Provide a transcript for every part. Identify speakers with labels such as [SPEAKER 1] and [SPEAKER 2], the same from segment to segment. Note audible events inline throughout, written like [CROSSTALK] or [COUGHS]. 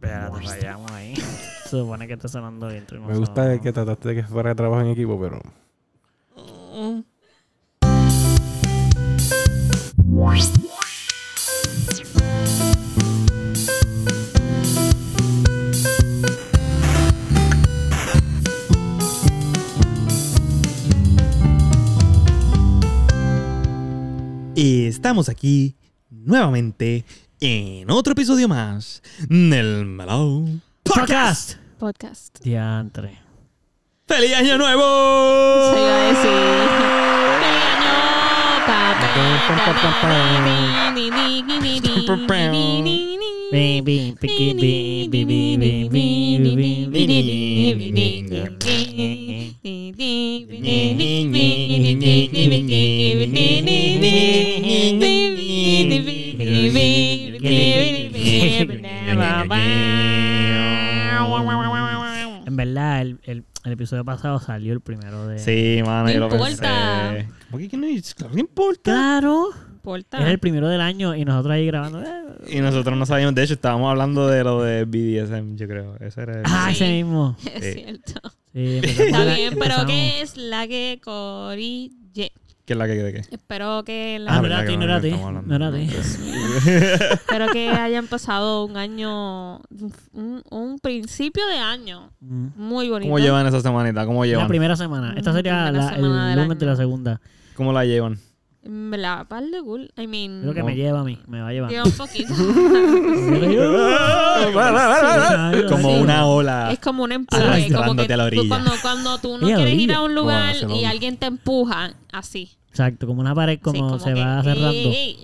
[SPEAKER 1] Rayamos ahí. [LAUGHS] Se supone que está sonando bien. tú y
[SPEAKER 2] Me
[SPEAKER 1] nosotros,
[SPEAKER 2] gusta
[SPEAKER 1] ¿no?
[SPEAKER 2] que trataste de que fuera trabajo en equipo, pero.
[SPEAKER 3] Estamos aquí nuevamente en otro episodio más del Melao
[SPEAKER 1] ¡Podcast!
[SPEAKER 4] Podcast.
[SPEAKER 1] Diantre.
[SPEAKER 3] ¡Feliz Año Nuevo!
[SPEAKER 4] Se iba a decir. "Feliz año, papá".
[SPEAKER 1] Bi, bi, piqui, bi, bi, bi, bi, bi, bi, bi, bi, bi. En verdad, el, el, el episodio pasado salió el primero de.
[SPEAKER 3] Sí, mano, yo lo
[SPEAKER 4] No importa.
[SPEAKER 3] pensé. ¿Por qué que no, claro que importa?
[SPEAKER 1] Claro.
[SPEAKER 4] Importa.
[SPEAKER 1] Era el primero del año y nosotros ahí grabando. eh.
[SPEAKER 3] Y nosotros no sabíamos, de hecho, estábamos hablando de lo de BDSM, yo creo. Ese era el-
[SPEAKER 1] Ah, ese mismo.
[SPEAKER 4] Es cierto.
[SPEAKER 1] Sí, empezamos
[SPEAKER 4] Está
[SPEAKER 1] la-
[SPEAKER 4] bien, pero
[SPEAKER 1] empezamos.
[SPEAKER 4] ¿qué es la que corille?
[SPEAKER 3] ¿Qué es la que de qué?
[SPEAKER 4] Espero que la
[SPEAKER 1] Ah,
[SPEAKER 3] Ah,
[SPEAKER 1] no era
[SPEAKER 3] verdad
[SPEAKER 1] a ti,
[SPEAKER 3] que
[SPEAKER 1] no
[SPEAKER 3] no
[SPEAKER 1] era a
[SPEAKER 3] lo
[SPEAKER 1] ti.
[SPEAKER 3] estamos hablando.
[SPEAKER 1] No era a ti.
[SPEAKER 4] Espero que hayan pasado un año, un, un principio de año
[SPEAKER 1] Mm.
[SPEAKER 4] muy bonito.
[SPEAKER 3] ¿Cómo llevan esa semanita? ¿Cómo
[SPEAKER 1] La
[SPEAKER 3] llevan?
[SPEAKER 1] primera semana. Esta sería
[SPEAKER 4] Mm, Primera
[SPEAKER 1] la-
[SPEAKER 4] semana
[SPEAKER 1] el
[SPEAKER 4] del
[SPEAKER 1] lunes de
[SPEAKER 4] año.
[SPEAKER 1] la segunda.
[SPEAKER 3] ¿Cómo la
[SPEAKER 1] [LAUGHS]
[SPEAKER 3] llevan?
[SPEAKER 4] Me La par de cool. I mean,
[SPEAKER 1] Creo que
[SPEAKER 3] Mm.
[SPEAKER 1] me lleva a mí. Me va a llevar.
[SPEAKER 4] lleva
[SPEAKER 3] [LAUGHS]
[SPEAKER 4] un poquito.
[SPEAKER 3] Como
[SPEAKER 4] Sí.
[SPEAKER 3] una ola.
[SPEAKER 4] es como un empuje. Como
[SPEAKER 3] Arrastrándote
[SPEAKER 4] que
[SPEAKER 3] Ah. a la
[SPEAKER 4] tú
[SPEAKER 3] orilla.
[SPEAKER 4] cuando, cuando tú no
[SPEAKER 1] Y a la
[SPEAKER 4] quieres ir
[SPEAKER 1] orilla.
[SPEAKER 4] a un
[SPEAKER 2] Bueno,
[SPEAKER 4] lugar
[SPEAKER 2] se lo-
[SPEAKER 4] y alguien te empuja, así.
[SPEAKER 1] Exacto, como una pared como,
[SPEAKER 4] Sí, como
[SPEAKER 1] se
[SPEAKER 4] que,
[SPEAKER 1] va
[SPEAKER 4] "Ey,
[SPEAKER 1] cerrando.
[SPEAKER 4] ey, ey,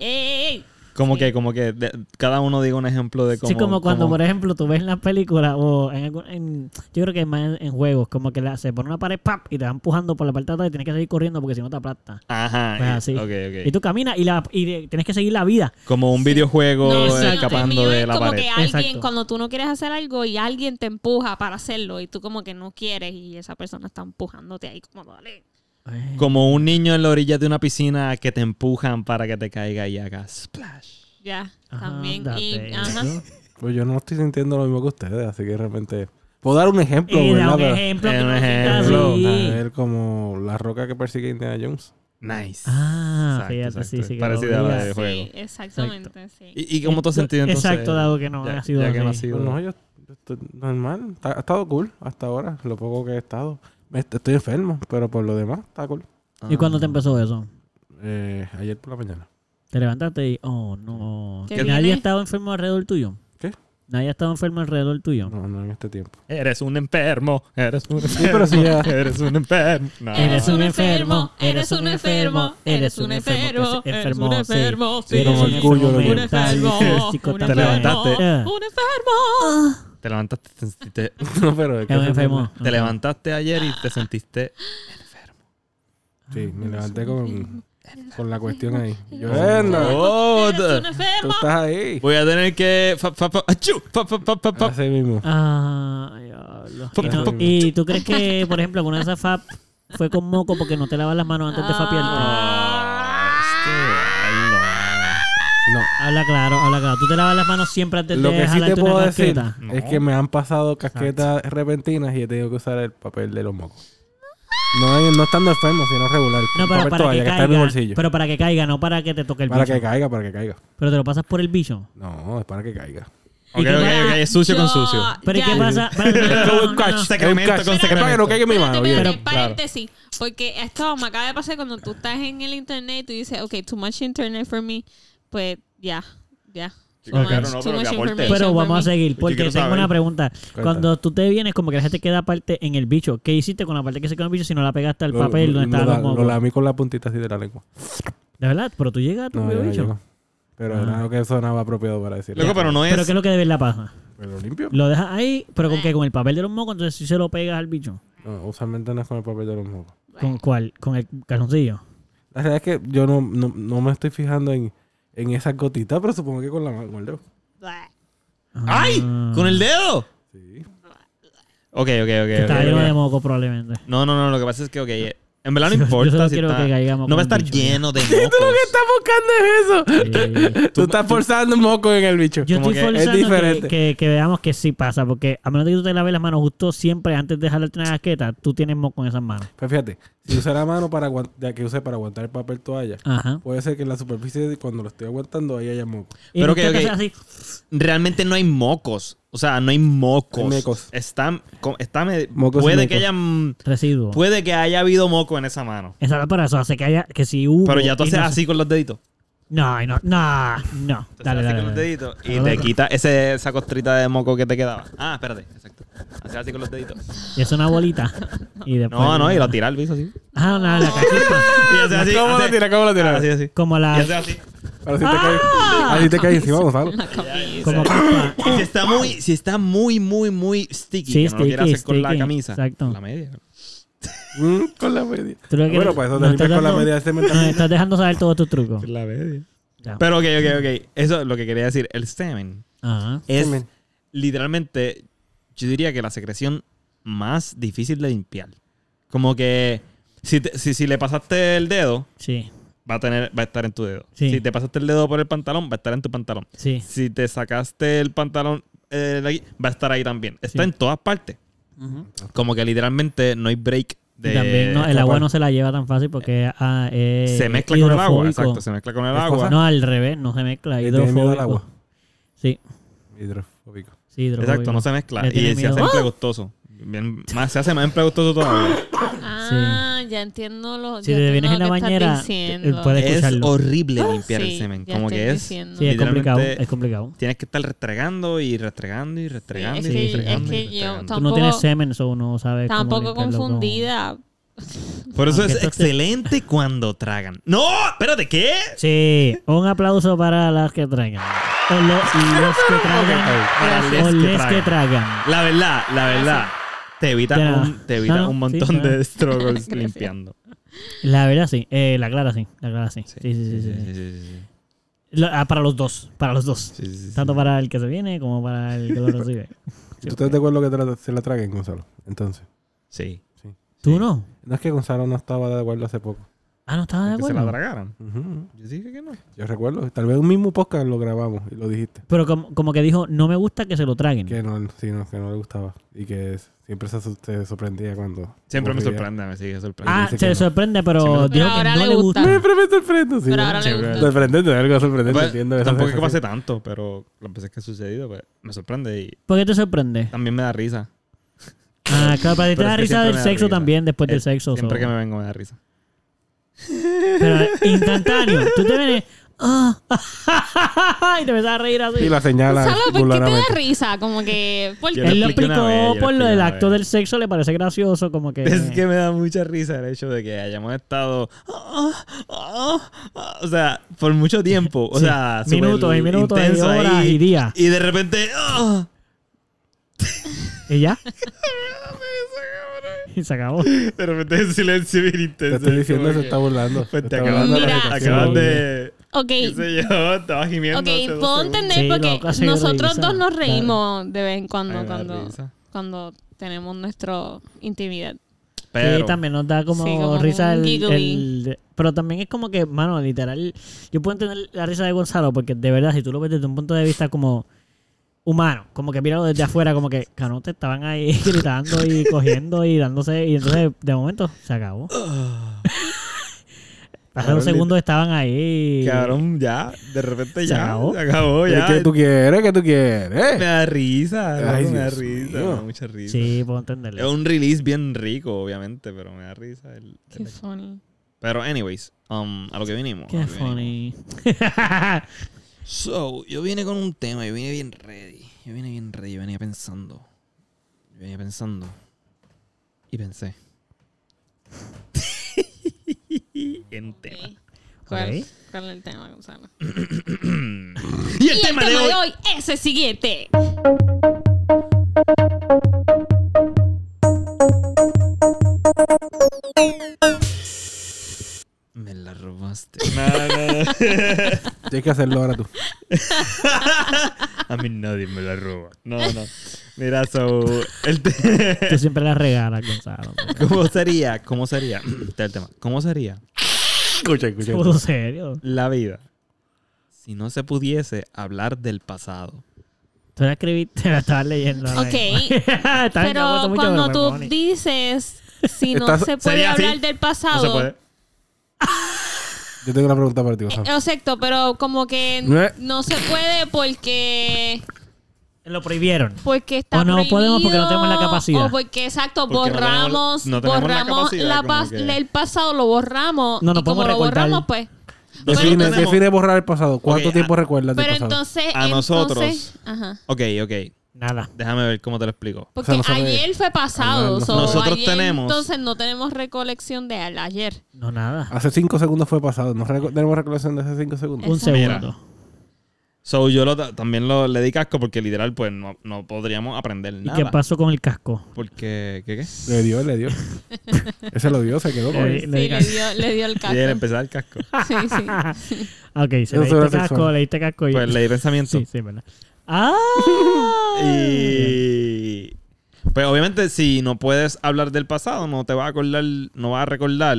[SPEAKER 4] ey".
[SPEAKER 3] Como que, como que de- cada uno diga un ejemplo de cómo.
[SPEAKER 1] sí, como cuando,
[SPEAKER 3] cómo-
[SPEAKER 1] por ejemplo, tú ves en las películas o en, algún- en- yo creo que es más en, en juegos, como que la- se pone una pared ¡pap! y te va empujando por la parte de atrás y tienes que seguir corriendo porque si no te aplasta.
[SPEAKER 3] Ajá.
[SPEAKER 1] Pues
[SPEAKER 3] y-
[SPEAKER 1] así.
[SPEAKER 3] ok,
[SPEAKER 1] Y
[SPEAKER 3] ok.
[SPEAKER 1] tú caminas y, la, y de- tienes que seguir la vida.
[SPEAKER 3] Como un videojuego
[SPEAKER 4] No, sí,
[SPEAKER 3] escapando
[SPEAKER 4] mío es
[SPEAKER 3] de la
[SPEAKER 4] como
[SPEAKER 3] pared.
[SPEAKER 4] que alguien,
[SPEAKER 1] Exacto.
[SPEAKER 4] cuando tú no quieres hacer algo y alguien te empuja para hacerlo y tú como que no quieres y esa persona está empujándote ahí como, dale.
[SPEAKER 1] Ay,
[SPEAKER 3] Como un niño en la orilla de una piscina que te empujan para que te caiga y hagas splash.
[SPEAKER 4] Ya, también.
[SPEAKER 1] ándate,
[SPEAKER 4] Y, ajá.
[SPEAKER 1] ¿no?
[SPEAKER 2] Pues yo no estoy sintiendo lo mismo que ustedes, así que de repente. Puedo dar un ejemplo,
[SPEAKER 1] Eh, da
[SPEAKER 2] ¿verdad?
[SPEAKER 1] un
[SPEAKER 2] Pero-
[SPEAKER 1] ejemplo. que
[SPEAKER 3] Un
[SPEAKER 1] no sientas
[SPEAKER 3] ejemplo.
[SPEAKER 1] así.
[SPEAKER 2] A ver, como la roca que persigue a Indiana Jones.
[SPEAKER 3] Nice.
[SPEAKER 1] Ah,
[SPEAKER 3] Exacto,
[SPEAKER 1] fíjate, sí,
[SPEAKER 3] exacto.
[SPEAKER 1] sí. que
[SPEAKER 3] Parecida a la
[SPEAKER 1] lo
[SPEAKER 3] de-
[SPEAKER 1] digas.
[SPEAKER 3] juego.
[SPEAKER 4] Sí, exactamente, sí.
[SPEAKER 3] ¿Y, y cómo tú has sentido entonces?
[SPEAKER 1] Exacto, dado que no
[SPEAKER 3] ya-
[SPEAKER 1] ha sido
[SPEAKER 3] ya que no ha
[SPEAKER 1] así.
[SPEAKER 3] sido.
[SPEAKER 2] Pero Pues no, yo, yo estoy normal. Está- ha estado cool hasta ahora, lo poco que he estado. Me- Estoy enfermo, pero por lo demás está cool.
[SPEAKER 3] Ah.
[SPEAKER 1] ¿Y cuándo te
[SPEAKER 2] Ah.
[SPEAKER 1] empezó eso?
[SPEAKER 2] Eh, ayer por la mañana.
[SPEAKER 1] Te levantaste y, oh, no.
[SPEAKER 4] ¿Qué
[SPEAKER 1] ¿Que
[SPEAKER 4] viene?
[SPEAKER 1] ¿Nadie ha estado enfermo alrededor tuyo?
[SPEAKER 2] ¿Qué?
[SPEAKER 1] ¿Nadie ha estado enfermo alrededor tuyo?
[SPEAKER 2] No, no en este tiempo.
[SPEAKER 3] Eres un enfermo. Eres un enfermo.
[SPEAKER 2] pero [LAUGHS] sí ya-
[SPEAKER 3] [LAUGHS] Eres un enfermo. No.
[SPEAKER 4] Eres un enfermo, eres un enfermo, eres un enfermo,
[SPEAKER 1] que se
[SPEAKER 4] eres un
[SPEAKER 1] enfermó, sí.
[SPEAKER 4] enfermo, sí.
[SPEAKER 2] Sí, como
[SPEAKER 1] Eres
[SPEAKER 2] el cuyo, lo
[SPEAKER 1] enfermo
[SPEAKER 2] que-
[SPEAKER 4] Un
[SPEAKER 1] mental,
[SPEAKER 4] enfermo,
[SPEAKER 1] físico,
[SPEAKER 4] un
[SPEAKER 1] también.
[SPEAKER 3] levantaste.
[SPEAKER 1] Eh,
[SPEAKER 4] enfermo, un enfermo.
[SPEAKER 3] Te levantaste, te sentiste-
[SPEAKER 2] no, pero es que
[SPEAKER 1] Es un enfermo.
[SPEAKER 3] te levantaste ayer y te sentiste enfermo.
[SPEAKER 2] Sí, me levanté con, con la cuestión ahí. Yo,
[SPEAKER 3] Oh,
[SPEAKER 2] eh, no,
[SPEAKER 3] oh,
[SPEAKER 4] Eres un
[SPEAKER 2] tú
[SPEAKER 4] enfermo.
[SPEAKER 2] estás ahí.
[SPEAKER 3] Voy a tener que. fa- fa- fa- achú, fa- fa- fa- fa- fa-
[SPEAKER 2] Así mismo.
[SPEAKER 1] Ah, diablo.
[SPEAKER 3] Pop,
[SPEAKER 1] ¿Y, no-
[SPEAKER 2] pop.
[SPEAKER 1] y tú crees que, por ejemplo, alguna de esas FAP fue con moco porque no te lavas las manos antes de fapiarte?
[SPEAKER 4] Ah.
[SPEAKER 3] Ah,
[SPEAKER 2] No.
[SPEAKER 1] Habla claro, habla claro. Tú te lavas las manos siempre antes
[SPEAKER 2] Lo
[SPEAKER 1] de
[SPEAKER 2] que sí
[SPEAKER 1] jalarte
[SPEAKER 2] te
[SPEAKER 1] una
[SPEAKER 2] puedo decir
[SPEAKER 1] casqueta.
[SPEAKER 3] No.
[SPEAKER 2] es que me han pasado casquetas repentinas y he tenido que usar el papel de los mocos. No, no estando enfermo, sino regular.
[SPEAKER 1] No, pero
[SPEAKER 2] El
[SPEAKER 1] para
[SPEAKER 2] papel
[SPEAKER 1] que
[SPEAKER 2] toalla, que está en mi bolsillo.
[SPEAKER 1] caiga. Pero para que caiga, no para que te toque el
[SPEAKER 2] Para que
[SPEAKER 1] bicho.
[SPEAKER 2] caiga, para que caiga.
[SPEAKER 1] Pero te lo pasas por el bicho.
[SPEAKER 2] No, es para que caiga.
[SPEAKER 3] Ok,
[SPEAKER 1] qué
[SPEAKER 3] ok,
[SPEAKER 1] pasa?
[SPEAKER 3] ok, es sucio con
[SPEAKER 4] Yo-
[SPEAKER 3] sucio.
[SPEAKER 1] Pero ¿y qué
[SPEAKER 2] [LAUGHS]
[SPEAKER 4] ya.
[SPEAKER 1] pasa? Espérate, no, no, no, no.
[SPEAKER 2] Es
[SPEAKER 3] Sacramento
[SPEAKER 2] un
[SPEAKER 3] con
[SPEAKER 2] cacho. Es para que
[SPEAKER 3] sacramento.
[SPEAKER 2] no caiga en mi
[SPEAKER 4] Espérate,
[SPEAKER 2] mano.
[SPEAKER 4] espérate,
[SPEAKER 2] bien.
[SPEAKER 1] Pero-
[SPEAKER 4] paréntesis, porque esto me acaba de pasar cuando tú estás en el internet y tú dices, ok, too much internet for me, pues ya, ya.
[SPEAKER 3] Sí,
[SPEAKER 4] Too
[SPEAKER 3] claro,
[SPEAKER 4] much-
[SPEAKER 3] no,
[SPEAKER 4] too
[SPEAKER 3] pero
[SPEAKER 4] much
[SPEAKER 3] que aporte.
[SPEAKER 4] information
[SPEAKER 1] Pero
[SPEAKER 4] for
[SPEAKER 1] vamos a
[SPEAKER 4] me.
[SPEAKER 1] seguir,
[SPEAKER 3] Yo
[SPEAKER 1] porque
[SPEAKER 3] quiero
[SPEAKER 1] tengo
[SPEAKER 3] saber.
[SPEAKER 1] una pregunta.
[SPEAKER 2] Cuenta.
[SPEAKER 1] Cuando tú te vienes, como que la gente queda parte en el bicho. ¿Qué hiciste con la parte que se quedó en el bicho si no la pegaste al
[SPEAKER 2] Lo-
[SPEAKER 1] papel
[SPEAKER 2] lo,
[SPEAKER 1] donde
[SPEAKER 2] lo-
[SPEAKER 1] estaban los
[SPEAKER 2] lo
[SPEAKER 1] mocos?
[SPEAKER 2] lamí con la puntita así de la lengua.
[SPEAKER 1] De verdad, pero tú llegas a tu
[SPEAKER 2] No,
[SPEAKER 1] propio
[SPEAKER 2] yo no
[SPEAKER 1] bicho.
[SPEAKER 2] llego. Pero
[SPEAKER 1] Ah.
[SPEAKER 2] era lo que sonaba apropiado para decirlo.
[SPEAKER 3] Loco, pero no
[SPEAKER 1] Pero ¿qué
[SPEAKER 3] es.
[SPEAKER 1] es lo que debe la paja?
[SPEAKER 2] ¿Pero limpio?
[SPEAKER 1] Lo dejas ahí, pero
[SPEAKER 3] Eh.
[SPEAKER 1] con que con el papel de los mocos, entonces si se lo pegas al bicho.
[SPEAKER 2] No, usualmente no es con el papel de los mocos.
[SPEAKER 1] ¿Con cuál? ¿Con el calzoncillo?
[SPEAKER 2] La verdad es que yo no, no, no me estoy fijando en, en esas gotitas, pero supongo que con la mano, con el dedo.
[SPEAKER 4] Blah.
[SPEAKER 3] ¡Ay!
[SPEAKER 1] Ah.
[SPEAKER 3] ¡Con el dedo!
[SPEAKER 2] Sí.
[SPEAKER 3] Ok, ok, ok.
[SPEAKER 1] Está
[SPEAKER 3] ok,
[SPEAKER 1] lleno
[SPEAKER 3] ok.
[SPEAKER 1] de moco probablemente.
[SPEAKER 3] No, no, no, lo que pasa es que, ok, eh, En verdad
[SPEAKER 1] [LAUGHS]
[SPEAKER 3] no
[SPEAKER 1] Yo- yo solo
[SPEAKER 3] importa si
[SPEAKER 1] quiero
[SPEAKER 3] está-
[SPEAKER 1] que caigamos
[SPEAKER 3] no va a
[SPEAKER 1] con
[SPEAKER 3] estar
[SPEAKER 1] bicho, [LAUGHS]
[SPEAKER 3] lleno de mocos.
[SPEAKER 2] estás buscando es eso.
[SPEAKER 1] Eh,
[SPEAKER 2] Tú estás forzando un moco en el bicho.
[SPEAKER 1] Yo
[SPEAKER 3] Como
[SPEAKER 1] estoy
[SPEAKER 3] que
[SPEAKER 2] es
[SPEAKER 1] forzando que,
[SPEAKER 2] diferente.
[SPEAKER 1] que- que veamos que sí pasa, porque a menos de que tú te laves las manos justo siempre antes de dejar la casqueta, tú tienes moco en esas manos.
[SPEAKER 2] Pues fíjate, si usé la mano para aguantar, ya que usé para aguantar el papel toalla,
[SPEAKER 1] Ajá.
[SPEAKER 2] puede ser que en la superficie de- cuando lo estoy aguantando ahí haya moco.
[SPEAKER 1] Y
[SPEAKER 3] Pero
[SPEAKER 1] no
[SPEAKER 3] ok,
[SPEAKER 1] creo que
[SPEAKER 3] ok.
[SPEAKER 1] sea así.
[SPEAKER 3] Realmente no hay mocos. O sea, no hay mocos.
[SPEAKER 2] Hay mecos.
[SPEAKER 3] Está, co- está me-
[SPEAKER 2] Mocos y
[SPEAKER 3] puede
[SPEAKER 2] mecos.
[SPEAKER 3] que haya mm,
[SPEAKER 1] Residuo.
[SPEAKER 3] puede que haya habido moco en esa mano.
[SPEAKER 1] Exacto, pero eso hace que haya, que si hubo.
[SPEAKER 3] Pero ya tú
[SPEAKER 1] y
[SPEAKER 3] haces
[SPEAKER 1] no-
[SPEAKER 3] así con los deditos.
[SPEAKER 1] No, no, no, no.
[SPEAKER 3] Tú haces
[SPEAKER 1] Dale, dale.
[SPEAKER 3] así con los
[SPEAKER 1] dale.
[SPEAKER 3] deditos y
[SPEAKER 1] Dale,
[SPEAKER 3] te
[SPEAKER 1] dale.
[SPEAKER 3] quita ese, esa costrita de moco que te quedaba. Ah, espérate, exacto. Haces así con
[SPEAKER 1] [LAUGHS]
[SPEAKER 3] los deditos.
[SPEAKER 1] Y es una bolita. Y después,
[SPEAKER 3] [LAUGHS] No, no, y lo tira al piso así.
[SPEAKER 1] Ah, no, la cajita.
[SPEAKER 3] Y haces así.
[SPEAKER 2] ¿Cómo lo
[SPEAKER 3] hace-
[SPEAKER 2] tira? ¿Cómo lo tira?
[SPEAKER 3] Así, así.
[SPEAKER 1] Como
[SPEAKER 3] Y
[SPEAKER 1] la.
[SPEAKER 3] haces así.
[SPEAKER 2] Ahora sí te caes.
[SPEAKER 1] Ah.
[SPEAKER 2] Así te caes encima,
[SPEAKER 1] [LAUGHS]
[SPEAKER 4] [LAUGHS]
[SPEAKER 2] Gonzalo.
[SPEAKER 4] La camisa.
[SPEAKER 1] Como capa.
[SPEAKER 3] Y si está muy, si está muy, muy, muy sticky,
[SPEAKER 1] Sí,
[SPEAKER 3] que no lo quiere
[SPEAKER 1] sticky,
[SPEAKER 3] hacer con la
[SPEAKER 1] sticky,
[SPEAKER 3] camisa.
[SPEAKER 1] exacto.
[SPEAKER 3] La media.
[SPEAKER 2] Mm, con la media.
[SPEAKER 1] Tú lo que
[SPEAKER 2] Bueno,
[SPEAKER 1] quieres-
[SPEAKER 2] pues eso te
[SPEAKER 1] nos
[SPEAKER 2] limpias
[SPEAKER 1] estás
[SPEAKER 2] con la
[SPEAKER 1] dando-
[SPEAKER 2] media
[SPEAKER 1] [LAUGHS]
[SPEAKER 2] de cemento.
[SPEAKER 1] Nos estás dejando saber todos tus trucos.
[SPEAKER 3] La media.
[SPEAKER 1] Ya.
[SPEAKER 3] Pero ok, ok, ok. Eso es lo que quería decir. El semen
[SPEAKER 1] Ajá.
[SPEAKER 3] es
[SPEAKER 2] Semen.
[SPEAKER 3] literalmente, yo diría que la secreción más difícil de limpiar. Como que si, te- si, si le pasaste el dedo,
[SPEAKER 1] Sí,
[SPEAKER 3] va a, tener, va a estar en tu dedo.
[SPEAKER 1] Sí.
[SPEAKER 3] Si te pasaste el dedo por el pantalón, va a estar en tu pantalón.
[SPEAKER 1] sí.
[SPEAKER 3] Si te sacaste el pantalón eh, de aquí, va a estar ahí también. Está
[SPEAKER 1] Sí.
[SPEAKER 3] en todas partes. Como que literalmente no hay break de...
[SPEAKER 1] Y también no, eh, el
[SPEAKER 2] escapar.
[SPEAKER 1] agua no se la lleva tan fácil porque ah, es
[SPEAKER 3] se mezcla con el agua,
[SPEAKER 1] hidrofóbico.
[SPEAKER 3] exacto. Se mezcla con el
[SPEAKER 2] Es
[SPEAKER 3] agua.
[SPEAKER 2] cosa-
[SPEAKER 1] No, al revés, no se mezcla.
[SPEAKER 2] Le tiene miedo al
[SPEAKER 1] hidrofóbico.
[SPEAKER 2] agua.
[SPEAKER 1] Sí,
[SPEAKER 2] Hidrofóbico.
[SPEAKER 1] sí, hidrofóbico.
[SPEAKER 3] Exacto, no se mezcla.
[SPEAKER 1] Le tiene
[SPEAKER 3] Y se
[SPEAKER 1] miedo. ¡Ah!
[SPEAKER 3] hace empleo gustoso. Bien, más, se hace más empleo gustoso todavía.
[SPEAKER 4] Ah, ya entiendo lo
[SPEAKER 1] Si
[SPEAKER 4] ya
[SPEAKER 1] te vienes en la
[SPEAKER 4] entiendo lo que estás
[SPEAKER 1] bañera,
[SPEAKER 4] diciendo.
[SPEAKER 1] eh, [LAUGHS] puedes
[SPEAKER 3] Es
[SPEAKER 1] escucharlo.
[SPEAKER 3] horrible limpiar
[SPEAKER 4] Ah, Sí,
[SPEAKER 3] el semen.
[SPEAKER 4] ya
[SPEAKER 3] Como
[SPEAKER 4] estoy
[SPEAKER 3] que es.
[SPEAKER 4] diciendo.
[SPEAKER 1] Sí, es complicado,
[SPEAKER 3] literalmente-
[SPEAKER 1] es complicado.
[SPEAKER 3] Tienes que estar restregando y restregando y restregando
[SPEAKER 4] es
[SPEAKER 3] y
[SPEAKER 1] que-
[SPEAKER 3] restregando. y
[SPEAKER 4] es que yo
[SPEAKER 3] restregando.
[SPEAKER 1] Tú no
[SPEAKER 4] Tampoco-
[SPEAKER 1] tienes semen, so no sabes cómo
[SPEAKER 4] Tampoco
[SPEAKER 1] limpiarlo con-
[SPEAKER 4] confundida.
[SPEAKER 3] Por eso
[SPEAKER 1] Aunque
[SPEAKER 3] es
[SPEAKER 1] esto esté-
[SPEAKER 3] excelente cuando tragan. ¡No! Espérate, ¿qué?
[SPEAKER 1] Sí, un aplauso para las que tragan. O lo- y los
[SPEAKER 3] [LAUGHS]
[SPEAKER 1] que
[SPEAKER 3] Para
[SPEAKER 1] tragan.
[SPEAKER 3] les
[SPEAKER 1] o
[SPEAKER 3] que
[SPEAKER 1] les que
[SPEAKER 3] tragan.
[SPEAKER 1] tragan.
[SPEAKER 3] La verdad, la verdad. Te evita,
[SPEAKER 1] De nada.
[SPEAKER 3] un, te evita
[SPEAKER 1] No, no,
[SPEAKER 3] un
[SPEAKER 1] Ah, sí,
[SPEAKER 3] montón
[SPEAKER 1] claro.
[SPEAKER 3] de struggles
[SPEAKER 4] Gracias.
[SPEAKER 3] limpiando.
[SPEAKER 1] La verdad sí, eh, la clara sí, la clara sí. Sí, sí, sí. sí, sí.
[SPEAKER 3] sí,
[SPEAKER 1] Lo- ah, para los dos, para los dos.
[SPEAKER 3] sí, sí, sí.
[SPEAKER 1] Tanto para el que se viene como para el
[SPEAKER 3] [LAUGHS]
[SPEAKER 1] que lo recibe.
[SPEAKER 2] ¿Tú estás de acuerdo que te la- se la traguen, Gonzalo? Entonces.
[SPEAKER 3] Sí.
[SPEAKER 1] ¿Tú no?
[SPEAKER 2] No es que Gonzalo no estaba de acuerdo hace poco.
[SPEAKER 1] Ah, no estaba de
[SPEAKER 3] Que se la
[SPEAKER 1] acuerdo.
[SPEAKER 3] tragaran.
[SPEAKER 2] Ujú.
[SPEAKER 3] Yo dije que no.
[SPEAKER 2] Yo recuerdo. Tal vez un mismo podcast lo grabamos y lo dijiste.
[SPEAKER 1] Pero como, como que dijo, no me gusta que se lo traguen.
[SPEAKER 2] Que no, sí, no, que no le gustaba. Y que es- siempre se, su- se sorprendía cuando.
[SPEAKER 3] Siempre me
[SPEAKER 2] ocurría.
[SPEAKER 3] sorprende, me sigue sorprendiendo.
[SPEAKER 1] Ah,
[SPEAKER 2] dice
[SPEAKER 1] se
[SPEAKER 2] que no.
[SPEAKER 1] sorprende,
[SPEAKER 3] Sí, me
[SPEAKER 1] pero
[SPEAKER 3] lo-
[SPEAKER 1] dijo
[SPEAKER 4] Pero
[SPEAKER 1] que
[SPEAKER 4] ahora
[SPEAKER 1] no
[SPEAKER 4] le
[SPEAKER 1] le gusta.
[SPEAKER 4] gusta.
[SPEAKER 2] Siempre me sorprendo, sí.
[SPEAKER 4] Pero
[SPEAKER 2] ¿no?
[SPEAKER 4] ahora le
[SPEAKER 3] Siempre.
[SPEAKER 4] gusta.
[SPEAKER 2] Sorprendente, algo sorprendente.
[SPEAKER 3] Pues,
[SPEAKER 2] entiendo esa
[SPEAKER 3] tampoco es que pase
[SPEAKER 2] sensación.
[SPEAKER 3] tanto, pero las veces que ha sucedido, pues me sorprende y
[SPEAKER 1] ¿Por qué te sorprende?
[SPEAKER 3] también me da risa.
[SPEAKER 1] Ah, claro, para ti te
[SPEAKER 3] Pero
[SPEAKER 1] da
[SPEAKER 3] es que
[SPEAKER 1] risa
[SPEAKER 3] siempre
[SPEAKER 1] del
[SPEAKER 3] me da
[SPEAKER 1] sexo
[SPEAKER 3] risa.
[SPEAKER 1] también después
[SPEAKER 3] Eh,
[SPEAKER 1] del sexo.
[SPEAKER 3] Siempre
[SPEAKER 1] so-
[SPEAKER 3] que me vengo me da risa.
[SPEAKER 1] Pero instantáneo. Tú te vienes. ah, [LAUGHS] y te empiezas a reír así.
[SPEAKER 2] Y la señala.
[SPEAKER 4] ¿Sabes por qué te da
[SPEAKER 2] vulgarmente.
[SPEAKER 4] risa? Como que. ¿por
[SPEAKER 3] Yo
[SPEAKER 4] qué?
[SPEAKER 1] Él
[SPEAKER 3] lo
[SPEAKER 1] lo
[SPEAKER 3] expliqué una
[SPEAKER 1] explicó
[SPEAKER 3] vez, yo lo
[SPEAKER 1] por lo
[SPEAKER 3] expliqué
[SPEAKER 1] del
[SPEAKER 3] una
[SPEAKER 1] acto
[SPEAKER 3] vez.
[SPEAKER 1] del sexo, le parece gracioso, como que.
[SPEAKER 3] Es que me da mucha risa el hecho de que hayamos estado. ah, ah, ah, o sea, por mucho tiempo. O
[SPEAKER 1] Sí,
[SPEAKER 3] sea, súper
[SPEAKER 1] minutos y minutos y
[SPEAKER 3] intenso
[SPEAKER 1] horas
[SPEAKER 3] ahí,
[SPEAKER 1] y días.
[SPEAKER 3] Y de repente. ah.
[SPEAKER 1] ¿Y
[SPEAKER 3] [LAUGHS]
[SPEAKER 1] ya? y se acabó.
[SPEAKER 3] de repente es silencio bien
[SPEAKER 2] Te
[SPEAKER 3] intenso.
[SPEAKER 2] estoy diciendo,
[SPEAKER 3] como
[SPEAKER 2] se
[SPEAKER 3] que,
[SPEAKER 2] está burlando.
[SPEAKER 3] pues,
[SPEAKER 2] Se
[SPEAKER 3] te
[SPEAKER 2] está
[SPEAKER 3] acabas,
[SPEAKER 2] burlando de la
[SPEAKER 4] Mira.
[SPEAKER 2] situación.
[SPEAKER 3] acabas de.
[SPEAKER 4] Ok.
[SPEAKER 3] ¿Qué sé yo? Estaba gimiendo.
[SPEAKER 4] Ok,
[SPEAKER 3] hace dos
[SPEAKER 4] puedo
[SPEAKER 3] segundos.
[SPEAKER 4] entender
[SPEAKER 1] Sí,
[SPEAKER 4] porque
[SPEAKER 1] loco, hace que
[SPEAKER 4] nosotros
[SPEAKER 1] risa.
[SPEAKER 4] dos nos
[SPEAKER 1] Claro.
[SPEAKER 4] reímos de vez en cuando
[SPEAKER 3] Ay, me da
[SPEAKER 4] cuando,
[SPEAKER 3] risa.
[SPEAKER 4] cuando tenemos nuestra intimidad.
[SPEAKER 3] Pero.
[SPEAKER 1] Sí, también nos da como,
[SPEAKER 4] Sí, como
[SPEAKER 1] risa
[SPEAKER 4] un
[SPEAKER 1] el,
[SPEAKER 4] giggly.
[SPEAKER 1] el- Pero también es como que, mano, literal. Yo puedo entender la risa de Gonzalo porque, de verdad, si tú lo ves desde un punto de vista como humano, como que míralo desde afuera, como que, cabrón, te estaban ahí [LAUGHS] gritando y cogiendo y dándose. Y entonces, de momento, se acabó.
[SPEAKER 3] Ah.
[SPEAKER 1] Hace dos
[SPEAKER 2] Cabrón,
[SPEAKER 1] segundos estaban ahí.
[SPEAKER 3] Cabrón, ya. De repente
[SPEAKER 1] Se
[SPEAKER 3] ya. Se
[SPEAKER 1] acabó.
[SPEAKER 3] acabó,
[SPEAKER 2] Pero
[SPEAKER 3] ya.
[SPEAKER 2] ¿Qué tú quieres? ¿Qué tú
[SPEAKER 3] Me
[SPEAKER 2] quieres?
[SPEAKER 3] da risa.
[SPEAKER 2] Ay,
[SPEAKER 3] loco, me da
[SPEAKER 2] Dios
[SPEAKER 3] risa.
[SPEAKER 2] mío.
[SPEAKER 3] Me da mucha risa.
[SPEAKER 1] Sí, puedo
[SPEAKER 3] Es
[SPEAKER 1] entenderlo.
[SPEAKER 3] un release bien rico, obviamente, pero me da risa. el-
[SPEAKER 4] Qué
[SPEAKER 3] el-
[SPEAKER 4] funny.
[SPEAKER 3] pero, anyways, um, a lo que vinimos. a
[SPEAKER 1] Qué
[SPEAKER 3] lo que
[SPEAKER 1] funny.
[SPEAKER 3] vinimos.
[SPEAKER 1] [LAUGHS]
[SPEAKER 3] So, yo vine con un tema, yo vine bien ready. Yo vine bien ready, yo venía pensando. Yo venía pensando. Y pensé. [LAUGHS] en un tema.
[SPEAKER 4] Ok. ¿Cuál,
[SPEAKER 1] Ok.
[SPEAKER 4] cuál es el tema, Gonzalo?
[SPEAKER 3] Y el
[SPEAKER 4] Y
[SPEAKER 3] tema de hoy.
[SPEAKER 4] es el siguiente.
[SPEAKER 3] Me la [LAUGHS] robaste. No, no, no.
[SPEAKER 2] Tienes que hacerlo ahora tú.
[SPEAKER 3] A mí nadie me la roba. No, no. Mira, so. el te- [LAUGHS]
[SPEAKER 1] Tú siempre la regalas, Gonzalo.
[SPEAKER 3] ¿Cómo sería? ¿Cómo sería? [CLEARS THROAT] Este es el tema. ¿Cómo sería
[SPEAKER 2] Escucha, escucha.
[SPEAKER 1] Todo serio.
[SPEAKER 3] la vida si no se pudiese hablar del pasado?
[SPEAKER 1] Tú la [LAUGHS] escribiste, la estabas leyendo. ahora
[SPEAKER 4] Ok. [LAUGHS]
[SPEAKER 1] mismo. Estaba
[SPEAKER 4] Pero
[SPEAKER 1] engañoso mucho,
[SPEAKER 4] cuando
[SPEAKER 1] pero
[SPEAKER 4] tú
[SPEAKER 1] me pone.
[SPEAKER 4] dices, si no
[SPEAKER 2] Estás-
[SPEAKER 4] se puede
[SPEAKER 3] ¿Sería así?
[SPEAKER 4] hablar del
[SPEAKER 3] No se
[SPEAKER 4] pasado.
[SPEAKER 3] puede.
[SPEAKER 2] Yo tengo una pregunta para ti,
[SPEAKER 4] Eh,
[SPEAKER 2] Gonzalo.
[SPEAKER 4] Exacto, pero como que
[SPEAKER 2] No.
[SPEAKER 4] no se puede porque
[SPEAKER 1] Lo prohibieron.
[SPEAKER 4] porque está
[SPEAKER 1] O no podemos porque no tenemos la
[SPEAKER 4] prohibido,
[SPEAKER 1] capacidad.
[SPEAKER 4] O porque exacto,
[SPEAKER 3] Porque no
[SPEAKER 4] borramos,
[SPEAKER 3] tenemos- no tenemos la
[SPEAKER 4] borramos
[SPEAKER 3] capacidad,
[SPEAKER 4] la
[SPEAKER 3] como
[SPEAKER 4] pas-
[SPEAKER 3] que-
[SPEAKER 4] el pasado lo borramos
[SPEAKER 1] No, no
[SPEAKER 4] y como
[SPEAKER 1] podemos
[SPEAKER 4] lo
[SPEAKER 1] recordar.
[SPEAKER 4] borramos pues. Pero
[SPEAKER 2] Define,
[SPEAKER 3] tenemos-
[SPEAKER 2] define borrar el pasado. ¿Cuánto
[SPEAKER 3] Ok, ah,
[SPEAKER 2] tiempo
[SPEAKER 3] a-
[SPEAKER 2] recuerdas del
[SPEAKER 4] Pero
[SPEAKER 2] pasado?
[SPEAKER 4] entonces
[SPEAKER 3] A nosotros.
[SPEAKER 4] entonces- ajá.
[SPEAKER 3] Ok, ok.
[SPEAKER 1] Nada.
[SPEAKER 3] Déjame ver cómo te lo explico.
[SPEAKER 4] Porque
[SPEAKER 2] O sea, nosotros-
[SPEAKER 4] ayer fue
[SPEAKER 2] Ah,
[SPEAKER 4] pasado.
[SPEAKER 2] no.
[SPEAKER 4] so,
[SPEAKER 3] Nosotros
[SPEAKER 4] ayer,
[SPEAKER 3] tenemos-
[SPEAKER 4] Entonces no tenemos recolección de al ayer.
[SPEAKER 1] No, nada.
[SPEAKER 2] Hace 5 segundos fue pasado. No reco- tenemos recolección de hace 5 segundos.
[SPEAKER 1] Ah, Un
[SPEAKER 3] Mira.
[SPEAKER 1] segundo.
[SPEAKER 3] So, yo lo, ta- también lo, le di casco porque literal, pues no, no podríamos aprender
[SPEAKER 1] ¿Y
[SPEAKER 3] nada.
[SPEAKER 1] qué pasó con el casco?
[SPEAKER 3] Porque, ¿qué qué?
[SPEAKER 2] Le dio, le
[SPEAKER 4] [LAUGHS]
[SPEAKER 2] dio. Ese lo dio, se quedó con
[SPEAKER 3] Eh,
[SPEAKER 1] Le-
[SPEAKER 2] él.
[SPEAKER 1] le
[SPEAKER 4] Sí,
[SPEAKER 1] diga-
[SPEAKER 4] le dio, le dio el
[SPEAKER 3] Y él
[SPEAKER 4] caso.
[SPEAKER 3] empezaba
[SPEAKER 1] [LAUGHS]
[SPEAKER 3] el casco.
[SPEAKER 4] [LAUGHS] Sí, sí.
[SPEAKER 1] Ah, Ok, se
[SPEAKER 2] Yo
[SPEAKER 1] le
[SPEAKER 2] soy
[SPEAKER 1] diste
[SPEAKER 2] homosexual.
[SPEAKER 1] casco, le diste casco y...
[SPEAKER 3] Pues le di pensamiento.
[SPEAKER 1] [LAUGHS] Sí, sí, verdad. ¡Ah!
[SPEAKER 3] [LAUGHS] Y. Pues obviamente, si no puedes hablar del pasado, no te vas a acordar, no vas a recordar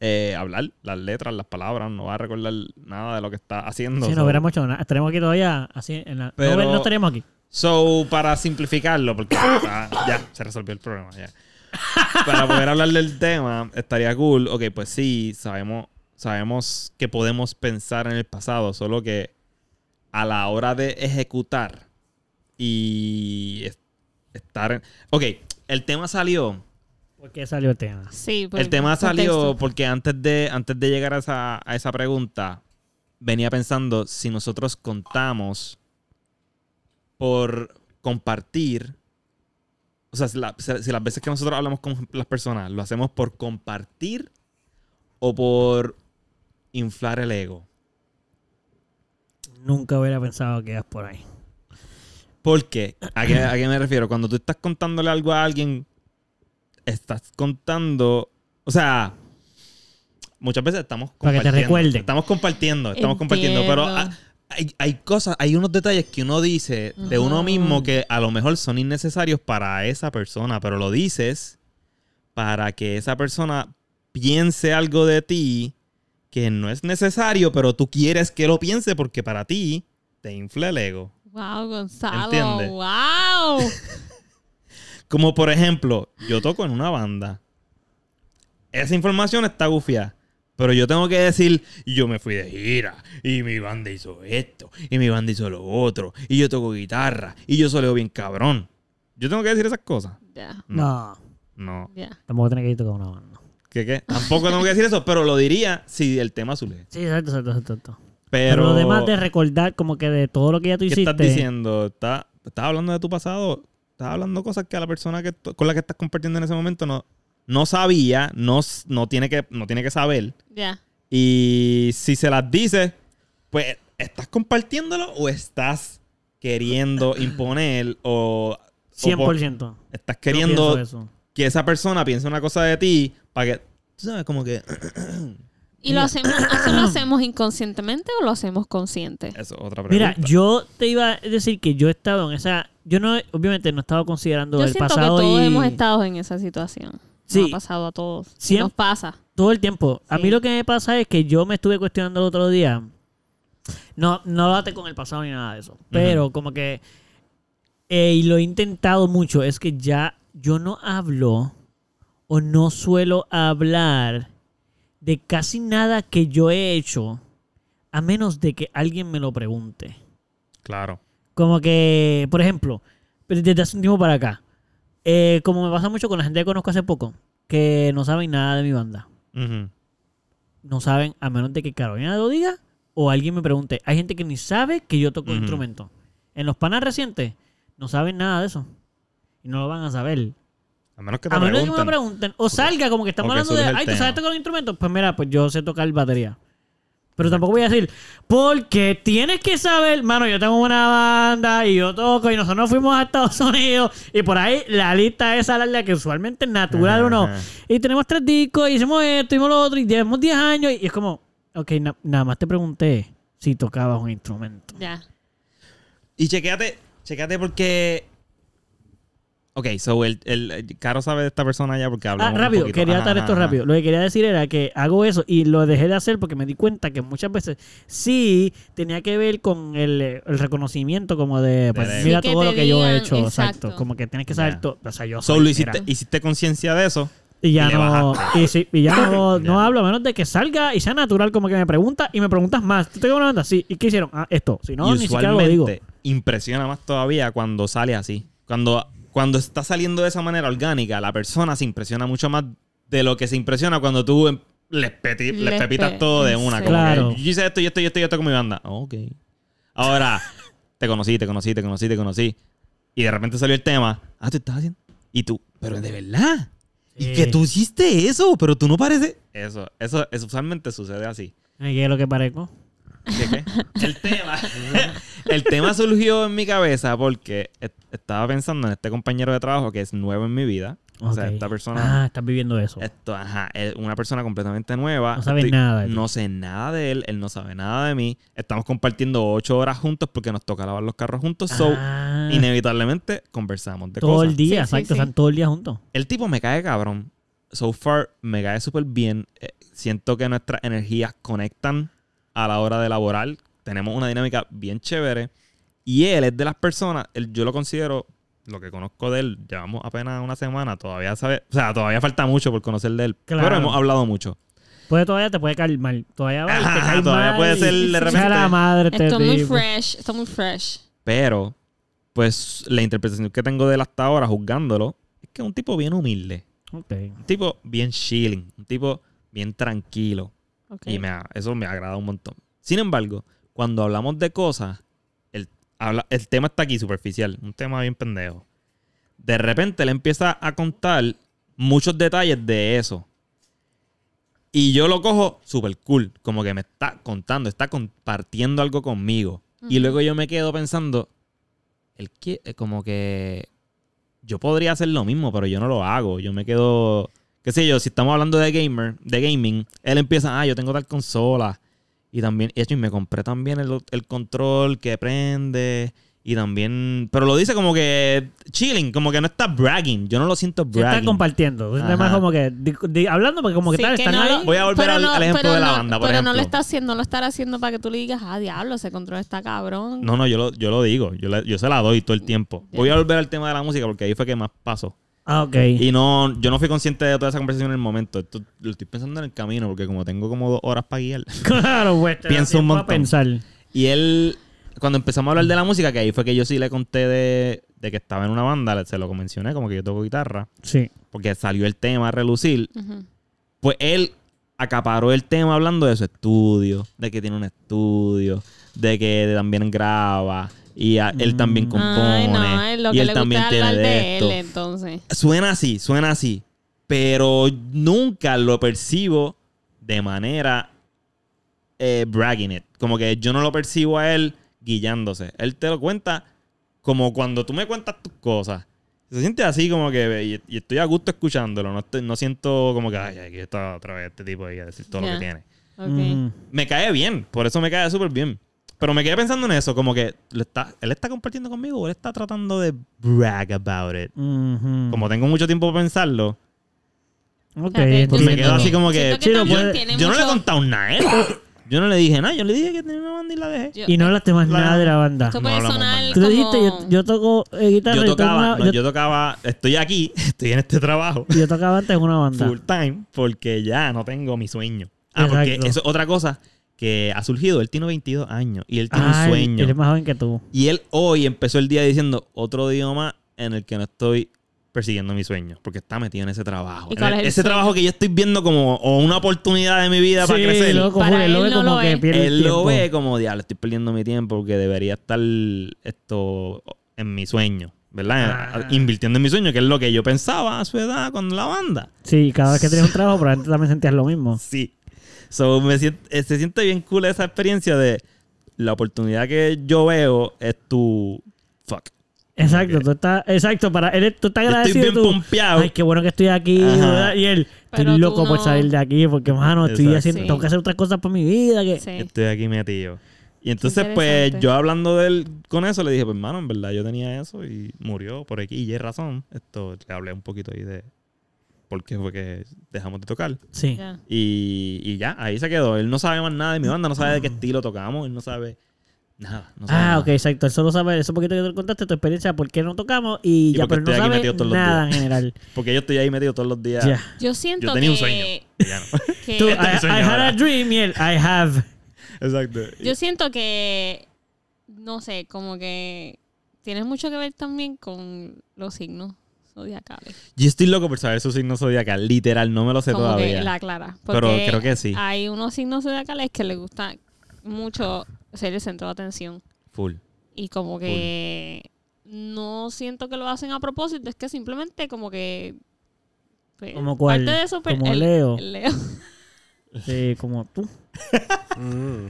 [SPEAKER 3] eh, hablar, las letras, las palabras, no vas a recordar nada de lo que estás haciendo.
[SPEAKER 1] Si
[SPEAKER 3] so-
[SPEAKER 1] no hubiéramos hecho nada, estaremos aquí todavía así en la...
[SPEAKER 3] Pero-
[SPEAKER 1] No, no estaríamos aquí.
[SPEAKER 3] So, para simplificarlo, porque [COUGHS] ah, ya se resolvió el problema. ya. Para poder hablar del tema, estaría cool. Ok, pues sí, sabemos, sabemos que podemos pensar en el pasado, solo que a la hora de ejecutar y es- estar. en- Ok, el tema salió.
[SPEAKER 1] ¿Por qué salió el tema?
[SPEAKER 4] Sí, por-
[SPEAKER 3] El tema salió
[SPEAKER 4] contexto.
[SPEAKER 3] porque antes de, antes de llegar a esa, a esa pregunta, venía pensando si nosotros contamos por compartir. O sea, si, la- si- si las veces que nosotros hablamos con las personas, lo hacemos por compartir o por inflar el ego.
[SPEAKER 1] Nunca hubiera pensado que ibas por ahí.
[SPEAKER 3] ¿Por qué? ¿A qué, a qué me refiero? Cuando tú estás contándole algo a alguien, estás contando. O sea, muchas veces estamos
[SPEAKER 1] Para que te
[SPEAKER 3] compartiendo.
[SPEAKER 1] recuerden.
[SPEAKER 3] Estamos compartiendo, estamos compartiendo. Pero
[SPEAKER 4] Entiendo.
[SPEAKER 3] ah, hay, hay cosas, hay unos detalles que uno dice de uno
[SPEAKER 4] Ujú.
[SPEAKER 3] mismo que a lo mejor son innecesarios para esa persona, pero lo dices para que esa persona piense algo de ti que no es necesario, pero tú quieres que lo piense porque para ti te infla el ego.
[SPEAKER 4] Wow, Gonzalo.
[SPEAKER 3] Entiende.
[SPEAKER 4] Wow.
[SPEAKER 3] Como por ejemplo, yo toco en una banda. Esa información está gufia. Pero yo tengo que decir, yo me fui de gira, y mi banda hizo esto, y mi banda hizo lo otro, y yo toco guitarra, y yo soleo bien cabrón. Yo tengo que decir esas cosas.
[SPEAKER 4] Ya,
[SPEAKER 1] No.
[SPEAKER 3] No.
[SPEAKER 4] ya.
[SPEAKER 1] Tampoco tenés que ir con una banda.
[SPEAKER 3] ¿Qué, qué? Tampoco tengo que decir eso, pero lo diría si el tema surge.
[SPEAKER 1] Sí, exacto, exacto, exacto. exacto. Pero,
[SPEAKER 3] Pero,
[SPEAKER 1] lo demás de recordar como que de todo lo que ya tú
[SPEAKER 3] ¿qué
[SPEAKER 1] hiciste...
[SPEAKER 3] estás diciendo? ¿Estás, estás hablando de tu pasado? ¿Estás hablando cosas que a la persona que, con la que estás compartiendo en ese momento no, no sabía, no, s- no, tiene que, no tiene que saber?
[SPEAKER 4] Ya.
[SPEAKER 3] Y si se las dices, pues, ¿estás compartiéndolo o estás
[SPEAKER 1] [CLEARS THROAT]
[SPEAKER 3] queriendo imponer o, o po-
[SPEAKER 1] 100%. Yo
[SPEAKER 3] estás
[SPEAKER 1] pienso
[SPEAKER 3] queriendo
[SPEAKER 1] eso.
[SPEAKER 3] que esa persona piense una cosa de ti para que, tú sabes, como que [CLEARS THROAT]
[SPEAKER 4] ¿Y lo hacemos,
[SPEAKER 1] [CLEARS THROAT]
[SPEAKER 4] eso lo hacemos inconscientemente o lo hacemos consciente?
[SPEAKER 3] eso es otra pregunta.
[SPEAKER 1] Mira, yo te iba a decir que yo he estado en esa... Yo no, obviamente no estaba considerando
[SPEAKER 4] Yo
[SPEAKER 1] el
[SPEAKER 4] siento que
[SPEAKER 1] pasado
[SPEAKER 4] todos
[SPEAKER 1] y-
[SPEAKER 4] hemos estado en esa situación.
[SPEAKER 1] Sí.
[SPEAKER 4] Nos ha pasado a todos. Y
[SPEAKER 1] Siem-
[SPEAKER 4] Nos pasa.
[SPEAKER 1] Todo el tiempo. A
[SPEAKER 4] Sí.
[SPEAKER 1] mí lo que me pasa es que yo me estuve cuestionando el otro día. No, no date con el pasado ni nada de eso. Pero como que. eh, y lo he intentado mucho. Es que ya yo no hablo o no suelo hablar de casi nada que yo he hecho a menos de que alguien me lo pregunte.
[SPEAKER 3] claro.
[SPEAKER 1] Como que, por ejemplo, pues, desde hace un tiempo para acá, eh, como me pasa mucho con la gente que conozco hace poco, que no saben nada de mi banda
[SPEAKER 3] Ujú.
[SPEAKER 1] no saben a menos de que Carolina lo diga o alguien me pregunte. Hay gente que ni sabe que yo toco
[SPEAKER 3] Ujú.
[SPEAKER 1] instrumento. En los panas recientes no saben nada de eso. Y no lo van a saber.
[SPEAKER 3] A menos que te
[SPEAKER 1] A menos de que me
[SPEAKER 3] pregunten.
[SPEAKER 1] pregunten o salga como que estamos
[SPEAKER 3] Porque
[SPEAKER 1] hablando de,
[SPEAKER 3] eso es el
[SPEAKER 1] ay, ¿tú
[SPEAKER 3] tema".
[SPEAKER 1] sabes tocar instrumentos? Pues mira, pues yo sé tocar batería. Pero tampoco voy a decir, porque tienes que saber, mano, yo tengo una banda y yo toco y nosotros nos fuimos a Estados Unidos y por ahí la lista esa larga que usualmente es natural
[SPEAKER 3] Ajá,
[SPEAKER 1] uno.
[SPEAKER 3] ajá.
[SPEAKER 1] Y tenemos tres discos y hicimos esto, hicimos lo otro y llevamos 10 años y es como, ok, na- nada más te pregunté si tocabas un instrumento.
[SPEAKER 4] Ya.
[SPEAKER 3] Y chequéate, chequéate porque. Ok, so el, el- Caro sabe de esta persona ya porque
[SPEAKER 1] Ah,
[SPEAKER 3] hablamos. un
[SPEAKER 1] rápido,
[SPEAKER 3] poquito.
[SPEAKER 1] quería
[SPEAKER 3] Ajá,
[SPEAKER 1] atar esto
[SPEAKER 3] ajá,
[SPEAKER 1] rápido. Lo que quería decir era que hago eso y lo dejé de hacer porque me di cuenta que muchas veces sí tenía que ver con el, eh, el reconocimiento como de, pues,
[SPEAKER 3] De- de-
[SPEAKER 1] mira
[SPEAKER 4] Sí, que
[SPEAKER 1] todo
[SPEAKER 4] te
[SPEAKER 1] lo que yo he
[SPEAKER 4] digan,
[SPEAKER 1] hecho, exacto.
[SPEAKER 4] exacto.
[SPEAKER 1] Como que tienes que saber
[SPEAKER 3] Ya.
[SPEAKER 1] todo. O sea, yo
[SPEAKER 3] ajá. So
[SPEAKER 1] soy,
[SPEAKER 3] lo
[SPEAKER 1] mira.
[SPEAKER 3] hiciste, hiciste conciencia de eso.
[SPEAKER 1] Y ya
[SPEAKER 3] y le
[SPEAKER 1] no, y, sí, y ya no, no
[SPEAKER 3] [LAUGHS] Ya.
[SPEAKER 1] hablo a menos de que salga y sea natural como que me preguntas y me preguntas más. ¿Tú te una banda? Sí. ¿Y qué hicieron? Ah, esto. Si no,
[SPEAKER 3] y
[SPEAKER 1] ni siquiera lo digo.
[SPEAKER 3] usualmente impresiona más todavía cuando sale así. Cuando, cuando está saliendo de esa manera orgánica, la persona se impresiona mucho más de lo que se impresiona cuando tú em- les, peti- les
[SPEAKER 4] Les
[SPEAKER 3] pepitas
[SPEAKER 4] pe-
[SPEAKER 3] todo de una. Como
[SPEAKER 4] sí.
[SPEAKER 3] que,
[SPEAKER 1] Claro.
[SPEAKER 3] yo hice esto, yo esto, yo esto, yo esto con mi banda. Oh, Ok. Ahora,
[SPEAKER 4] [LAUGHS]
[SPEAKER 3] te conocí, te conocí, te conocí, te conocí. Y de repente salió el tema. Ah, tú estás haciendo. Y tú, pero de verdad.
[SPEAKER 1] Sí.
[SPEAKER 3] Y que tú hiciste eso, pero tú no pareces. Eso, eso, eso usualmente sucede así.
[SPEAKER 1] Ay, ¿Qué es lo que parezco?
[SPEAKER 3] ¿Qué, qué? [LAUGHS] El tema. el tema surgió en mi cabeza porque est- estaba pensando en este compañero de trabajo que es nuevo en mi vida. O sea,
[SPEAKER 1] Ok.
[SPEAKER 3] esta persona.
[SPEAKER 1] Ah, estás viviendo eso.
[SPEAKER 3] Esto, ajá, es una persona completamente nueva.
[SPEAKER 1] No sabe nada de ti.
[SPEAKER 3] No sé nada de él. Él no sabe nada de mí. Estamos compartiendo ocho horas juntos porque nos toca lavar los carros juntos. So,
[SPEAKER 1] Ah,
[SPEAKER 3] inevitablemente conversamos de
[SPEAKER 1] todo
[SPEAKER 3] cosas.
[SPEAKER 1] el día,
[SPEAKER 4] Sí, sí,
[SPEAKER 1] exacto.
[SPEAKER 4] sí.
[SPEAKER 1] Están todo el día juntos.
[SPEAKER 3] El tipo me cae cabrón. So far, me cae súper bien. Eh, siento que nuestras energías conectan a la hora de laborar. Tenemos una dinámica bien chévere. Y él es de las personas, él- yo lo considero, lo que conozco de él, llevamos apenas una semana, todavía sabe, o sea, todavía falta mucho por conocer de él.
[SPEAKER 1] Claro.
[SPEAKER 3] Pero hemos hablado mucho.
[SPEAKER 1] Puede Pues todavía te puede caer mal. Todavía va y te
[SPEAKER 3] Ajá,
[SPEAKER 1] cae
[SPEAKER 3] todavía
[SPEAKER 1] mal
[SPEAKER 3] puede
[SPEAKER 1] y-
[SPEAKER 3] ser de
[SPEAKER 1] Sea la
[SPEAKER 3] repente.
[SPEAKER 1] madre este
[SPEAKER 4] Está muy
[SPEAKER 1] tipo.
[SPEAKER 4] fresh, está muy fresh.
[SPEAKER 3] Pero, pues, la interpretación que tengo de él hasta ahora, juzgándolo, es que es un tipo bien humilde.
[SPEAKER 1] Ok.
[SPEAKER 3] Un tipo bien chilling. Un tipo bien tranquilo.
[SPEAKER 4] Ok.
[SPEAKER 3] Y me, a- eso me agrada un montón. Sin embargo, cuando hablamos de cosas, el, habla, el tema está aquí superficial, un tema bien pendejo. De repente le empieza a contar muchos detalles de eso. Y yo lo cojo super cool, como que me está contando, está compartiendo algo conmigo. Y
[SPEAKER 4] Ujú.
[SPEAKER 3] luego yo me quedo pensando, el que, eh, como que yo podría hacer lo mismo, pero yo no lo hago. Yo me quedo, qué sé yo, si estamos hablando de gamer, de gaming, él empieza, ah, yo tengo tal consola. Y también, y hecho, y me compré también el, el control que prende. Y también, pero lo dice como que chilling, como que no está bragging. Yo no lo siento
[SPEAKER 1] Se están
[SPEAKER 3] bragging.
[SPEAKER 1] compartiendo. Es más
[SPEAKER 3] Ajá.
[SPEAKER 1] como que di- di- hablando porque como que
[SPEAKER 4] Sí,
[SPEAKER 1] tal,
[SPEAKER 4] que
[SPEAKER 1] están
[SPEAKER 4] no
[SPEAKER 1] ahí.
[SPEAKER 4] lo-
[SPEAKER 3] Voy a volver
[SPEAKER 4] pero
[SPEAKER 3] al- al ejemplo
[SPEAKER 4] pero
[SPEAKER 3] de la
[SPEAKER 4] no-
[SPEAKER 3] banda, por
[SPEAKER 4] pero no
[SPEAKER 3] ejemplo.
[SPEAKER 4] lo está haciendo, no lo estará haciendo para que tú le digas, ah, diablo, ese control está cabrón.
[SPEAKER 3] No, no, yo lo, yo lo digo. Yo, la- yo se la doy todo el tiempo. Voy a volver al tema de la música porque ahí fue que más pasó.
[SPEAKER 1] Ah, ok.
[SPEAKER 3] Y no, yo no fui consciente de toda esa conversación en el momento. Esto lo estoy pensando en el camino porque como tengo como dos horas para guiar.
[SPEAKER 1] [LAUGHS] Claro, pues. te da
[SPEAKER 3] Pienso un
[SPEAKER 1] tiempo a
[SPEAKER 3] montón.
[SPEAKER 1] pensar.
[SPEAKER 3] Y él, cuando empezamos a hablar de la música, que ahí fue que yo sí le conté de, de que estaba en una banda, le- se lo mencioné como que yo toco guitarra,
[SPEAKER 1] Sí.
[SPEAKER 3] porque salió el tema a relucir.
[SPEAKER 4] Ujú.
[SPEAKER 3] Pues él acaparó el tema hablando de su estudio, de que tiene un estudio, de que también graba y a- él también
[SPEAKER 1] Mm.
[SPEAKER 3] compone.
[SPEAKER 4] Ay, no, es lo
[SPEAKER 3] y
[SPEAKER 4] que
[SPEAKER 3] él
[SPEAKER 4] le
[SPEAKER 3] también
[SPEAKER 4] gusta
[SPEAKER 3] tiene
[SPEAKER 4] hablar
[SPEAKER 3] de,
[SPEAKER 4] de él,
[SPEAKER 3] esto.
[SPEAKER 4] entonces.
[SPEAKER 3] Suena así, suena así. Pero nunca lo percibo de manera eh, bragging it. Como que yo no lo percibo a él guillándose. Él te lo cuenta como cuando tú me cuentas tus cosas. Se siente así como que ve, y, y estoy a gusto escuchándolo. No, estoy- no siento como que, ay, aquí está otra vez este tipo ahí a decir todo lo
[SPEAKER 4] Ya.
[SPEAKER 3] que tiene.
[SPEAKER 4] Ok.
[SPEAKER 1] Mm.
[SPEAKER 3] Me cae bien, por eso me cae súper bien. Pero me quedé pensando en eso, como que lo está, él está compartiendo conmigo o él está tratando de brag about it.
[SPEAKER 1] Mhm.
[SPEAKER 3] Como tengo mucho tiempo para pensarlo,
[SPEAKER 1] Ok,
[SPEAKER 4] Fíjate, yo
[SPEAKER 3] pues me
[SPEAKER 1] entiendo.
[SPEAKER 3] quedo así como que. pues,
[SPEAKER 4] siento que
[SPEAKER 1] Sí, no
[SPEAKER 4] también
[SPEAKER 1] puede-
[SPEAKER 4] tiene
[SPEAKER 3] Yo no le he
[SPEAKER 4] mucho-
[SPEAKER 3] contado nada
[SPEAKER 4] [COUGHS]
[SPEAKER 3] a él. Yo no le dije nada. Yo le dije que tenía una banda y la dejé.
[SPEAKER 4] yo-
[SPEAKER 1] Y no hablaste más
[SPEAKER 3] Claro.
[SPEAKER 1] nada de la banda.
[SPEAKER 4] Esto
[SPEAKER 3] No
[SPEAKER 4] puede
[SPEAKER 3] hablamos
[SPEAKER 4] sonar
[SPEAKER 1] Tú
[SPEAKER 3] más
[SPEAKER 4] como...
[SPEAKER 1] dijiste, yo, yo toco eh, guitarra.
[SPEAKER 3] Yo
[SPEAKER 1] y toco
[SPEAKER 3] tocaba,
[SPEAKER 1] una-
[SPEAKER 3] no,
[SPEAKER 1] yo,
[SPEAKER 3] yo tocaba, estoy aquí, [LAUGHS] estoy en este trabajo
[SPEAKER 1] yo tocaba antes en una banda.
[SPEAKER 3] full time porque ya no tengo mi sueño. Ah, porque
[SPEAKER 1] Exacto.
[SPEAKER 3] eso es otra cosa que ha surgido. Él tiene 22 años y él tiene
[SPEAKER 1] Ah,
[SPEAKER 3] un sueño.
[SPEAKER 1] Él es más joven que tú.
[SPEAKER 3] Y él hoy empezó el día diciendo otro idioma en el que no estoy persiguiendo mis sueños, porque está metido en ese trabajo.
[SPEAKER 4] ¿Y
[SPEAKER 3] En
[SPEAKER 4] cuál
[SPEAKER 3] el-
[SPEAKER 4] es el
[SPEAKER 3] ese
[SPEAKER 4] sueño?
[SPEAKER 3] trabajo que yo estoy viendo como o una oportunidad de mi vida para crecer.
[SPEAKER 1] loco,
[SPEAKER 4] Para
[SPEAKER 1] Julio, él lo
[SPEAKER 4] él
[SPEAKER 1] ve
[SPEAKER 4] no
[SPEAKER 1] como
[SPEAKER 4] lo
[SPEAKER 1] que
[SPEAKER 4] es.
[SPEAKER 1] pierde el
[SPEAKER 3] Él lo
[SPEAKER 1] tiempo.
[SPEAKER 3] ve como, diablo, estoy perdiendo mi tiempo porque debería estar esto en mi sueño, ¿verdad?
[SPEAKER 1] Ah.
[SPEAKER 3] Invirtiendo en mi sueño, que es lo que yo pensaba a su edad con la banda.
[SPEAKER 1] Sí, cada vez que tenías un trabajo, probablemente también sentías lo mismo.
[SPEAKER 3] Sí. So, me sien- eh, se siente bien cool esa experiencia de la oportunidad que yo veo es tu... Fuck.
[SPEAKER 1] Exacto,
[SPEAKER 3] Ok.
[SPEAKER 1] tú estás, exacto, para él, tú estás
[SPEAKER 3] Yo estoy
[SPEAKER 1] agradecido.
[SPEAKER 3] bien
[SPEAKER 1] tú,
[SPEAKER 3] pompeado.
[SPEAKER 1] Ay, qué bueno que estoy aquí,
[SPEAKER 3] Ajá.
[SPEAKER 1] ¿verdad? Y él, estoy
[SPEAKER 4] Pero tú
[SPEAKER 1] loco por
[SPEAKER 4] no.
[SPEAKER 1] salir de aquí, porque mano, estoy
[SPEAKER 3] Exacto.
[SPEAKER 1] haciendo,
[SPEAKER 4] Sí.
[SPEAKER 1] tengo que hacer otras cosas por mi vida. Que...
[SPEAKER 4] Sí.
[SPEAKER 3] Estoy aquí metido. Y entonces, pues,
[SPEAKER 4] interesante.
[SPEAKER 3] yo hablando de él con eso, le dije, pues, hermano, en verdad yo tenía eso y murió por aquí y es razón. Esto, le hablé un poquito ahí de por qué fue que dejamos de tocar.
[SPEAKER 1] Sí.
[SPEAKER 4] Ya.
[SPEAKER 3] Y, y ya, ahí se quedó. Él no sabe más nada de mi banda, no sabe de qué estilo tocamos, él no sabe nada. no sabe
[SPEAKER 1] Ah,
[SPEAKER 3] nada.
[SPEAKER 1] ok, exacto. Él solo sabe eso poquito que te contaste, tu experiencia, por qué no tocamos y,
[SPEAKER 3] Y
[SPEAKER 1] ya,
[SPEAKER 3] porque
[SPEAKER 1] pero él no
[SPEAKER 3] estoy aquí
[SPEAKER 1] sabe
[SPEAKER 3] metido todos los
[SPEAKER 1] nada en
[SPEAKER 3] [LAUGHS]
[SPEAKER 1] general.
[SPEAKER 3] Porque yo estoy ahí metido todos los días.
[SPEAKER 1] Ya.
[SPEAKER 4] Yo siento
[SPEAKER 3] Yo tenía un
[SPEAKER 4] que-
[SPEAKER 3] sueño. Ya no. [LAUGHS]
[SPEAKER 4] que
[SPEAKER 1] Tú, I,
[SPEAKER 3] Este es mi sueño
[SPEAKER 1] I had
[SPEAKER 3] ahora.
[SPEAKER 1] a dream y él, I
[SPEAKER 3] [LAUGHS]
[SPEAKER 1] have.
[SPEAKER 3] Exacto.
[SPEAKER 4] Yo siento que, no sé, como que tienes mucho que ver también con los signos zodiacales.
[SPEAKER 3] Yo estoy loco por saber su signo zodiacal. Literal, no me lo sé
[SPEAKER 4] como
[SPEAKER 3] todavía.
[SPEAKER 4] que la clara.
[SPEAKER 3] Pero
[SPEAKER 4] porque
[SPEAKER 3] creo que sí.
[SPEAKER 4] Hay unos signos zodiacales que les gusta mucho ser el centro de atención.
[SPEAKER 3] Full.
[SPEAKER 4] Y como que no siento que lo hacen a propósito, es que simplemente como que... pues,
[SPEAKER 1] ¿Como cuál?
[SPEAKER 4] Parte de eso, pues,
[SPEAKER 1] ¿Como
[SPEAKER 4] el-
[SPEAKER 1] Leo?
[SPEAKER 4] el Leo. [LAUGHS]
[SPEAKER 1] Sí, como tú.
[SPEAKER 2] Mm.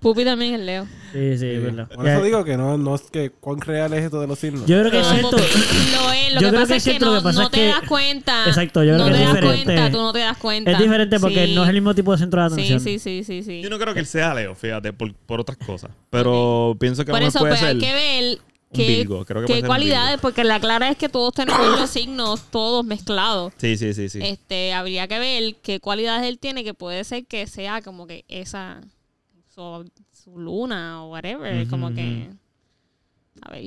[SPEAKER 4] Pupi también es Leo.
[SPEAKER 1] Sí, sí,
[SPEAKER 2] Sí.
[SPEAKER 1] es verdad.
[SPEAKER 2] Por eso
[SPEAKER 1] Ya.
[SPEAKER 2] digo que no, no es que cuán real es esto de los signos.
[SPEAKER 1] Yo creo que es
[SPEAKER 4] No,
[SPEAKER 1] cierto.
[SPEAKER 4] porque Lo es. Lo
[SPEAKER 1] Yo
[SPEAKER 4] que
[SPEAKER 1] creo
[SPEAKER 4] pasa
[SPEAKER 1] que
[SPEAKER 4] es que
[SPEAKER 1] siento lo
[SPEAKER 4] no,
[SPEAKER 1] que pasa
[SPEAKER 4] no
[SPEAKER 1] es
[SPEAKER 4] te
[SPEAKER 1] que-
[SPEAKER 4] das cuenta.
[SPEAKER 1] Exacto, yo creo
[SPEAKER 4] no
[SPEAKER 1] que
[SPEAKER 4] te
[SPEAKER 1] es
[SPEAKER 4] das
[SPEAKER 1] diferente.
[SPEAKER 4] cuenta, tú no te das cuenta.
[SPEAKER 1] Es diferente porque
[SPEAKER 4] Sí.
[SPEAKER 1] no es el mismo tipo de centro de atención.
[SPEAKER 4] Sí, sí, sí, sí, sí.
[SPEAKER 3] Yo no creo que él sea Leo, fíjate, por, por otras cosas. Pero pienso que a
[SPEAKER 4] Por
[SPEAKER 3] lo mejor puede
[SPEAKER 4] eso pues, hay
[SPEAKER 3] ser-
[SPEAKER 4] que ver
[SPEAKER 3] un
[SPEAKER 4] qué,
[SPEAKER 3] Virgo, creo que
[SPEAKER 4] qué
[SPEAKER 3] puede ser un
[SPEAKER 4] cualidades,
[SPEAKER 3] Virgo.
[SPEAKER 4] porque la clara es que todos tenemos
[SPEAKER 3] [COUGHS]
[SPEAKER 4] los signos, todos mezclados.
[SPEAKER 3] Sí, sí, sí, sí.
[SPEAKER 4] Este, habría que ver qué cualidades él tiene que puede ser que sea como que esa su, su luna o whatever,
[SPEAKER 3] Ujú,
[SPEAKER 4] como que
[SPEAKER 3] ujú.
[SPEAKER 4] a ver.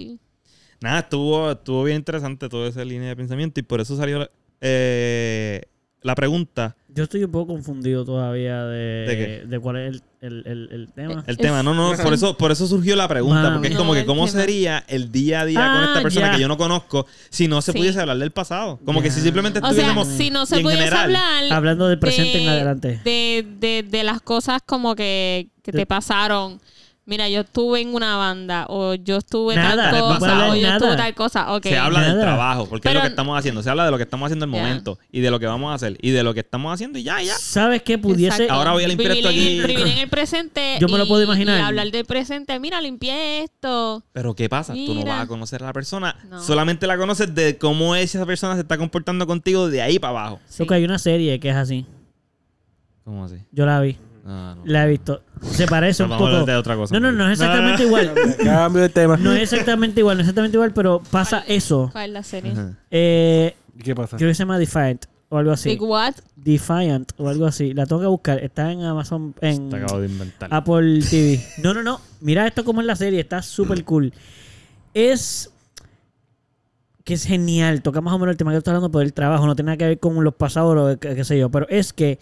[SPEAKER 3] Nada, estuvo, estuvo bien interesante toda esa línea de pensamiento y por eso salió eh, la pregunta,
[SPEAKER 1] Yo estoy un poco confundido todavía de,
[SPEAKER 3] ¿De qué?
[SPEAKER 1] de cuál es el, el, el, el
[SPEAKER 4] Eh,
[SPEAKER 1] tema.
[SPEAKER 3] el tema. No, no, por eso, por eso surgió la pregunta,
[SPEAKER 1] Mano.
[SPEAKER 3] porque es
[SPEAKER 4] No,
[SPEAKER 3] como que
[SPEAKER 4] el
[SPEAKER 3] cómo
[SPEAKER 4] tema.
[SPEAKER 3] sería el día a día con
[SPEAKER 1] Ah,
[SPEAKER 3] esta persona
[SPEAKER 1] ya.
[SPEAKER 3] que yo no conozco si no se
[SPEAKER 4] Sí.
[SPEAKER 3] pudiese hablar del pasado. Como que si
[SPEAKER 1] Ya.
[SPEAKER 3] simplemente [LAUGHS]
[SPEAKER 4] O sea,
[SPEAKER 3] estuviésemos...
[SPEAKER 4] si no
[SPEAKER 3] y
[SPEAKER 4] se
[SPEAKER 3] en
[SPEAKER 4] pudiese
[SPEAKER 3] general,
[SPEAKER 4] hablar
[SPEAKER 1] Hablando del presente en adelante. Eh.
[SPEAKER 4] De, de- de las cosas como que, que
[SPEAKER 1] De-
[SPEAKER 4] te pasaron. Mira, yo estuve en una banda, o yo estuve
[SPEAKER 1] Nada,
[SPEAKER 4] tal
[SPEAKER 1] no
[SPEAKER 4] cosa,
[SPEAKER 1] puedo hablar
[SPEAKER 4] o yo
[SPEAKER 1] nada.
[SPEAKER 4] estuve tal cosa. Ok.
[SPEAKER 3] Se habla del
[SPEAKER 1] Nada.
[SPEAKER 3] trabajo, porque es
[SPEAKER 4] Pero-
[SPEAKER 3] lo que estamos haciendo. Se habla de lo que estamos haciendo en el
[SPEAKER 4] Ya.
[SPEAKER 3] momento y de lo que vamos a hacer y de lo que estamos haciendo y ya, y ya.
[SPEAKER 1] ¿Sabes qué pudiese?
[SPEAKER 4] Exacto.
[SPEAKER 3] Ahora voy a limpiar
[SPEAKER 4] Vivir
[SPEAKER 3] esto
[SPEAKER 4] en el-
[SPEAKER 3] aquí.
[SPEAKER 4] vivir en el presente.
[SPEAKER 1] [LAUGHS] Yo me lo
[SPEAKER 4] y-
[SPEAKER 1] puedo imaginar.
[SPEAKER 4] Y hablar del presente. Mira, limpié esto.
[SPEAKER 3] Pero ¿qué pasa? Tú no
[SPEAKER 4] Mira.
[SPEAKER 3] vas a conocer a la persona.
[SPEAKER 4] No.
[SPEAKER 3] Solamente la conoces de cómo esa persona se está comportando contigo de ahí para abajo.
[SPEAKER 1] Creo que hay una serie que es así.
[SPEAKER 3] ¿Cómo así?
[SPEAKER 1] Yo la vi.
[SPEAKER 3] Ah, no.
[SPEAKER 1] La he visto. Se parece
[SPEAKER 3] No,
[SPEAKER 1] un
[SPEAKER 3] vamos a
[SPEAKER 1] poco.
[SPEAKER 3] hablar de otra cosa.
[SPEAKER 1] No, no, no es
[SPEAKER 3] No, no,
[SPEAKER 1] exactamente igual.
[SPEAKER 2] Cambio de tema.
[SPEAKER 1] No es exactamente igual, no es exactamente igual, pero pasa eso.
[SPEAKER 4] ¿Cuál es la
[SPEAKER 3] [LAUGHS]
[SPEAKER 4] serie?
[SPEAKER 3] Ajá.
[SPEAKER 1] Eh,
[SPEAKER 2] ¿Y ¿Qué pasa?
[SPEAKER 1] creo que se llama Defiant o algo así.
[SPEAKER 4] Big What?
[SPEAKER 1] Defiant o algo así. La tengo que buscar. Está en Amazon, en
[SPEAKER 3] Te acabo de inventar.
[SPEAKER 1] Apple TV. No, no, no. Mira esto como es la serie. Está súper cool. Es que es genial. Toca más o menos el tema que estoy hablando por el trabajo. No tiene nada que ver con los pasados o lo que- qué sé yo. Pero es que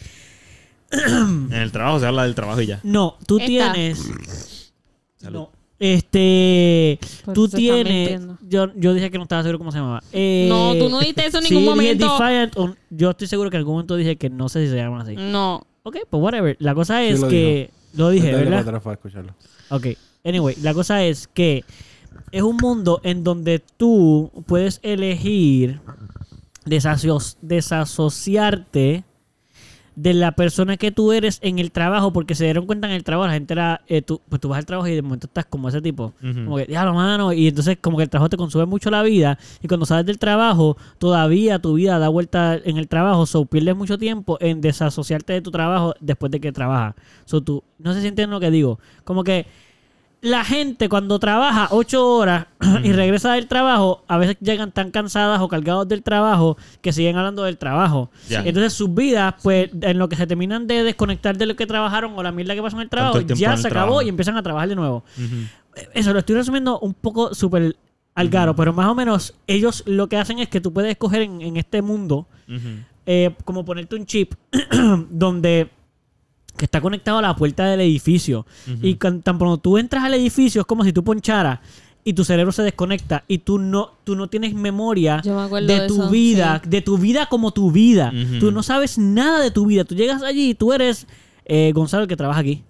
[SPEAKER 3] En el trabajo se habla del trabajo y ya.
[SPEAKER 1] No, tú
[SPEAKER 4] Esta.
[SPEAKER 1] tienes.
[SPEAKER 3] Salud.
[SPEAKER 1] No. Este.
[SPEAKER 4] Por
[SPEAKER 1] tú
[SPEAKER 4] eso está
[SPEAKER 1] tienes.
[SPEAKER 4] mintiendo.
[SPEAKER 1] Yo, yo dije que no estaba seguro cómo se llamaba. Eh,
[SPEAKER 4] No, tú no dijiste eso en
[SPEAKER 1] sí,
[SPEAKER 4] ningún
[SPEAKER 1] dije
[SPEAKER 4] momento.
[SPEAKER 1] Defiant, o- yo estoy seguro que en algún momento dije que no sé si se llaman así.
[SPEAKER 4] No. [LAUGHS]
[SPEAKER 1] Ok, pues whatever. La cosa es
[SPEAKER 2] lo
[SPEAKER 1] que. Lo dije,
[SPEAKER 2] Dale para
[SPEAKER 1] ¿verdad?
[SPEAKER 2] atrás para escucharlo.
[SPEAKER 1] Ok. Anyway, la cosa es que es un mundo en donde tú puedes elegir desaso- desasociarte de la persona que tú eres en el trabajo, porque se dieron cuenta en el trabajo, la gente era, eh, tú, pues tú vas al trabajo y de momento estás como ese tipo,
[SPEAKER 3] Ujú.
[SPEAKER 1] como que, diablo, mano, y entonces como que el trabajo te consume mucho la vida, y cuando sales del trabajo, todavía tu vida da vuelta en el trabajo, so pierdes mucho tiempo en desasociarte de tu trabajo después de que trabajas. So tú, no sé si entienden lo que digo, como que la gente cuando trabaja ocho horas [CLEARS THROAT] y regresa del trabajo, a veces llegan tan cansadas o cargados del trabajo que siguen hablando del trabajo.
[SPEAKER 3] Ya.
[SPEAKER 1] Entonces sus vidas, pues, en lo que se terminan de desconectar de lo que trabajaron o la mierda que pasó en el trabajo,
[SPEAKER 3] el tiempo en
[SPEAKER 1] ya
[SPEAKER 3] el
[SPEAKER 1] se acabó
[SPEAKER 3] trabajo.
[SPEAKER 1] y empiezan a trabajar de nuevo. E-,
[SPEAKER 3] Ujú.
[SPEAKER 1] Eso lo estoy resumiendo un poco súper al caro, pero más o menos ellos lo que hacen es que tú puedes escoger en, en este mundo
[SPEAKER 3] Ujú.
[SPEAKER 1] eh, como ponerte un chip [CLEARS THROAT] donde que está conectado a la puerta del edificio. Y can- tan pronto tú entras al edificio es como si tú poncharas y tu cerebro se desconecta y tú no, tú no tienes memoria
[SPEAKER 4] Yo me acuerdo
[SPEAKER 1] de
[SPEAKER 4] de
[SPEAKER 1] tu
[SPEAKER 4] eso,
[SPEAKER 1] vida, de tu vida como tu vida.
[SPEAKER 3] Ujú.
[SPEAKER 1] Tú no sabes nada de tu vida. Tú llegas allí y tú eres eh, Gonzalo el que trabaja aquí.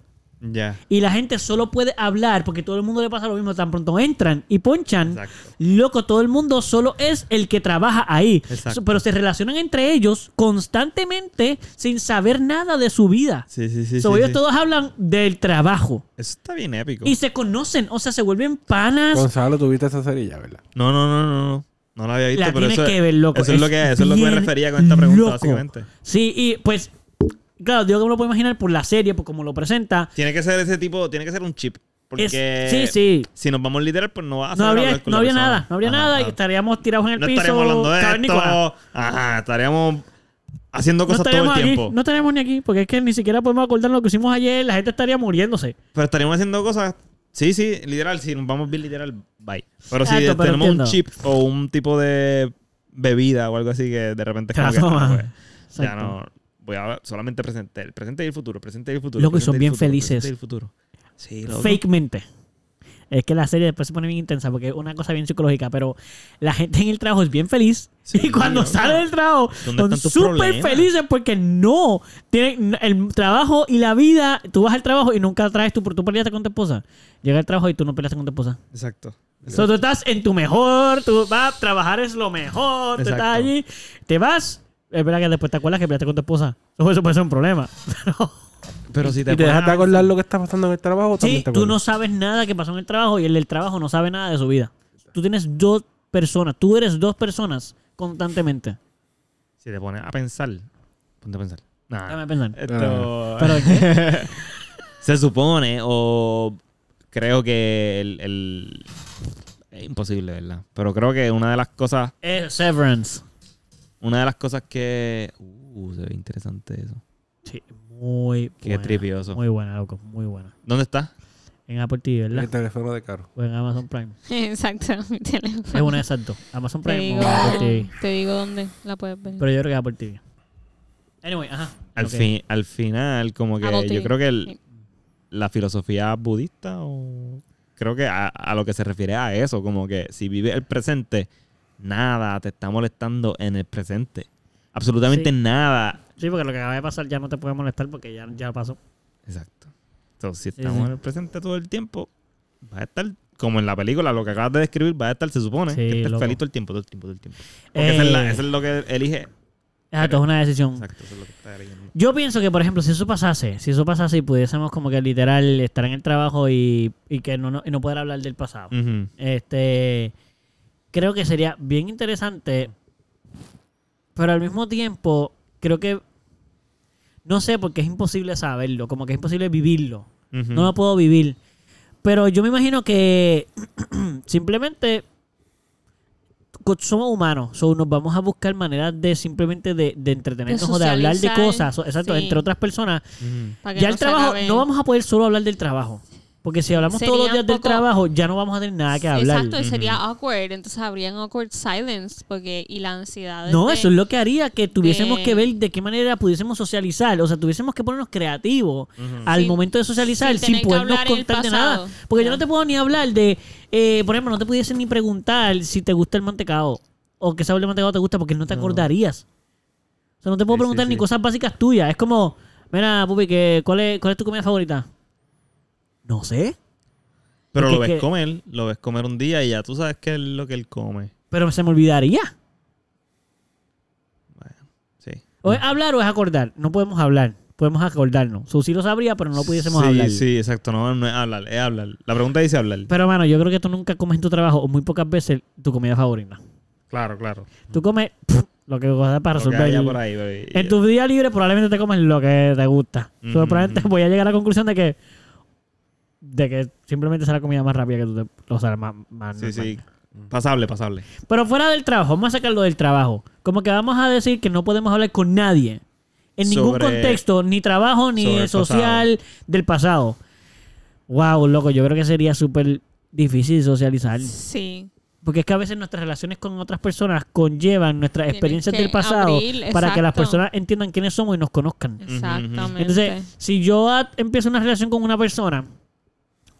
[SPEAKER 3] Ya.
[SPEAKER 1] Y la gente solo puede hablar porque todo el mundo le pasa lo mismo. Tan pronto entran y ponchan,
[SPEAKER 3] Exacto.
[SPEAKER 1] loco, todo el mundo solo es el que trabaja ahí.
[SPEAKER 3] Exacto.
[SPEAKER 1] Pero se relacionan entre ellos constantemente sin saber nada de su vida.
[SPEAKER 3] Sí, sí, sí.
[SPEAKER 1] So,
[SPEAKER 3] sí,
[SPEAKER 1] ellos
[SPEAKER 3] sí.
[SPEAKER 1] todos hablan del trabajo.
[SPEAKER 3] Eso está bien épico.
[SPEAKER 1] Y se conocen, o sea, se vuelven panas.
[SPEAKER 2] Gonzalo, tuviste esa serie ya, ¿verdad?
[SPEAKER 3] No, no, no, no, no. No la había visto,
[SPEAKER 1] La
[SPEAKER 3] pero
[SPEAKER 1] tienes
[SPEAKER 3] eso,
[SPEAKER 1] que ver, loco.
[SPEAKER 3] eso es, lo que eso es lo que me
[SPEAKER 1] bien
[SPEAKER 3] refería con esta pregunta,
[SPEAKER 1] loco.
[SPEAKER 3] básicamente.
[SPEAKER 1] Sí, y pues Claro, digo que uno lo puede imaginar por la serie, por cómo lo presenta.
[SPEAKER 3] Tiene que ser ese tipo, tiene que ser un chip. Porque
[SPEAKER 1] Es- sí, sí.
[SPEAKER 3] si nos vamos literal, pues no vas a
[SPEAKER 1] No
[SPEAKER 3] saber
[SPEAKER 1] habría,
[SPEAKER 3] hablar con
[SPEAKER 1] no
[SPEAKER 3] la
[SPEAKER 1] habría
[SPEAKER 3] persona.
[SPEAKER 1] nada, no habría
[SPEAKER 3] Ajá,
[SPEAKER 1] nada
[SPEAKER 3] ajá.
[SPEAKER 1] y estaríamos tirados en el
[SPEAKER 3] No
[SPEAKER 1] piso.
[SPEAKER 3] estaríamos hablando de
[SPEAKER 1] cavernícolas.
[SPEAKER 3] esto. Ajá, estaríamos haciendo
[SPEAKER 1] No
[SPEAKER 3] cosas todo
[SPEAKER 1] estaríamos
[SPEAKER 3] el
[SPEAKER 1] aquí,
[SPEAKER 3] tiempo.
[SPEAKER 1] no estaríamos ni aquí, porque es que ni siquiera podemos acordar lo que hicimos ayer, la gente estaría muriéndose.
[SPEAKER 3] Pero estaríamos haciendo cosas. Sí, sí, literal. Si nos vamos bien literal, bye. Pero si
[SPEAKER 1] Exacto, pero
[SPEAKER 3] tenemos
[SPEAKER 1] entiendo.
[SPEAKER 3] un chip o un tipo de bebida o algo así que de repente es
[SPEAKER 1] Te la
[SPEAKER 3] como que, ah,
[SPEAKER 1] tomas.
[SPEAKER 3] pues, ya
[SPEAKER 1] [LAUGHS] Exacto.
[SPEAKER 3] no. Voy a solamente presentar el presente y el futuro. Presente y el futuro.
[SPEAKER 1] Loco, y
[SPEAKER 3] presente
[SPEAKER 1] son
[SPEAKER 3] el
[SPEAKER 1] bien
[SPEAKER 3] futuro,
[SPEAKER 1] felices.
[SPEAKER 3] presente y el futuro. Sí, loco.
[SPEAKER 1] Fakemente. Es que la serie después se pone bien intensa porque es una cosa bien psicológica, pero la gente en el trabajo es bien feliz.
[SPEAKER 3] Sí,
[SPEAKER 1] y cuando
[SPEAKER 3] loco.
[SPEAKER 1] sale del trabajo,
[SPEAKER 3] ¿Dónde
[SPEAKER 1] son
[SPEAKER 3] están tus
[SPEAKER 1] súper
[SPEAKER 3] problemas?
[SPEAKER 1] felices porque no. Tienen el trabajo y la vida. Tú vas al trabajo y nunca traes tu. Tú peleaste con tu esposa. Llega al trabajo y tú no peleaste con tu esposa.
[SPEAKER 3] Exacto.
[SPEAKER 1] So, tú estás en tu mejor, tú vas a trabajar es lo mejor, tú estás
[SPEAKER 3] Exacto.
[SPEAKER 1] allí, te vas. Es verdad que después te acuerdas que peleaste con tu esposa. [LAUGHS] Eso eso puede ser un problema. Pero
[SPEAKER 3] Pero si
[SPEAKER 2] Y
[SPEAKER 3] te,
[SPEAKER 2] te
[SPEAKER 3] pones
[SPEAKER 2] dejas de
[SPEAKER 3] a-
[SPEAKER 2] acordar lo que está pasando en el trabajo,
[SPEAKER 1] Ah, sí,
[SPEAKER 2] también te
[SPEAKER 1] tú no
[SPEAKER 2] acuerdas.
[SPEAKER 1] sabes nada que pasó en el trabajo y el del trabajo no sabe nada de su vida. Tú tienes dos personas, tú eres dos personas constantemente.
[SPEAKER 3] si te pones a pensar. Ponte a pensar. Nah,
[SPEAKER 1] Déjame pensar.
[SPEAKER 3] esto-
[SPEAKER 1] Pero, ¿qué?
[SPEAKER 3] [LAUGHS] Se supone, o creo que el, el- Es imposible, ¿verdad? Pero creo que una de las cosas...
[SPEAKER 1] Eh, Severance.
[SPEAKER 3] Una de las cosas que... Uh, se ve interesante eso.
[SPEAKER 1] Sí, muy
[SPEAKER 3] Qué
[SPEAKER 1] buena.
[SPEAKER 3] tripioso.
[SPEAKER 1] Muy buena, loco, muy buena.
[SPEAKER 3] ¿Dónde está?
[SPEAKER 1] En Apple TV,
[SPEAKER 2] El
[SPEAKER 1] ¿verdad?
[SPEAKER 2] teléfono de Caro.
[SPEAKER 1] O en Amazon Prime.
[SPEAKER 4] Exacto, [LAUGHS] mi teléfono.
[SPEAKER 1] Es una de esas dos. Amazon
[SPEAKER 4] Te
[SPEAKER 1] Prime
[SPEAKER 4] digo,
[SPEAKER 1] o Apple TV.
[SPEAKER 4] te digo dónde la puedes ver.
[SPEAKER 1] Pero yo creo que Apple TV. Anyway, ajá.
[SPEAKER 3] Al,
[SPEAKER 1] Ok.
[SPEAKER 3] fin, al final, como que
[SPEAKER 4] Apple TV.
[SPEAKER 3] yo creo que el- la filosofía budista o... Creo que a, a lo que se refiere a eso, como que si vives el presente, nada te está molestando en el presente. Absolutamente
[SPEAKER 1] Sí.
[SPEAKER 3] nada.
[SPEAKER 1] Sí, porque lo que acaba de pasar ya no te puede molestar porque ya, ya pasó.
[SPEAKER 3] Exacto. Entonces, si
[SPEAKER 1] Sí,
[SPEAKER 3] estamos
[SPEAKER 1] sí.
[SPEAKER 3] en el presente todo el tiempo, va a estar, como en la película, lo que acabas de describir, va a estar, se supone,
[SPEAKER 1] Sí,
[SPEAKER 3] que estés
[SPEAKER 1] loco.
[SPEAKER 3] feliz todo el tiempo, todo el tiempo, todo el tiempo. Porque esa es la-
[SPEAKER 1] Eh.
[SPEAKER 3] eso es lo que elige.
[SPEAKER 1] Exacto, es una decisión.
[SPEAKER 3] Exacto, eso es lo que está eligiendo.
[SPEAKER 1] Yo pienso que, por ejemplo, si eso pasase, si eso pasase y pudiésemos como que literal estar en el trabajo y, y que no, no, y no poder hablar del pasado,
[SPEAKER 3] Ujú.
[SPEAKER 1] este creo que sería bien interesante, pero al mismo tiempo creo que, no sé, porque es imposible saberlo, como que es imposible vivirlo.
[SPEAKER 3] Ujú.
[SPEAKER 1] No lo puedo vivir. Pero yo me imagino que [CLEARS THROAT] simplemente co- somos humanos. so nos vamos a buscar maneras de simplemente de, de entretenernos
[SPEAKER 4] De
[SPEAKER 1] o de hablar de
[SPEAKER 4] socializar,
[SPEAKER 1] cosas. so- Exacto,
[SPEAKER 4] sí.
[SPEAKER 1] entre otras personas.
[SPEAKER 3] Ujú.
[SPEAKER 4] Para que
[SPEAKER 1] Ya el
[SPEAKER 4] se
[SPEAKER 1] trabajo,
[SPEAKER 4] acabe.
[SPEAKER 1] no vamos a poder solo hablar del trabajo. Porque si hablamos todos los
[SPEAKER 4] Sería
[SPEAKER 1] días
[SPEAKER 4] un
[SPEAKER 1] del
[SPEAKER 4] poco-
[SPEAKER 1] trabajo, ya no vamos a tener nada que hablar.
[SPEAKER 4] Exacto, y sería awkward. Entonces habrían awkward silence porque y la ansiedad.
[SPEAKER 1] Mm. No,
[SPEAKER 4] de-
[SPEAKER 1] eso es lo que haría que tuviésemos
[SPEAKER 4] de-
[SPEAKER 1] que ver de qué manera pudiésemos socializar. O sea, tuviésemos que ponernos creativos al
[SPEAKER 4] Mm. Sin-
[SPEAKER 1] momento de socializar
[SPEAKER 4] sin
[SPEAKER 1] sin,
[SPEAKER 4] tener que
[SPEAKER 1] podernos
[SPEAKER 4] hablar en el
[SPEAKER 1] contar de
[SPEAKER 4] pasado.
[SPEAKER 1] nada. Porque yo
[SPEAKER 4] Ya.
[SPEAKER 1] no te puedo ni hablar de, eh, por ejemplo, no te pudiese ni preguntar si te gusta el mantecado o qué sabor de mantecado te gusta porque no te acordarías. O sea, no te puedo
[SPEAKER 3] Sí, sí,
[SPEAKER 1] preguntar ni
[SPEAKER 3] sí.
[SPEAKER 1] cosas básicas tuyas. Es como, mira, Pupi, que, ¿cuál, es, ¿cuál es tu comida favorita? No sé.
[SPEAKER 3] Pero
[SPEAKER 1] Porque
[SPEAKER 3] lo
[SPEAKER 1] es
[SPEAKER 3] ves
[SPEAKER 1] que-
[SPEAKER 3] comer, lo ves comer un día y ya tú sabes qué es lo que él come.
[SPEAKER 1] Pero se me olvidaría.
[SPEAKER 3] Sí.
[SPEAKER 1] O es hablar o es acordar. No podemos hablar. Podemos acordarnos. Susi lo sabría, pero no lo pudiésemos
[SPEAKER 3] sí,
[SPEAKER 1] hablar.
[SPEAKER 3] Sí, exacto. No, no es hablar, es hablar. La pregunta dice hablar.
[SPEAKER 1] Pero, mano, yo creo que tú nunca comes en tu trabajo, o muy pocas veces, tu comida favorita.
[SPEAKER 3] Claro, claro.
[SPEAKER 1] Tú comes pff, lo que cojas para
[SPEAKER 3] Lo que
[SPEAKER 1] resolver.
[SPEAKER 3] haya por ahí, pero-
[SPEAKER 1] En tu día libre probablemente te comes lo que te gusta. So,
[SPEAKER 3] Ujú,
[SPEAKER 1] probablemente
[SPEAKER 3] ujú.
[SPEAKER 1] voy a llegar a la conclusión de que de que simplemente será la comida más rápida que tú te... O sea, más, más
[SPEAKER 3] Sí,
[SPEAKER 1] normal.
[SPEAKER 3] sí. Pasable, pasable.
[SPEAKER 1] Pero fuera del trabajo, vamos a sacarlo del trabajo. Como que vamos a decir que no podemos hablar con nadie. En ningún
[SPEAKER 3] Sobre-
[SPEAKER 1] contexto, ni trabajo,
[SPEAKER 3] sobre
[SPEAKER 1] ni
[SPEAKER 3] el
[SPEAKER 1] social del pasado. Wow, loco, yo creo que sería súper difícil socializar.
[SPEAKER 4] Sí.
[SPEAKER 1] Porque es que a veces nuestras relaciones con otras personas conllevan nuestras
[SPEAKER 4] Tienes
[SPEAKER 1] experiencias
[SPEAKER 4] que
[SPEAKER 1] del pasado
[SPEAKER 4] abrir,
[SPEAKER 1] para que las
[SPEAKER 4] exacto.
[SPEAKER 1] personas entiendan quiénes somos y nos conozcan.
[SPEAKER 4] Exactamente.
[SPEAKER 1] Entonces, si yo a- empiezo una relación con una persona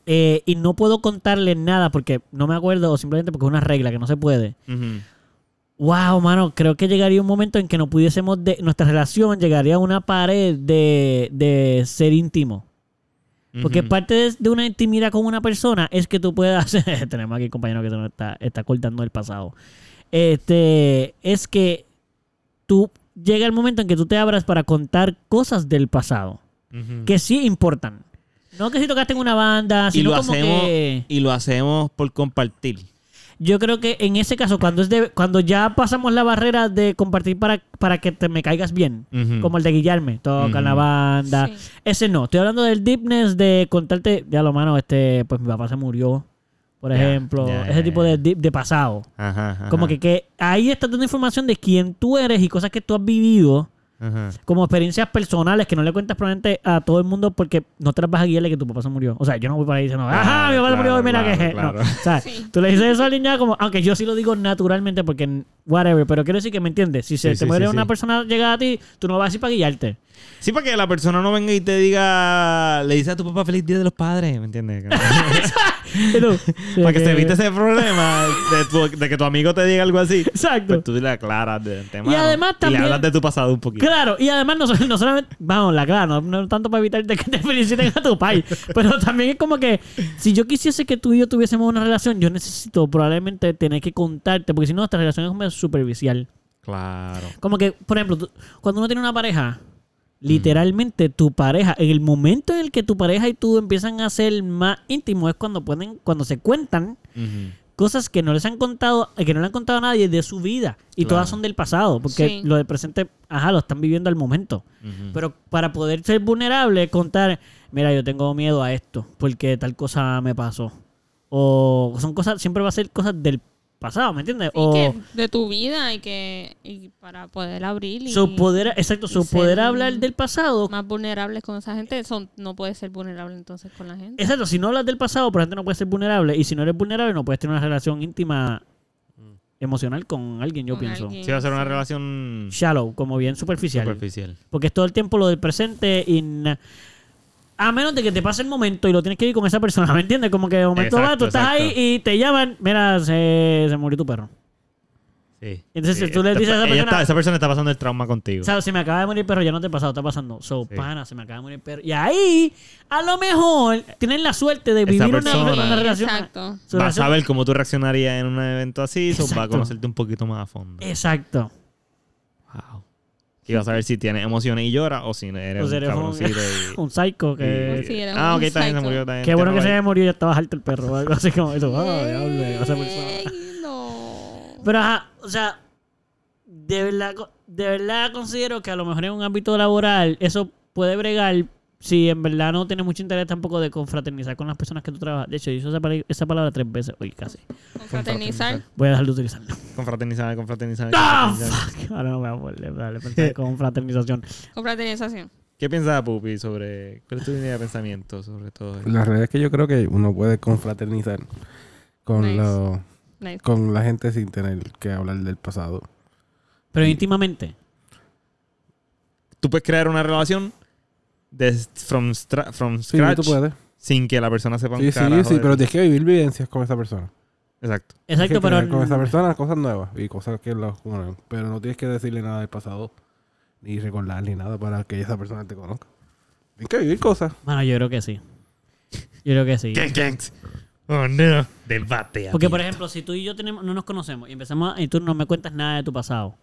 [SPEAKER 1] eh, y no puedo contarle nada porque no me acuerdo o simplemente porque es una regla que no se puede,
[SPEAKER 3] Ujú.
[SPEAKER 1] Wow, mano, creo que llegaría un momento en que no pudiésemos, de, nuestra relación llegaría a una pared de, de ser íntimo. Porque
[SPEAKER 3] Ujú.
[SPEAKER 1] parte de, de una intimidad con una persona es que tú puedas, [LAUGHS] tenemos aquí un compañero que se nos está, está cortando el pasado, este, es que tú llega el momento en que tú te abras para contar cosas del pasado,
[SPEAKER 3] Ujú.
[SPEAKER 1] que sí importan. No que si tocaste en una banda,
[SPEAKER 3] y
[SPEAKER 1] sino
[SPEAKER 3] lo
[SPEAKER 1] como
[SPEAKER 3] hacemos
[SPEAKER 1] que...
[SPEAKER 3] y lo hacemos por compartir
[SPEAKER 1] Yo creo que en ese caso, cuando es de, cuando ya pasamos la barrera de compartir para, para que te me caigas bien,
[SPEAKER 3] Ujú.
[SPEAKER 1] como el de Guillarme, toca la banda.
[SPEAKER 4] Sí.
[SPEAKER 1] Ese no. Estoy hablando del deepness de contarte, ya lo mano, este, pues mi papá se murió, por
[SPEAKER 3] Ya,
[SPEAKER 1] ejemplo.
[SPEAKER 3] ya,
[SPEAKER 1] ese
[SPEAKER 3] ya,
[SPEAKER 1] tipo
[SPEAKER 3] ya.
[SPEAKER 1] de deep de pasado.
[SPEAKER 3] Ajá, ajá.
[SPEAKER 1] Como que, que ahí estás dando información de quién tú eres y cosas que tú has vivido
[SPEAKER 3] Ajá.
[SPEAKER 1] como experiencias personales que no le cuentas probablemente a todo el mundo porque no te las vas a guiarle que tu papá se murió. O sea, yo no voy para ahí diciendo, ajá, mi papá se
[SPEAKER 3] Claro,
[SPEAKER 1] murió, mira
[SPEAKER 3] claro,
[SPEAKER 1] que es.
[SPEAKER 3] claro.
[SPEAKER 1] No. O sea,
[SPEAKER 4] Sí.
[SPEAKER 1] tú le dices eso al niño como, aunque yo sí lo digo naturalmente porque whatever, pero quiero decir que me entiendes. Si se
[SPEAKER 3] Sí,
[SPEAKER 1] te
[SPEAKER 3] sí,
[SPEAKER 1] muere
[SPEAKER 3] sí,
[SPEAKER 1] una
[SPEAKER 3] sí.
[SPEAKER 1] persona llegada a ti, tú no vas a decir para
[SPEAKER 3] [LAUGHS]
[SPEAKER 1] guiarte.
[SPEAKER 3] Sí, para que la persona no venga y te diga, le dice a tu papá feliz día de los padres,
[SPEAKER 1] [LAUGHS]
[SPEAKER 3] ¿me entiendes?
[SPEAKER 1] Y tú,
[SPEAKER 3] para que se evite ese problema de, tu- de que tu amigo te diga algo así.
[SPEAKER 1] Exacto.
[SPEAKER 3] Pues tú le aclaras del tema.
[SPEAKER 1] Y además también-
[SPEAKER 3] le hablas de tu pasado un poquito.
[SPEAKER 1] Claro, y además no, sol- no solamente, vamos, la clara, no, no tanto para evitarte que te [LAUGHS] feliciten a tu país, pero también es como que si yo quisiese que tú y yo tuviésemos una relación, yo necesito probablemente tener que contarte, porque si no, nuestra relación es como superficial.
[SPEAKER 3] Claro.
[SPEAKER 1] Como que, por ejemplo, tú- cuando uno tiene una pareja, literalmente tu pareja, en el momento en el que tu pareja y tú empiezan a ser más íntimos, es cuando pueden, cuando se cuentan
[SPEAKER 3] Ujú.
[SPEAKER 1] cosas que no les han contado, eh, que no le han contado a nadie de su vida. Y
[SPEAKER 3] Claro.
[SPEAKER 1] todas son del pasado, porque
[SPEAKER 4] Sí.
[SPEAKER 1] lo del presente, ajá, lo están viviendo al momento. Pero para poder ser vulnerable, contar, mira, yo tengo miedo a esto, porque tal cosa me pasó. O son cosas, siempre va a ser cosas del pasado, ¿me entiendes?
[SPEAKER 4] Sí,
[SPEAKER 1] o
[SPEAKER 4] que de tu vida y que y para poder abrir y
[SPEAKER 1] su poder, exacto, su
[SPEAKER 4] ser
[SPEAKER 1] poder hablar del pasado.
[SPEAKER 4] más vulnerables con esa gente son no puedes ser vulnerable entonces con la gente
[SPEAKER 1] Exacto, si no hablas del pasado, por ejemplo, no puedes ser vulnerable. Y si no eres vulnerable, no puedes tener una relación íntima emocional con alguien, yo
[SPEAKER 4] Con
[SPEAKER 1] pienso.
[SPEAKER 4] alguien,
[SPEAKER 3] Sí, va a ser una
[SPEAKER 4] sí.
[SPEAKER 3] relación
[SPEAKER 1] Shallow, como bien superficial.
[SPEAKER 3] Mm. superficial.
[SPEAKER 1] Porque es todo el tiempo lo del presente y na- a menos de que te pase el momento y lo tienes que ir con esa persona, [LAUGHS] ¿me entiendes? Como que de momento
[SPEAKER 3] Exacto,
[SPEAKER 1] va, tú estás
[SPEAKER 3] exacto.
[SPEAKER 1] ahí y te llaman, mira, se, se murió tu perro.
[SPEAKER 3] Sí.
[SPEAKER 1] Entonces,
[SPEAKER 3] Sí,
[SPEAKER 1] tú le
[SPEAKER 3] esta-
[SPEAKER 1] dices a esa
[SPEAKER 3] ella
[SPEAKER 1] persona-
[SPEAKER 3] está- esa persona está pasando el trauma contigo.
[SPEAKER 1] O sea, se me acaba de morir el perro, ya no te ha pasado, está pasando. So,
[SPEAKER 3] Sí.
[SPEAKER 1] pana, se me acaba de morir el perro. Y ahí, a lo mejor, tienen la suerte de vivir una,
[SPEAKER 3] persona-
[SPEAKER 1] una relación.
[SPEAKER 4] exacto
[SPEAKER 1] su
[SPEAKER 3] va a
[SPEAKER 1] relación-
[SPEAKER 3] saber cómo tú reaccionarías en un evento así, so va a
[SPEAKER 1] Exacto.
[SPEAKER 3] conocerte un poquito más a fondo.
[SPEAKER 1] Exacto.
[SPEAKER 3] Wow. Y vas a ver si tienes emociones y llora o si eres
[SPEAKER 1] O sea,
[SPEAKER 3] un
[SPEAKER 1] eres un,
[SPEAKER 3] cabroncito
[SPEAKER 1] [LAUGHS]
[SPEAKER 3] y-
[SPEAKER 1] un psycho
[SPEAKER 3] y-
[SPEAKER 1] que...
[SPEAKER 4] O si eres
[SPEAKER 3] ah,
[SPEAKER 4] un
[SPEAKER 3] ok, también se
[SPEAKER 4] psycho.
[SPEAKER 3] murió también.
[SPEAKER 1] Qué
[SPEAKER 3] te
[SPEAKER 1] bueno que se
[SPEAKER 3] robaste.
[SPEAKER 1] haya morido, ya estaba alto el perro o algo así como
[SPEAKER 4] [LAUGHS]
[SPEAKER 1] eso. Ah, diablo, esa persona.
[SPEAKER 4] Ey, no.
[SPEAKER 1] Pero ajá, o sea, de verdad, co- de verdad considero que a lo mejor en un ámbito laboral eso puede bregar si en verdad no tienes mucho interés tampoco de confraternizar con las personas que tú trabajas. De hecho, yo uso esa, pala- esa palabra tres veces hoy casi.
[SPEAKER 4] confraternizar
[SPEAKER 1] Voy a dejar de utilizarla. [LAUGHS]
[SPEAKER 3] Confraternizar, confraternizar.
[SPEAKER 1] ¡Ah,
[SPEAKER 3] confraternizar.
[SPEAKER 1] fuck! Ahora no me voy a volver dale, pensé confraternización.
[SPEAKER 4] confraternización
[SPEAKER 3] ¿Qué piensas, Pupi, sobre. ¿Cuál es tu línea de pensamiento sobre todo esto?
[SPEAKER 2] La realidad es que yo creo que uno puede confraternizar con,
[SPEAKER 4] Nice.
[SPEAKER 2] lo-
[SPEAKER 4] Nice.
[SPEAKER 2] con la gente sin tener que hablar del pasado.
[SPEAKER 1] Pero íntimamente.
[SPEAKER 3] Tú puedes crear una relación de, from, stra- from
[SPEAKER 2] Sí,
[SPEAKER 3] scratch
[SPEAKER 2] tú puedes.
[SPEAKER 3] sin que la persona sepa un
[SPEAKER 2] Sí, sí,
[SPEAKER 3] carajo
[SPEAKER 2] sí,
[SPEAKER 3] de-
[SPEAKER 2] pero tienes que vivir vivencias con esa persona.
[SPEAKER 3] Exacto.
[SPEAKER 2] Tienes
[SPEAKER 1] Exacto,
[SPEAKER 2] que
[SPEAKER 1] pero.
[SPEAKER 2] crear Con esa persona cosas nuevas y cosas que los unen. Pero no tienes que decirle nada del pasado, ni recordar ni nada para que esa persona te conozca. Tienes que vivir cosas.
[SPEAKER 1] Bueno, yo creo que sí. Yo creo que sí.
[SPEAKER 3] Gang, gangs. Oh, no. Debate.
[SPEAKER 1] Porque,
[SPEAKER 3] abierto.
[SPEAKER 1] por ejemplo, si tú y yo tenemos, no nos conocemos y empezamos a- y tú no me cuentas nada de tu pasado,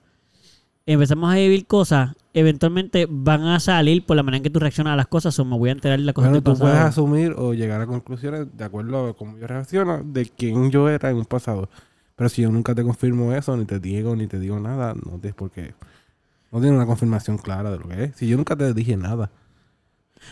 [SPEAKER 1] empezamos a vivir cosas, eventualmente van a salir por la manera en que tú reaccionas a las cosas o me voy a enterar de las cosas
[SPEAKER 2] Bueno,
[SPEAKER 1] del
[SPEAKER 2] tú puedes
[SPEAKER 1] pasado.
[SPEAKER 2] asumir o llegar a conclusiones de acuerdo a cómo yo reacciono de quién yo era en un pasado. Pero si yo nunca te confirmo eso, ni te digo, ni te digo nada, no tienes por qué. No tienes una confirmación clara de lo que es. Si yo nunca te dije nada.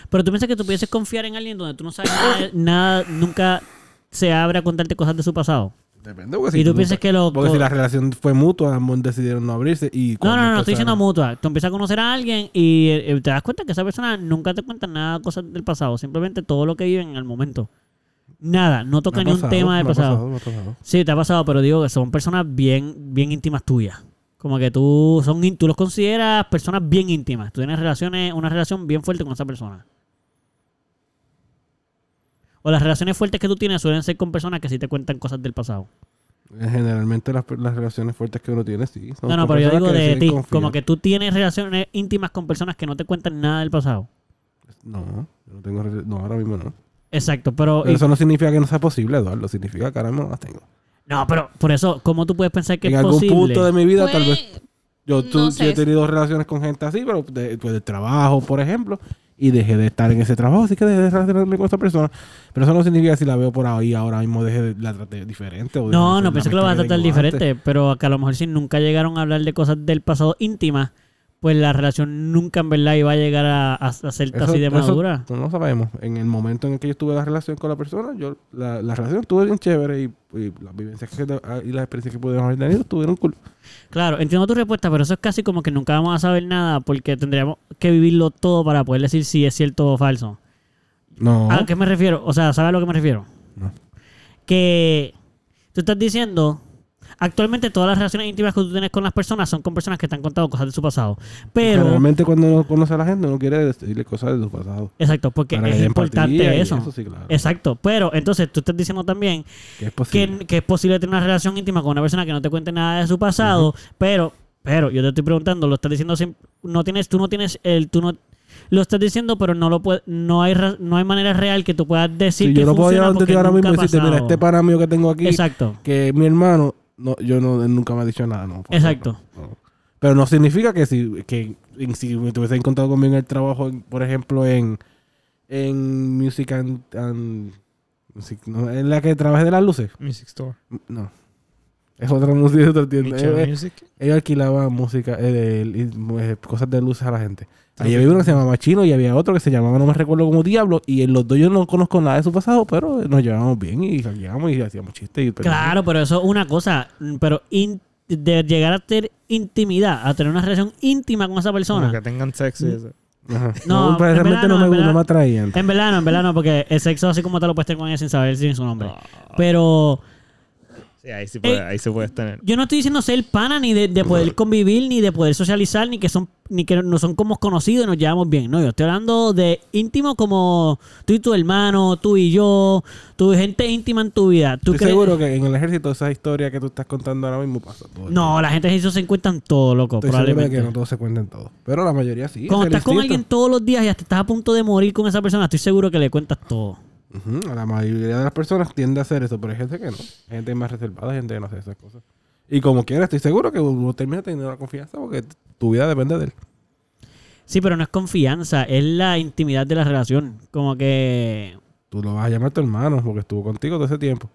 [SPEAKER 1] Pero tú piensas que tú pudieses confiar en alguien donde tú no sabes nada, nada, nunca se abre a contarte cosas de su pasado.
[SPEAKER 2] Depende, porque si
[SPEAKER 1] y tú
[SPEAKER 2] nunca-
[SPEAKER 1] piensas que lo...
[SPEAKER 2] Porque si la relación fue mutua, ambos decidieron no abrirse y...
[SPEAKER 1] No,
[SPEAKER 2] cuando
[SPEAKER 1] no, no, no, estoy
[SPEAKER 2] empezaron-
[SPEAKER 1] diciendo mutua. Tú empiezas a conocer a alguien y eh, te das cuenta que esa persona nunca te cuenta nada de cosas del pasado, simplemente todo lo que viven en el momento. Nada, no toca
[SPEAKER 2] Me ha
[SPEAKER 1] ni un
[SPEAKER 2] pasado,
[SPEAKER 1] tema del
[SPEAKER 2] me ha
[SPEAKER 1] pasado.
[SPEAKER 2] me ha pasado.
[SPEAKER 1] Sí, te ha pasado, pero digo que son personas bien, bien íntimas tuyas. Como que tú, son, ín- tú los consideras personas bien íntimas. Tú tienes relaciones, una relación bien fuerte con esa persona. O las relaciones fuertes que tú tienes suelen ser con personas que sí te cuentan cosas del pasado.
[SPEAKER 2] Eh, Generalmente las, las relaciones fuertes que uno tiene, sí. son
[SPEAKER 1] no, no,
[SPEAKER 2] con
[SPEAKER 1] pero yo
[SPEAKER 2] personas
[SPEAKER 1] digo
[SPEAKER 2] que
[SPEAKER 1] de
[SPEAKER 2] deciden
[SPEAKER 1] ti.
[SPEAKER 2] confiar.
[SPEAKER 1] Como que tú tienes relaciones íntimas con personas que no te cuentan nada del pasado.
[SPEAKER 2] No, yo no tengo... rela- No, ahora mismo no.
[SPEAKER 1] Oh, Exacto, pero...
[SPEAKER 2] Pero eso no significa que no sea posible, Eduardo. Significa que ahora mismo no las tengo.
[SPEAKER 1] No, pero por eso, ¿cómo tú puedes pensar que
[SPEAKER 2] en
[SPEAKER 1] es
[SPEAKER 2] algún
[SPEAKER 1] posible?
[SPEAKER 2] punto de mi vida,
[SPEAKER 4] Pues,
[SPEAKER 2] tal vez. Yo, tú-
[SPEAKER 4] no sé.
[SPEAKER 2] yo he tenido relaciones con gente así, pero de, pues, del trabajo, por ejemplo. y dejé de estar en ese trabajo, así que dejé de relacionarme con esa persona. Pero eso no significa que si la veo por ahí ahora mismo deje de la trate diferente.
[SPEAKER 1] No,
[SPEAKER 2] O deje de
[SPEAKER 1] no,
[SPEAKER 2] ser la
[SPEAKER 1] pienso que lo
[SPEAKER 2] amistad
[SPEAKER 1] vas a tratar
[SPEAKER 2] tengo antes.
[SPEAKER 1] diferente, pero que a lo mejor si nunca llegaron a hablar de cosas del pasado íntimas, pues la relación nunca en verdad iba a llegar a, a, a ser
[SPEAKER 2] Eso-
[SPEAKER 1] así de
[SPEAKER 2] eso
[SPEAKER 1] madura.
[SPEAKER 2] No lo sabemos. En el momento en el que yo estuve en la relación con la persona, yo la, la relación estuvo bien chévere y, y las vivencias que, ah, y las experiencias que pudimos haber tenido estuvieron cool.
[SPEAKER 1] Claro, entiendo tu respuesta, pero eso es casi como que nunca vamos a saber nada porque tendríamos que vivirlo todo para poder decir si es cierto o falso.
[SPEAKER 2] No.
[SPEAKER 1] ¿A Ah, qué me refiero? O sea, ¿sabes a lo que me refiero?
[SPEAKER 2] No.
[SPEAKER 1] Que tú estás diciendo, actualmente todas las relaciones íntimas que tú tienes con las personas son con personas que te han contado cosas de su pasado. Pero,
[SPEAKER 2] Realmente cuando uno conoce a la gente, uno quiere decirle cosas de su pasado.
[SPEAKER 1] exacto, porque
[SPEAKER 2] Para que
[SPEAKER 1] es
[SPEAKER 2] haya empatía
[SPEAKER 1] importante
[SPEAKER 2] y
[SPEAKER 1] eso.
[SPEAKER 2] eso sí, claro.
[SPEAKER 1] Exacto, pero entonces tú estás diciendo también
[SPEAKER 2] Que
[SPEAKER 1] que,
[SPEAKER 2] es posible.
[SPEAKER 1] que es posible tener una relación íntima con una persona que no te cuente nada de su pasado, pero, pero yo te estoy preguntando, lo estás diciendo sin- no tienes, tú no tienes el, tú no lo estás diciendo, pero no lo puede- no hay ra- no hay manera real que tú puedas decir
[SPEAKER 2] si
[SPEAKER 1] que
[SPEAKER 2] yo no puedo
[SPEAKER 1] funciona
[SPEAKER 2] llegar donde
[SPEAKER 1] porque
[SPEAKER 2] ti ahora
[SPEAKER 1] nunca
[SPEAKER 2] mismo y
[SPEAKER 1] ha
[SPEAKER 2] decirte, mira,
[SPEAKER 1] pasado".
[SPEAKER 2] este pana mío que tengo aquí,
[SPEAKER 1] Exacto.
[SPEAKER 2] que es mi hermano, no, yo no, él nunca me ha dicho nada. No, por
[SPEAKER 1] Exacto.
[SPEAKER 2] ejemplo, no. Pero no significa que si, que, en- si me tuviese encontrado conmigo en el trabajo, en- por ejemplo, en, en Music and... and- music- no, en la que trabajé de las luces.
[SPEAKER 3] Music Store.
[SPEAKER 2] No. Es otra [LAUGHS] música, es otra tienda.
[SPEAKER 3] Michelle
[SPEAKER 2] Eh, eh,
[SPEAKER 3] Music.
[SPEAKER 2] Ellos alquilaban música, eh, de- y, eh, cosas de luces a la gente.
[SPEAKER 3] Pero
[SPEAKER 2] Allí
[SPEAKER 3] que-
[SPEAKER 2] había uno que se llamaba Chino y había otro que se llamaba, no me recuerdo como Diablo. Y en los dos yo no conozco nada de su pasado, pero eh, nos llevábamos bien y salíamos y hacíamos chistes. Y
[SPEAKER 1] Claro, pero eso es una cosa, pero in- de llegar a tener intimidad, a tener una relación íntima con esa persona.
[SPEAKER 3] Como que tengan sexo y eso.
[SPEAKER 2] Ajá.
[SPEAKER 1] No,
[SPEAKER 2] No, pero
[SPEAKER 1] en
[SPEAKER 2] realmente
[SPEAKER 1] verdad
[SPEAKER 2] no,
[SPEAKER 1] no, en
[SPEAKER 2] me, no
[SPEAKER 1] verdad-
[SPEAKER 2] me atraían.
[SPEAKER 1] En verdad no, en verdad no, porque el sexo así como te lo puedes tener con ella sin saber sin su nombre.
[SPEAKER 2] Ah.
[SPEAKER 1] Pero
[SPEAKER 3] Sí, ahí sí puede,
[SPEAKER 1] Eh,
[SPEAKER 3] ahí se puede tener.
[SPEAKER 1] Yo no estoy diciendo ser pana, ni de, de poder convivir, ni de poder socializar, ni que son, ni que no son como conocidos y nos llevamos bien. No, yo estoy hablando de íntimo como tú y tu hermano, tú y yo, tu gente íntima en tu vida. ¿Tú
[SPEAKER 2] Estoy
[SPEAKER 1] crees-
[SPEAKER 2] seguro que en el ejército esa historia que tú estás contando ahora mismo pasa todo. el
[SPEAKER 1] No, la gente se encuentran todo, loco,
[SPEAKER 2] tiempo. Estoy seguro de
[SPEAKER 1] probablemente.
[SPEAKER 2] que no todos se cuentan todo. Pero la mayoría sí.
[SPEAKER 1] Cuando
[SPEAKER 2] es el
[SPEAKER 1] estás con alguien
[SPEAKER 2] instinto.
[SPEAKER 1] todos los días y hasta estás a punto de morir con esa persona, estoy seguro que le cuentas todo.
[SPEAKER 2] Ujú, La mayoría de las personas tiende a hacer eso, pero hay gente que no. Hay gente más reservada, hay gente que no hace esas cosas. Y como quiera, estoy seguro que uno termina teniendo la confianza porque tu vida depende de él.
[SPEAKER 1] Sí, pero no es confianza, es la intimidad de la relación. Como que
[SPEAKER 2] Tú lo vas a llamar tu hermano porque estuvo contigo todo ese tiempo,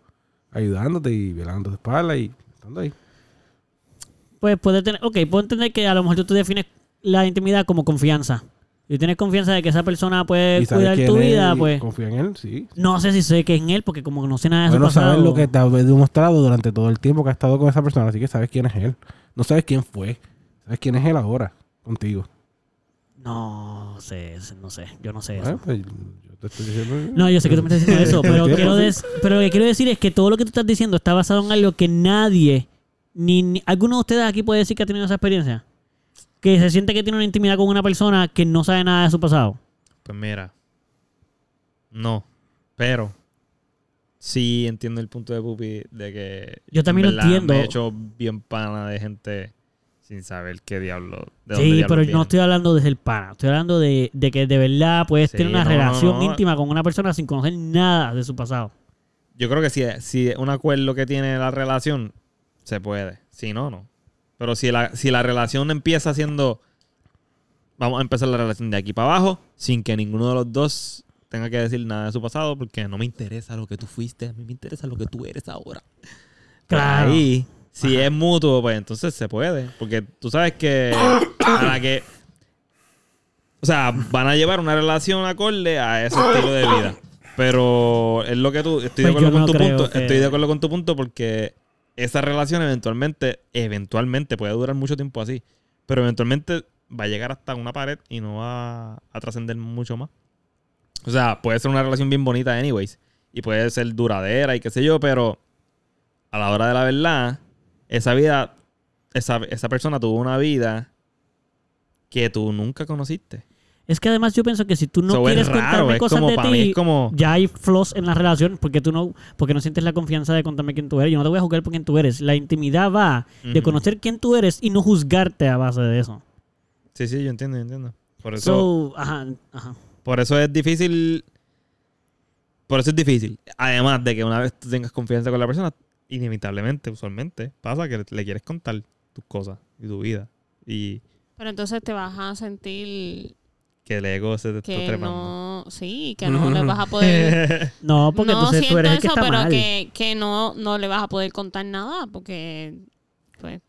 [SPEAKER 2] ayudándote y velando tu espalda y estando ahí.
[SPEAKER 1] Pues puede tener, ok, puedo entender que a lo mejor tú te defines la intimidad como confianza. Si tienes confianza de que esa persona puede
[SPEAKER 2] y sabes
[SPEAKER 1] Eh, cuidar
[SPEAKER 2] quién
[SPEAKER 1] tu
[SPEAKER 2] es
[SPEAKER 1] vida,
[SPEAKER 2] y
[SPEAKER 1] pues
[SPEAKER 2] Confía en él, sí.
[SPEAKER 1] no sé si sé que es en él, porque como no sé nada de
[SPEAKER 2] Bueno,
[SPEAKER 1] su pasado.
[SPEAKER 2] sabes lo que te has demostrado durante todo el tiempo que has estado con esa persona, así que sabes quién es él. No sabes quién fue, sabes quién es él ahora contigo.
[SPEAKER 1] No sé, no sé, yo no sé
[SPEAKER 2] Bueno,
[SPEAKER 1] eso.
[SPEAKER 2] pues, yo te estoy diciendo-
[SPEAKER 1] No, yo sé que tú me estás diciendo
[SPEAKER 2] [LAUGHS]
[SPEAKER 1] eso, pero,
[SPEAKER 2] Entiendo.
[SPEAKER 1] quiero des- pero lo que quiero decir es que todo lo que tú estás diciendo está basado en algo que nadie, ni, ni- alguno de ustedes aquí puede decir que ha tenido esa experiencia. Que se siente que tiene una intimidad con una persona que no sabe nada de su pasado.
[SPEAKER 3] Pues mira. No. Pero. Sí entiendo el punto de Pupi de que.
[SPEAKER 1] Yo también lo
[SPEAKER 3] en verdad,
[SPEAKER 1] entiendo.
[SPEAKER 3] Me he hecho bien pana de gente sin saber qué diablo. De dónde
[SPEAKER 1] Sí,
[SPEAKER 3] diablos
[SPEAKER 1] pero
[SPEAKER 3] vienen.
[SPEAKER 1] no estoy hablando de ser pana. Estoy hablando de, de que de verdad puedes
[SPEAKER 3] Sí,
[SPEAKER 1] tener una
[SPEAKER 3] no, no,
[SPEAKER 1] relación
[SPEAKER 3] no.
[SPEAKER 1] íntima con una persona sin conocer nada de su pasado.
[SPEAKER 3] Yo creo que si, si es un acuerdo que tiene la relación, se puede. Si no, no. Pero si la, si la relación empieza siendo. Vamos a empezar la relación de aquí para abajo, sin que ninguno de los dos tenga que decir nada de su pasado, porque no me interesa lo que tú fuiste, a mí me interesa lo que tú eres ahora.
[SPEAKER 1] Claro.
[SPEAKER 3] Pues Ahí, si es mutuo, pues entonces se puede. Porque tú sabes que a la que. O sea, van a llevar una relación acorde a ese estilo de vida. Pero es lo que tú. Estoy
[SPEAKER 1] Pues
[SPEAKER 3] de acuerdo
[SPEAKER 1] yo
[SPEAKER 3] con
[SPEAKER 1] no
[SPEAKER 3] tu
[SPEAKER 1] creo
[SPEAKER 3] punto.
[SPEAKER 1] que-
[SPEAKER 3] Estoy de acuerdo con tu punto porque esa relación eventualmente, eventualmente puede durar mucho tiempo así. Pero eventualmente va a llegar hasta una pared y no va a trascender mucho más. O sea, puede ser una relación bien bonita, anyways. Y puede ser duradera y qué sé yo, pero a la hora de la verdad, esa vida, esa, esa persona tuvo una vida que tú nunca conociste.
[SPEAKER 1] Es que además yo pienso que si tú no
[SPEAKER 3] So, es
[SPEAKER 1] quieres
[SPEAKER 3] raro,
[SPEAKER 1] contarme
[SPEAKER 3] es
[SPEAKER 1] cosas
[SPEAKER 3] como
[SPEAKER 1] de
[SPEAKER 3] para
[SPEAKER 1] ti,
[SPEAKER 3] mí, es como-
[SPEAKER 1] ya hay flaws en la relación porque tú no, porque no sientes la confianza de contarme quién tú eres. Yo no te voy a juzgar por quién tú eres. La intimidad va de
[SPEAKER 3] Ujú.
[SPEAKER 1] conocer quién tú eres y no juzgarte a base de eso.
[SPEAKER 3] Sí, sí, yo entiendo, yo entiendo. Por eso,
[SPEAKER 1] So, ajá, ajá.
[SPEAKER 3] por eso es difícil. Por eso es difícil. Además de que una vez tú tengas confianza con la persona, inevitablemente, usualmente, pasa que le, le quieres contar tus cosas y tu vida. Y
[SPEAKER 4] Pero entonces te vas a sentir
[SPEAKER 3] que el ego se te está
[SPEAKER 4] Que
[SPEAKER 3] trepando.
[SPEAKER 4] no, sí,
[SPEAKER 1] [LAUGHS]
[SPEAKER 4] que no le vas a poder.
[SPEAKER 1] No, porque
[SPEAKER 4] no
[SPEAKER 1] entonces tú
[SPEAKER 4] siento
[SPEAKER 1] eres el que
[SPEAKER 4] eso,
[SPEAKER 1] está
[SPEAKER 4] pero
[SPEAKER 1] mal.
[SPEAKER 4] que, que no, no le vas a poder contar nada porque, pues,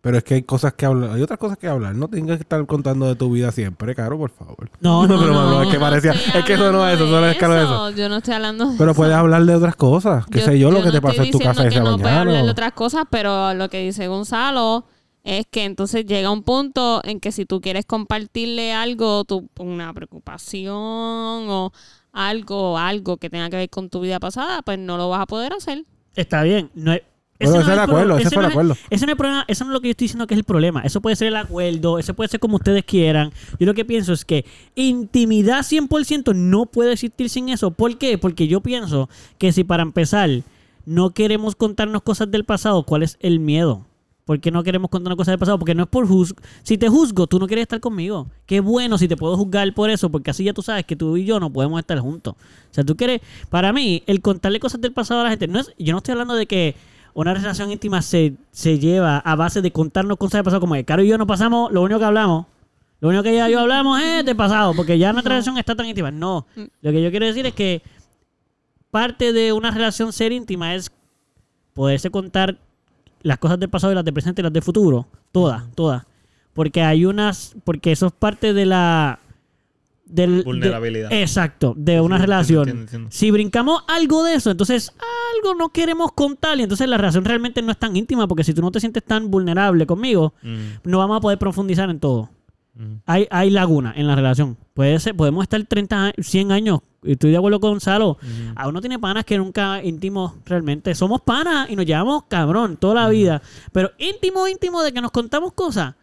[SPEAKER 2] Pero es que hay cosas que hablar, hay otras cosas que hablar. No tengas que estar contando de tu vida siempre, caro, por favor. [LAUGHS]
[SPEAKER 1] No, no,
[SPEAKER 2] pero
[SPEAKER 1] no.
[SPEAKER 2] Manolo, es que
[SPEAKER 4] no
[SPEAKER 2] parecía,
[SPEAKER 4] estoy
[SPEAKER 2] es que eso no es eso,
[SPEAKER 4] hablando
[SPEAKER 2] eso no
[SPEAKER 4] de
[SPEAKER 2] es caro eso.
[SPEAKER 4] Yo no estoy hablando de
[SPEAKER 2] Pero puedes hablar de otras cosas. Qué sé yo, lo que
[SPEAKER 4] no
[SPEAKER 2] te pasó en tu
[SPEAKER 4] estoy
[SPEAKER 2] casa
[SPEAKER 4] diciendo
[SPEAKER 2] esa
[SPEAKER 4] que no puedo hablar de
[SPEAKER 2] mañana.
[SPEAKER 4] otras cosas, pero lo que dice Gonzalo es que entonces llega un punto en que si tú quieres compartirle algo, tu, una preocupación o algo, algo que tenga que ver con tu vida pasada, pues no lo vas a poder hacer.
[SPEAKER 1] Está bien. No hay-
[SPEAKER 2] Bueno, ese
[SPEAKER 1] no
[SPEAKER 2] es el
[SPEAKER 1] pro-
[SPEAKER 2] acuerdo, ese fue
[SPEAKER 1] no
[SPEAKER 2] el
[SPEAKER 1] es-
[SPEAKER 2] acuerdo.
[SPEAKER 1] Ese no es el problema, eso no es lo que yo estoy diciendo que es el problema. Eso puede ser el acuerdo, eso puede ser como ustedes quieran. Yo lo que pienso es que intimidad 100% no puede existir sin eso. ¿Por qué? Porque yo pienso que si para empezar no queremos contarnos cosas del pasado, ¿cuál es el miedo? ¿Por qué no queremos contarnos cosas del pasado? Porque no es por juzgo. Si te juzgo, tú no quieres estar conmigo. Qué bueno si te puedo juzgar por eso, porque así ya tú sabes que tú y yo no podemos estar juntos. O sea, tú quieres... Para mí, el contarle cosas del pasado a la gente... No es, yo no estoy hablando de que una relación íntima se, se lleva a base de contarnos cosas del pasado. Como que Caro y yo no pasamos, lo único que hablamos... Lo único que ella y yo hablamos es de pasado, porque ya nuestra relación está tan íntima. No. Lo que yo quiero decir es que parte de una relación ser íntima es poderse contar las cosas del pasado y las del presente y las del futuro. Todas, todas. Porque hay unas. Porque eso es parte de la. Del, de-
[SPEAKER 3] Vulnerabilidad.
[SPEAKER 1] exacto, de una
[SPEAKER 3] entiendo,
[SPEAKER 1] relación.
[SPEAKER 3] entiendo, entiendo.
[SPEAKER 1] Si brincamos algo de eso, entonces algo no queremos contar y entonces la relación realmente no es tan íntima porque si tú no te sientes tan vulnerable conmigo,
[SPEAKER 3] Mm,
[SPEAKER 1] no vamos a poder profundizar en todo
[SPEAKER 3] mm.
[SPEAKER 1] hay, hay laguna en la relación. Puede ser, podemos estar 30, a- 100 años. Y Estoy de acuerdo con Gonzalo. Aún no tiene panas que nunca íntimos realmente. Somos panas y nos llevamos cabrón toda la vida. Pero íntimo, íntimo de que nos contamos cosas.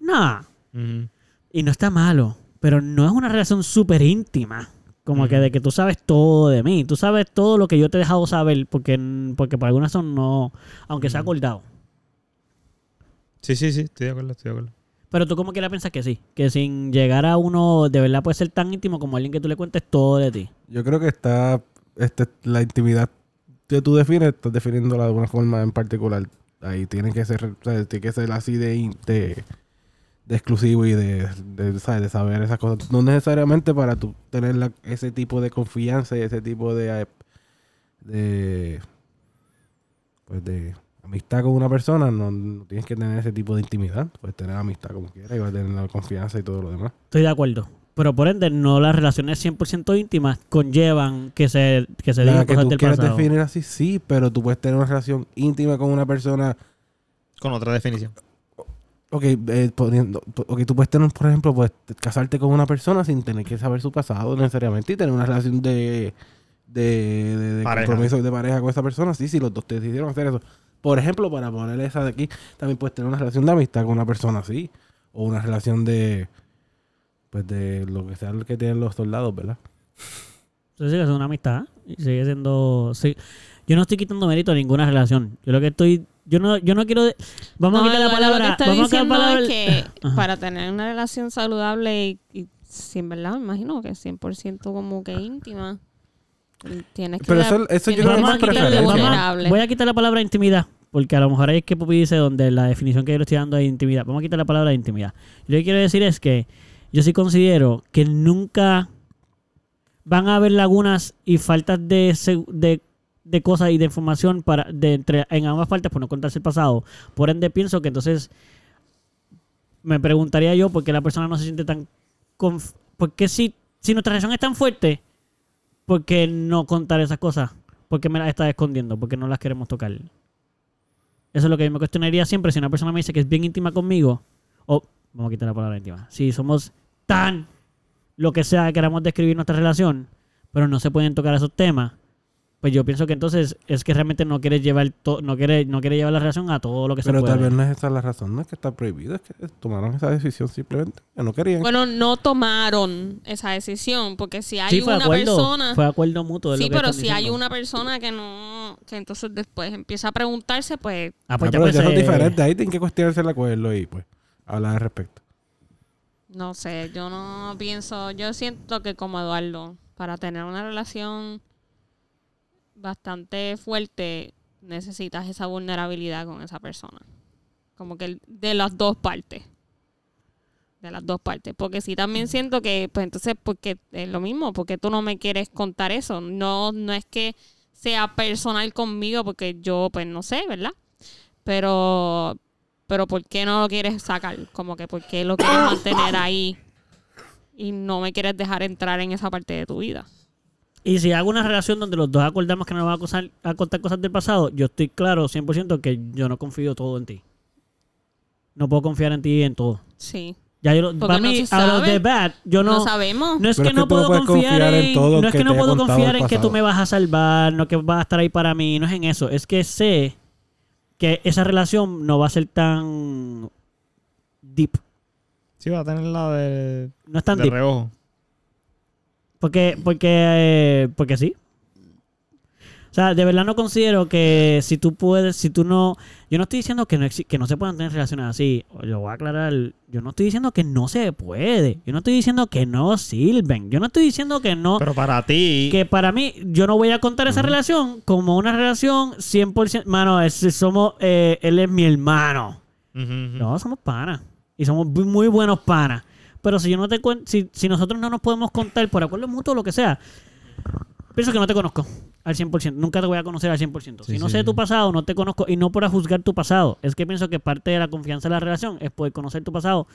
[SPEAKER 1] Nah.
[SPEAKER 3] Ujú.
[SPEAKER 1] Y no está malo. Pero no es una relación súper íntima. Como que de que tú sabes todo de mí. Tú sabes todo lo que yo te he dejado saber. Porque, porque por alguna razón no. Aunque sea acordado.
[SPEAKER 3] Sí, sí, sí, estoy de acuerdo, estoy de acuerdo.
[SPEAKER 1] Pero tú como quiera piensas que sí, que sin llegar a uno de verdad puede ser tan íntimo como alguien que tú le cuentes todo de ti.
[SPEAKER 2] Yo creo que está este, la intimidad que tú defines, estás definiéndola de una forma en particular. Ahí tiene que ser, o sea, tiene que ser así de, in- de, de exclusivo y de, de, ¿sabes? de saber esas cosas. No necesariamente para tú tener la- ese tipo de confianza y ese tipo de, eh, de, pues de amistad con una persona. No, no tienes que tener ese tipo de intimidad. Puedes tener amistad como quieras y vas a tener la confianza y todo lo demás.
[SPEAKER 1] Estoy de acuerdo. Pero por ende, no las relaciones 100% íntimas conllevan que se, que se
[SPEAKER 2] La
[SPEAKER 1] digan
[SPEAKER 2] que
[SPEAKER 1] cosas
[SPEAKER 2] tú
[SPEAKER 1] del
[SPEAKER 2] quieras
[SPEAKER 1] pasado.
[SPEAKER 2] definir así, sí, pero tú puedes tener una relación íntima con una persona.
[SPEAKER 3] Con otra definición.
[SPEAKER 2] Ok, eh, poniendo, ok, tú puedes tener, por ejemplo, puedes casarte con una persona sin tener que saber su pasado necesariamente y tener una relación de, de, de- de
[SPEAKER 3] Pareja.
[SPEAKER 2] compromiso de pareja con esa persona. Sí, sí, los dos te decidieron hacer eso. Por ejemplo, para poner esa de aquí, también puedes tener una relación de amistad con una persona así. O una relación de, pues, de lo que sea lo que tienen los soldados, ¿verdad?
[SPEAKER 1] Entonces sigue siendo una amistad. y Sigue siendo... sí. Yo no estoy quitando mérito a ninguna relación. Yo lo que estoy... Yo no, yo no quiero... de- Vamos
[SPEAKER 4] No,
[SPEAKER 1] a quitar la
[SPEAKER 4] lo-
[SPEAKER 1] palabra...
[SPEAKER 4] Lo que está
[SPEAKER 1] vamos a quitar
[SPEAKER 4] diciendo
[SPEAKER 1] la palabra...
[SPEAKER 4] es
[SPEAKER 1] [LAUGHS]
[SPEAKER 4] que
[SPEAKER 1] Ajá.
[SPEAKER 4] para tener una relación saludable y, y si en verdad me imagino que 100% como que íntima, tienes que
[SPEAKER 2] Pero
[SPEAKER 4] la-
[SPEAKER 2] eso- eso yo
[SPEAKER 4] tienes
[SPEAKER 2] creo que
[SPEAKER 4] que
[SPEAKER 2] es más
[SPEAKER 4] sentirte
[SPEAKER 2] preferencia, ¿no?
[SPEAKER 4] vulnerable.
[SPEAKER 1] Voy a quitar la palabra intimidad, porque a lo mejor ahí es que Pupi dice donde la definición que yo le estoy dando es intimidad. Vamos a quitar la palabra intimidad. Yo Lo que quiero decir es que yo sí considero que nunca van a haber lagunas y faltas de, seg- de, de cosas y de información para de entre, en ambas partes por no contarse el pasado. Por ende, pienso que entonces me preguntaría yo por qué la persona no se siente tan... conf- ¿Por qué si, si nuestra relación es tan fuerte, por qué no contar esas cosas? ¿Por qué me las estás escondiendo? ¿Por qué no las queremos tocar? Eso es lo que yo me cuestionaría siempre si una persona me dice que es bien íntima conmigo. O, vamos a quitar la palabra íntima. Si somos tan lo que sea que queramos describir nuestra relación, pero no se pueden tocar esos temas, pues yo pienso que entonces es que realmente no quieres llevar to- no quieres no quieres llevar la relación a todo lo que se
[SPEAKER 2] Pero
[SPEAKER 1] puede.
[SPEAKER 2] tal vez no es esa la razón, no es que está prohibido, es que tomaron esa decisión simplemente, que no querían.
[SPEAKER 4] Bueno, no tomaron esa decisión, porque si hay
[SPEAKER 1] sí, fue
[SPEAKER 4] una
[SPEAKER 1] acuerdo,
[SPEAKER 4] persona...
[SPEAKER 1] fue acuerdo mutuo. es
[SPEAKER 4] Sí,
[SPEAKER 1] lo que
[SPEAKER 4] pero si
[SPEAKER 1] están
[SPEAKER 4] hay
[SPEAKER 1] diciendo.
[SPEAKER 4] una persona que no... Que entonces después empieza a preguntarse, pues...
[SPEAKER 1] Ah,
[SPEAKER 2] Ah,
[SPEAKER 1] pues ya
[SPEAKER 2] pero
[SPEAKER 1] pues,
[SPEAKER 2] ya son
[SPEAKER 1] eh,
[SPEAKER 2] diferentes. Ahí tienen que cuestionarse el acuerdo y pues hablar al respecto.
[SPEAKER 4] No sé, yo no pienso... Yo siento que como Eduardo, para tener una relación bastante fuerte, necesitas esa vulnerabilidad con esa persona. Como que el- de las dos partes. de las dos partes. Porque sí también siento que, pues entonces, porque es lo mismo, porque tú no me quieres contar eso. No, no es que sea personal conmigo, porque yo, pues no sé, ¿verdad? Pero, pero ¿por qué no lo quieres sacar? Como que ¿por qué lo quieres mantener ahí? Y no me quieres dejar entrar en esa parte de tu vida.
[SPEAKER 1] Y si hago una relación donde los dos acordamos que no nos va a, acusar- a contar cosas del pasado, yo estoy claro 100% que yo no confío todo en ti. No puedo confiar en ti en todo.
[SPEAKER 4] Sí.
[SPEAKER 1] Ya yo, lo-
[SPEAKER 4] Porque
[SPEAKER 1] para
[SPEAKER 4] no
[SPEAKER 1] mí,
[SPEAKER 4] se
[SPEAKER 1] a los
[SPEAKER 4] sabe.
[SPEAKER 1] de bad, yo
[SPEAKER 4] No,
[SPEAKER 1] no...
[SPEAKER 4] sabemos.
[SPEAKER 1] No es
[SPEAKER 2] Pero
[SPEAKER 1] que
[SPEAKER 2] es que
[SPEAKER 1] no
[SPEAKER 2] tú no
[SPEAKER 1] puedo
[SPEAKER 2] puedes
[SPEAKER 1] confiar
[SPEAKER 2] confiar en
[SPEAKER 1] en,
[SPEAKER 2] todo
[SPEAKER 1] no es
[SPEAKER 2] que
[SPEAKER 1] que no
[SPEAKER 2] te haya
[SPEAKER 1] puedo
[SPEAKER 2] contado
[SPEAKER 1] confiar
[SPEAKER 2] el
[SPEAKER 1] en que tú
[SPEAKER 2] pasado.
[SPEAKER 1] me vas a salvar, no que vas a estar ahí para mí, no es en eso, es que sé que esa relación no va a ser tan deep,
[SPEAKER 3] Sí, va a tener la de,
[SPEAKER 1] no es tan
[SPEAKER 3] de
[SPEAKER 1] deep,
[SPEAKER 3] reojo.
[SPEAKER 1] porque porque eh, porque sí. O sea, de verdad no considero que si tú puedes, si tú no, yo no estoy diciendo que no exi- que no se puedan tener relaciones así, lo voy a aclarar, yo no estoy diciendo que no se puede, yo no estoy diciendo que no sirven, yo no estoy diciendo que no
[SPEAKER 3] Pero para ti,
[SPEAKER 1] que para mí, yo no voy a contar esa relación como una relación 100%. Mano, es- somos. eh, él es mi hermano.
[SPEAKER 3] Ujú, ujú.
[SPEAKER 1] No, somos panas. Y somos bu- muy buenos panas. Pero si yo no te cuen- si, si nosotros no nos podemos contar por acuerdo mutuo o lo que sea, pienso que no te conozco al 100%. Nunca te voy a conocer al 100%.
[SPEAKER 3] Sí,
[SPEAKER 1] si no
[SPEAKER 3] sí,
[SPEAKER 1] sé
[SPEAKER 3] sí.
[SPEAKER 1] tu pasado, no te conozco. Y no para juzgar tu pasado. Es que pienso que parte de la confianza de la relación es poder conocer tu pasado,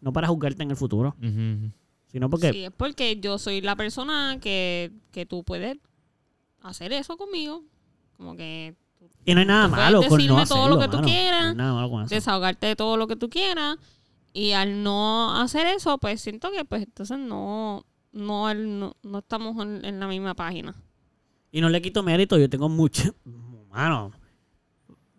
[SPEAKER 1] no para juzgarte en el futuro,
[SPEAKER 3] Ujú, ujú.
[SPEAKER 1] sino porque.
[SPEAKER 4] Sí, es porque yo soy la persona que, que tú puedes hacer eso conmigo. Como que
[SPEAKER 1] Y no hay nada
[SPEAKER 4] Tú puedes
[SPEAKER 1] malo con no
[SPEAKER 4] decirme
[SPEAKER 1] hacerlo,
[SPEAKER 4] todo lo que tú
[SPEAKER 1] mano.
[SPEAKER 4] quieras.
[SPEAKER 1] No hay nada malo
[SPEAKER 4] Ah,
[SPEAKER 1] con eso.
[SPEAKER 4] desahogarte de todo lo que tú quieras. Y al no hacer eso, pues siento que pues entonces no, no, el- no, no estamos en, en la misma página.
[SPEAKER 1] Y no le quito mérito, yo tengo mucho. [LAUGHS] Mano.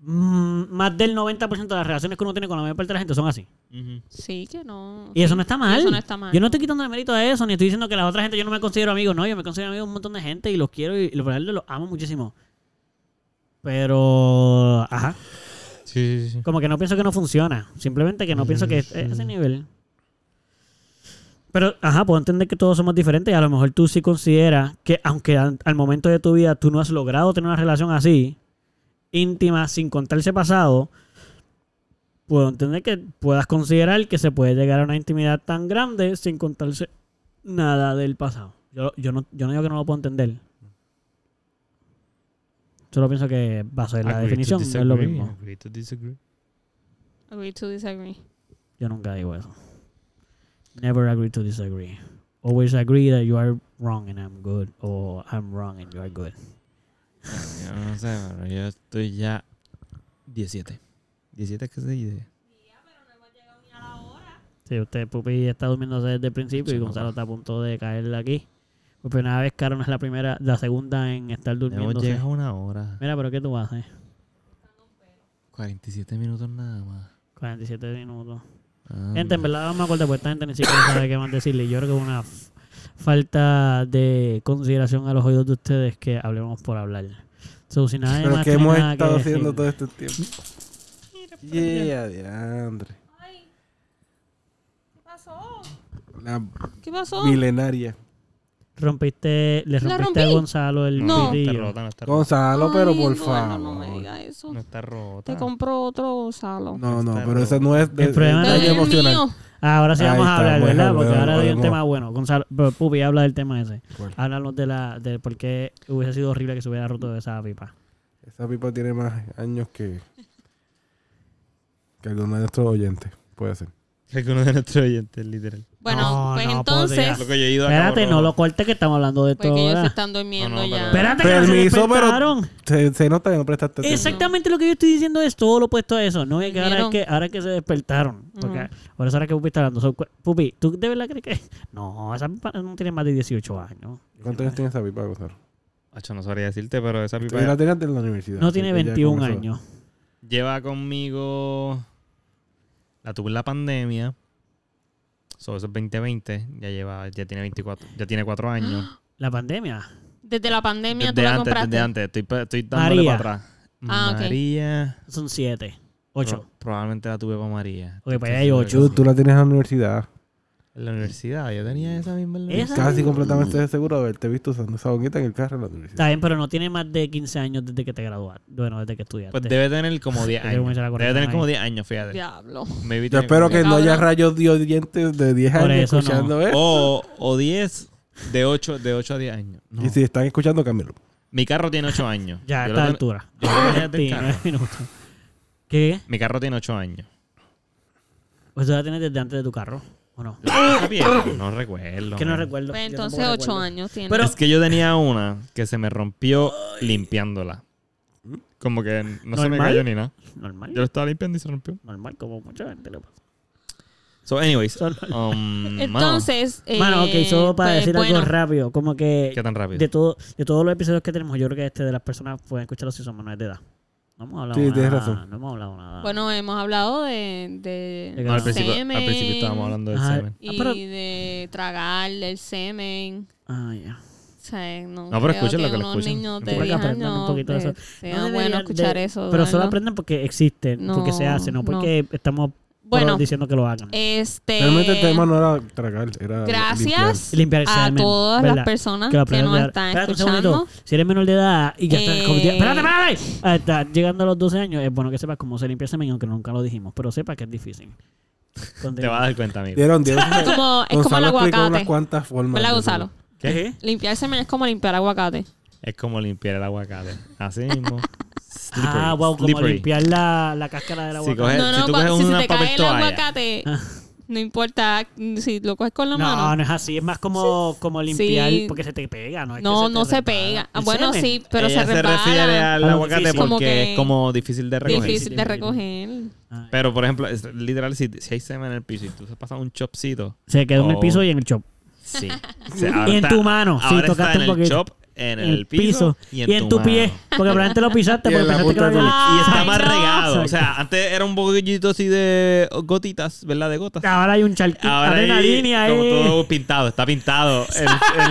[SPEAKER 1] mm, Más del 90% de las relaciones que uno tiene con la mayor parte de la gente son así.
[SPEAKER 3] Ujú.
[SPEAKER 4] Sí, que no.
[SPEAKER 1] Y eso no está mal.
[SPEAKER 4] eso no está mal.
[SPEAKER 1] Yo no estoy quitando el mérito a eso, ni estoy diciendo que la otra gente yo no me considero amigo. No, yo me considero amigo de un montón de gente y los quiero y, y los los amo muchísimo. Pero. Ajá.
[SPEAKER 3] Sí, sí, sí.
[SPEAKER 1] Como que no pienso que no funciona. Simplemente que no pienso que es es ese nivel. Pero, ajá, puedo entender que todos somos diferentes y a lo mejor tú sí consideras que aunque al, al momento de tu vida tú no has logrado tener una relación así, íntima, sin contarse pasado, puedo entender que puedas considerar que se puede llegar a una intimidad tan grande sin contarse nada del pasado. Yo, yo, no, yo no digo que no lo puedo entender. Solo pienso que va a ser Ah, la
[SPEAKER 3] Agree to
[SPEAKER 1] definición, no es lo
[SPEAKER 3] disagree,
[SPEAKER 1] mismo.
[SPEAKER 3] agree to disagree.
[SPEAKER 4] Agree to disagree.
[SPEAKER 1] Yo nunca digo eso. Never agree to disagree. Always agree that you are wrong and I'm good. O I'm wrong and you are good.
[SPEAKER 3] Yo no sé, pero yo estoy ya 17. 17 es que se dice.
[SPEAKER 1] Sí, usted, Pupi, está durmiéndose desde el principio y
[SPEAKER 3] Sí,
[SPEAKER 1] Gonzalo está
[SPEAKER 3] papá.
[SPEAKER 1] a punto de caer de aquí. Por primera vez, Caro no es la primera, la segunda en estar
[SPEAKER 3] Hemos
[SPEAKER 1] durmiéndose.
[SPEAKER 3] llegado a una hora.
[SPEAKER 1] Mira, pero ¿qué tú haces?
[SPEAKER 3] 47 minutos nada más.
[SPEAKER 1] 47 minutos.
[SPEAKER 3] Ah,
[SPEAKER 1] Gente, en verdad vamos a cortar porque esta gente ni siquiera sabe qué más decirle. Yo creo que es una f- falta de consideración a los oídos de ustedes que hablemos por hablar. So, si nadie
[SPEAKER 2] Pero
[SPEAKER 1] más
[SPEAKER 2] que
[SPEAKER 1] tiene
[SPEAKER 2] hemos
[SPEAKER 1] nada que
[SPEAKER 2] estado
[SPEAKER 1] decir-
[SPEAKER 2] haciendo todo este tiempo.
[SPEAKER 4] pues,
[SPEAKER 2] Yeah, diantre.
[SPEAKER 4] ¿Qué pasó?
[SPEAKER 2] La
[SPEAKER 4] ¿Qué pasó?
[SPEAKER 2] milenaria.
[SPEAKER 1] rompiste, le
[SPEAKER 4] ¿La
[SPEAKER 1] rompiste a
[SPEAKER 4] rompí?
[SPEAKER 1] Gonzalo el
[SPEAKER 4] No.
[SPEAKER 3] está
[SPEAKER 1] vidrio.
[SPEAKER 3] rota, no está rota.
[SPEAKER 2] Gonzalo, pero
[SPEAKER 4] Ay,
[SPEAKER 2] por
[SPEAKER 4] Eduardo,
[SPEAKER 2] favor.
[SPEAKER 4] No me digas eso.
[SPEAKER 3] No está rota.
[SPEAKER 4] Te compro otro Gonzalo.
[SPEAKER 2] No, no,
[SPEAKER 3] Está
[SPEAKER 2] pero esa
[SPEAKER 3] roto.
[SPEAKER 2] no es de,
[SPEAKER 1] El problema
[SPEAKER 2] de
[SPEAKER 1] no
[SPEAKER 2] daño
[SPEAKER 1] es
[SPEAKER 4] el
[SPEAKER 2] emocional.
[SPEAKER 4] mío.
[SPEAKER 1] Ahora sí
[SPEAKER 2] Ahí
[SPEAKER 1] vamos a
[SPEAKER 2] está,
[SPEAKER 1] hablar,
[SPEAKER 2] bueno,
[SPEAKER 1] ¿verdad? Porque
[SPEAKER 2] bueno,
[SPEAKER 1] ahora hay un
[SPEAKER 2] bueno.
[SPEAKER 1] tema bueno. Gonzalo, pero, Pupi, habla del tema ese.
[SPEAKER 2] ¿Cuál?
[SPEAKER 1] Háblanos de la, de por qué hubiese sido horrible que se hubiera roto esa pipa.
[SPEAKER 2] Esa pipa tiene más años que que alguno de nuestros oyentes. Puede ser.
[SPEAKER 3] Alguno de nuestros oyentes, literal.
[SPEAKER 4] Bueno,
[SPEAKER 1] No,
[SPEAKER 4] pues
[SPEAKER 1] no, podría.
[SPEAKER 4] entonces.
[SPEAKER 3] Lo que yo he ido a
[SPEAKER 1] Espérate,
[SPEAKER 3] Cabo
[SPEAKER 1] no
[SPEAKER 3] Rojo.
[SPEAKER 1] lo cortes que estamos hablando de
[SPEAKER 4] Porque
[SPEAKER 1] todo.
[SPEAKER 4] ellos se
[SPEAKER 1] ahora.
[SPEAKER 4] están durmiendo
[SPEAKER 3] No, no,
[SPEAKER 4] ya.
[SPEAKER 3] pero-
[SPEAKER 1] Espérate, que no se
[SPEAKER 2] Permiso, pero-
[SPEAKER 1] despertaron.
[SPEAKER 2] Se, se nota que no prestaste atención.
[SPEAKER 1] Exactamente lo que yo estoy diciendo es todo lo opuesto a eso. No es que ahora es
[SPEAKER 4] ¿Vieron?
[SPEAKER 1] que, ahora es que se despertaron. Porque
[SPEAKER 4] Ujú.
[SPEAKER 1] Por eso ahora que Pupi está hablando. So, cu- Pupi, ¿tú de verdad crees que.? [LAUGHS] No, esa pipa no tiene más de 18 años.
[SPEAKER 2] ¿Cuántos años tiene esa pipa, Gonzalo?
[SPEAKER 3] Acho, no sabría decirte, pero esa
[SPEAKER 2] Tú
[SPEAKER 3] pipa
[SPEAKER 2] la tenías de la universidad.
[SPEAKER 1] No
[SPEAKER 2] así
[SPEAKER 1] tiene
[SPEAKER 2] que ya
[SPEAKER 1] 21
[SPEAKER 2] con eso-
[SPEAKER 1] años.
[SPEAKER 3] lleva conmigo. La tuve en la pandemia. So, eso es 2020. Ya lleva, ya tiene 24, ya tiene 4 años.
[SPEAKER 1] La pandemia.
[SPEAKER 4] Desde la pandemia tú
[SPEAKER 3] desde
[SPEAKER 4] la
[SPEAKER 3] antes,
[SPEAKER 4] compraste.
[SPEAKER 3] desde antes. Estoy, pa- estoy dándole
[SPEAKER 1] María.
[SPEAKER 3] para atrás.
[SPEAKER 4] Ah, ok.
[SPEAKER 3] María.
[SPEAKER 1] Son 7, 8.
[SPEAKER 3] Pro- probablemente la tuve para María.
[SPEAKER 1] Ok, pues
[SPEAKER 3] Estoy
[SPEAKER 1] hay
[SPEAKER 3] seguro
[SPEAKER 1] ocho.
[SPEAKER 2] Tú,
[SPEAKER 3] que sí.
[SPEAKER 2] tú la tienes en la universidad.
[SPEAKER 3] En la universidad, yo tenía esa misma en la
[SPEAKER 1] Esa-
[SPEAKER 3] universidad.
[SPEAKER 2] Casi completamente seguro de haberte visto usando esa bonita en el carro en la
[SPEAKER 1] Está
[SPEAKER 2] universidad.
[SPEAKER 1] bien, pero no tiene más de 15 años desde que te graduaste. Bueno, desde que estudiaste.
[SPEAKER 3] Pues debe tener como 10
[SPEAKER 1] Yo creo que me
[SPEAKER 3] años.
[SPEAKER 1] hice la
[SPEAKER 3] Debe
[SPEAKER 1] corrección
[SPEAKER 3] tener
[SPEAKER 1] ahí.
[SPEAKER 3] como 10 años, fíjate.
[SPEAKER 4] Diablo. Pues
[SPEAKER 3] Maybe
[SPEAKER 2] Yo
[SPEAKER 3] tiene
[SPEAKER 2] espero
[SPEAKER 3] como
[SPEAKER 2] que
[SPEAKER 3] 10.
[SPEAKER 2] no haya
[SPEAKER 4] Cabrón.
[SPEAKER 2] rayos dio dientes de 10
[SPEAKER 1] Por
[SPEAKER 2] años
[SPEAKER 1] eso no. Oh,
[SPEAKER 2] escuchando eso.
[SPEAKER 3] O, o 10 de 8, de 8 a 10 años. No.
[SPEAKER 2] Y si están escuchando, cámbialo.
[SPEAKER 3] Mi carro tiene 8 años.
[SPEAKER 1] Ya, a
[SPEAKER 3] Yo
[SPEAKER 1] esta
[SPEAKER 3] lo ten-
[SPEAKER 1] altura.
[SPEAKER 3] yo lo tenía desde el
[SPEAKER 1] 29
[SPEAKER 3] carro.
[SPEAKER 1] minutos. ¿Qué?
[SPEAKER 3] Mi carro tiene
[SPEAKER 1] [COUGHS]
[SPEAKER 3] 8 años.
[SPEAKER 1] Pues tú la tienes desde antes de tu carro, ¿o no?
[SPEAKER 3] Está bien, no recuerdo.
[SPEAKER 1] que no
[SPEAKER 3] man.
[SPEAKER 1] recuerdo.
[SPEAKER 4] Pues
[SPEAKER 1] Yo
[SPEAKER 4] entonces
[SPEAKER 1] tampoco
[SPEAKER 4] ocho
[SPEAKER 1] recuerdo.
[SPEAKER 4] años tiene.
[SPEAKER 1] Pero-
[SPEAKER 3] Es que yo tenía una que se me rompió limpiándola. Como que no se me
[SPEAKER 1] ¿Normal?
[SPEAKER 3] cayó ni nada. Yo
[SPEAKER 1] Normal.
[SPEAKER 3] lo estaba limpiando y se rompió.
[SPEAKER 1] Normal, como mucha gente le pasa.
[SPEAKER 3] So, anyways.
[SPEAKER 1] Solo-
[SPEAKER 4] [LAUGHS]
[SPEAKER 3] um,
[SPEAKER 4] entonces. eh,
[SPEAKER 1] Mano, ok, solo para
[SPEAKER 4] pues,
[SPEAKER 1] decir
[SPEAKER 4] bueno,
[SPEAKER 1] algo rápido, como que...
[SPEAKER 3] mano, ¿Qué tan rápido?
[SPEAKER 1] De, todo, de todos los episodios que tenemos, yo creo que este de las personas pueden escucharlos si son menores de edad. No hemos hablado
[SPEAKER 2] Sí,
[SPEAKER 1] nada.
[SPEAKER 2] tienes razón.
[SPEAKER 1] No hemos hablado nada.
[SPEAKER 4] Bueno, hemos hablado de. de
[SPEAKER 1] De
[SPEAKER 3] No, al principio, al
[SPEAKER 4] semen
[SPEAKER 3] principio estábamos hablando del
[SPEAKER 1] Ajá.
[SPEAKER 3] semen.
[SPEAKER 1] Ah,
[SPEAKER 4] Y
[SPEAKER 1] pero-
[SPEAKER 4] de tragar el semen.
[SPEAKER 1] Ah, ya.
[SPEAKER 4] O sea, no,
[SPEAKER 3] No, pero
[SPEAKER 4] creo
[SPEAKER 3] escuchen lo que lo
[SPEAKER 4] unos
[SPEAKER 3] escuchen.
[SPEAKER 4] niños
[SPEAKER 3] Sí,
[SPEAKER 1] para
[SPEAKER 4] de
[SPEAKER 1] que
[SPEAKER 4] 10
[SPEAKER 1] aprendan un
[SPEAKER 4] años
[SPEAKER 1] poquito de eso.
[SPEAKER 4] sea
[SPEAKER 1] No
[SPEAKER 4] bueno
[SPEAKER 1] deberían
[SPEAKER 4] escuchar
[SPEAKER 1] de-
[SPEAKER 4] eso.
[SPEAKER 1] Pero solo
[SPEAKER 4] Eduardo.
[SPEAKER 1] aprendan porque existe, porque se
[SPEAKER 4] No,
[SPEAKER 1] hace, no
[SPEAKER 4] no.
[SPEAKER 1] porque estamos
[SPEAKER 4] Bueno,
[SPEAKER 1] diciendo que lo hagan.
[SPEAKER 4] Este.
[SPEAKER 2] Realmente el tema no era tragar, era. limpiar.
[SPEAKER 4] Gracias
[SPEAKER 1] Y limpiar el
[SPEAKER 4] a
[SPEAKER 1] semen,
[SPEAKER 4] todas
[SPEAKER 1] ¿verdad?
[SPEAKER 4] las personas
[SPEAKER 1] Que lo
[SPEAKER 4] que,
[SPEAKER 1] aprendan
[SPEAKER 4] nos
[SPEAKER 1] de-
[SPEAKER 4] están
[SPEAKER 1] Espérate un
[SPEAKER 4] escuchando.
[SPEAKER 1] segundito. Si eres menor de edad y ya estás
[SPEAKER 4] Eh.
[SPEAKER 1] como- ¡Espérate, espérate! Ah, está llegando a los 12 años, es bueno que sepas cómo se limpia el semen, aunque nunca lo dijimos, pero sepa que es difícil.
[SPEAKER 3] [LAUGHS] Te vas a dar cuenta, amigo.
[SPEAKER 2] Dieron, dieron.
[SPEAKER 4] Es [LAUGHS] como, es como el
[SPEAKER 2] Gonzalo explicó unas
[SPEAKER 4] aguacate.
[SPEAKER 2] cuantas formas.
[SPEAKER 4] ¿Verdad,
[SPEAKER 2] de-
[SPEAKER 4] Gonzalo?
[SPEAKER 1] ¿Qué?
[SPEAKER 4] Limpiar el semen es como limpiar aguacate.
[SPEAKER 3] Es como limpiar el aguacate.
[SPEAKER 1] [LAUGHS]
[SPEAKER 3] Así mismo.
[SPEAKER 1] Ah, wow, como
[SPEAKER 3] Slippery.
[SPEAKER 1] limpiar la, la cáscara del
[SPEAKER 3] Si
[SPEAKER 1] aguacate.
[SPEAKER 3] coges- Eh,
[SPEAKER 4] No,
[SPEAKER 3] si
[SPEAKER 4] no,
[SPEAKER 3] tú
[SPEAKER 4] cua-
[SPEAKER 3] coges
[SPEAKER 4] si,
[SPEAKER 3] una
[SPEAKER 4] se te cae
[SPEAKER 3] papel
[SPEAKER 4] el
[SPEAKER 1] [LAUGHS]
[SPEAKER 3] toalla.
[SPEAKER 4] aguacate, no importa si lo coges con la
[SPEAKER 1] No,
[SPEAKER 4] mano.
[SPEAKER 1] no es así, es más como, como limpiar
[SPEAKER 4] Sí.
[SPEAKER 1] porque se te pega, ¿no? Es que
[SPEAKER 4] No,
[SPEAKER 1] te
[SPEAKER 4] no se
[SPEAKER 1] resbala.
[SPEAKER 4] pega. Ah,
[SPEAKER 1] El
[SPEAKER 4] Bueno,
[SPEAKER 1] semen.
[SPEAKER 4] sí, pero
[SPEAKER 3] Ella
[SPEAKER 4] se resbala.
[SPEAKER 3] Eh, refiere al
[SPEAKER 1] A lo
[SPEAKER 3] aguacate
[SPEAKER 1] difícil.
[SPEAKER 3] porque
[SPEAKER 4] Como que-
[SPEAKER 3] es como difícil de recoger.
[SPEAKER 4] Difícil de recoger.
[SPEAKER 1] Ah,
[SPEAKER 3] Pero, por ejemplo, es- literal, si, si hay semen en el piso y tú se pasas un chopcito,
[SPEAKER 1] Se quedó en el
[SPEAKER 3] Oh.
[SPEAKER 1] piso y en el chop.
[SPEAKER 4] [LAUGHS]
[SPEAKER 3] sí. O sea, ahora
[SPEAKER 1] Y en
[SPEAKER 3] está-
[SPEAKER 1] tu mano, sí,
[SPEAKER 3] ahora está
[SPEAKER 1] tocaste
[SPEAKER 3] en
[SPEAKER 1] un
[SPEAKER 3] el
[SPEAKER 1] poquito.
[SPEAKER 3] chop, en el piso,
[SPEAKER 1] y en, tu,
[SPEAKER 3] mano.
[SPEAKER 1] pie. Porque probablemente lo pisaste
[SPEAKER 2] [LAUGHS] Y
[SPEAKER 1] porque
[SPEAKER 2] en la
[SPEAKER 1] pensaste que lo
[SPEAKER 2] punta de tu-
[SPEAKER 1] había...
[SPEAKER 3] Y está
[SPEAKER 4] Ay,
[SPEAKER 3] más
[SPEAKER 4] no.
[SPEAKER 3] regado. O sea, antes era un poquito así de gotitas, ¿verdad? De gotas.
[SPEAKER 1] Ahora hay un charquito,
[SPEAKER 3] Ahora
[SPEAKER 1] ahora hay una
[SPEAKER 3] ahí,
[SPEAKER 1] línea
[SPEAKER 3] como
[SPEAKER 1] ahí.
[SPEAKER 3] todo pintado, está pintado.
[SPEAKER 1] [LAUGHS]
[SPEAKER 3] en-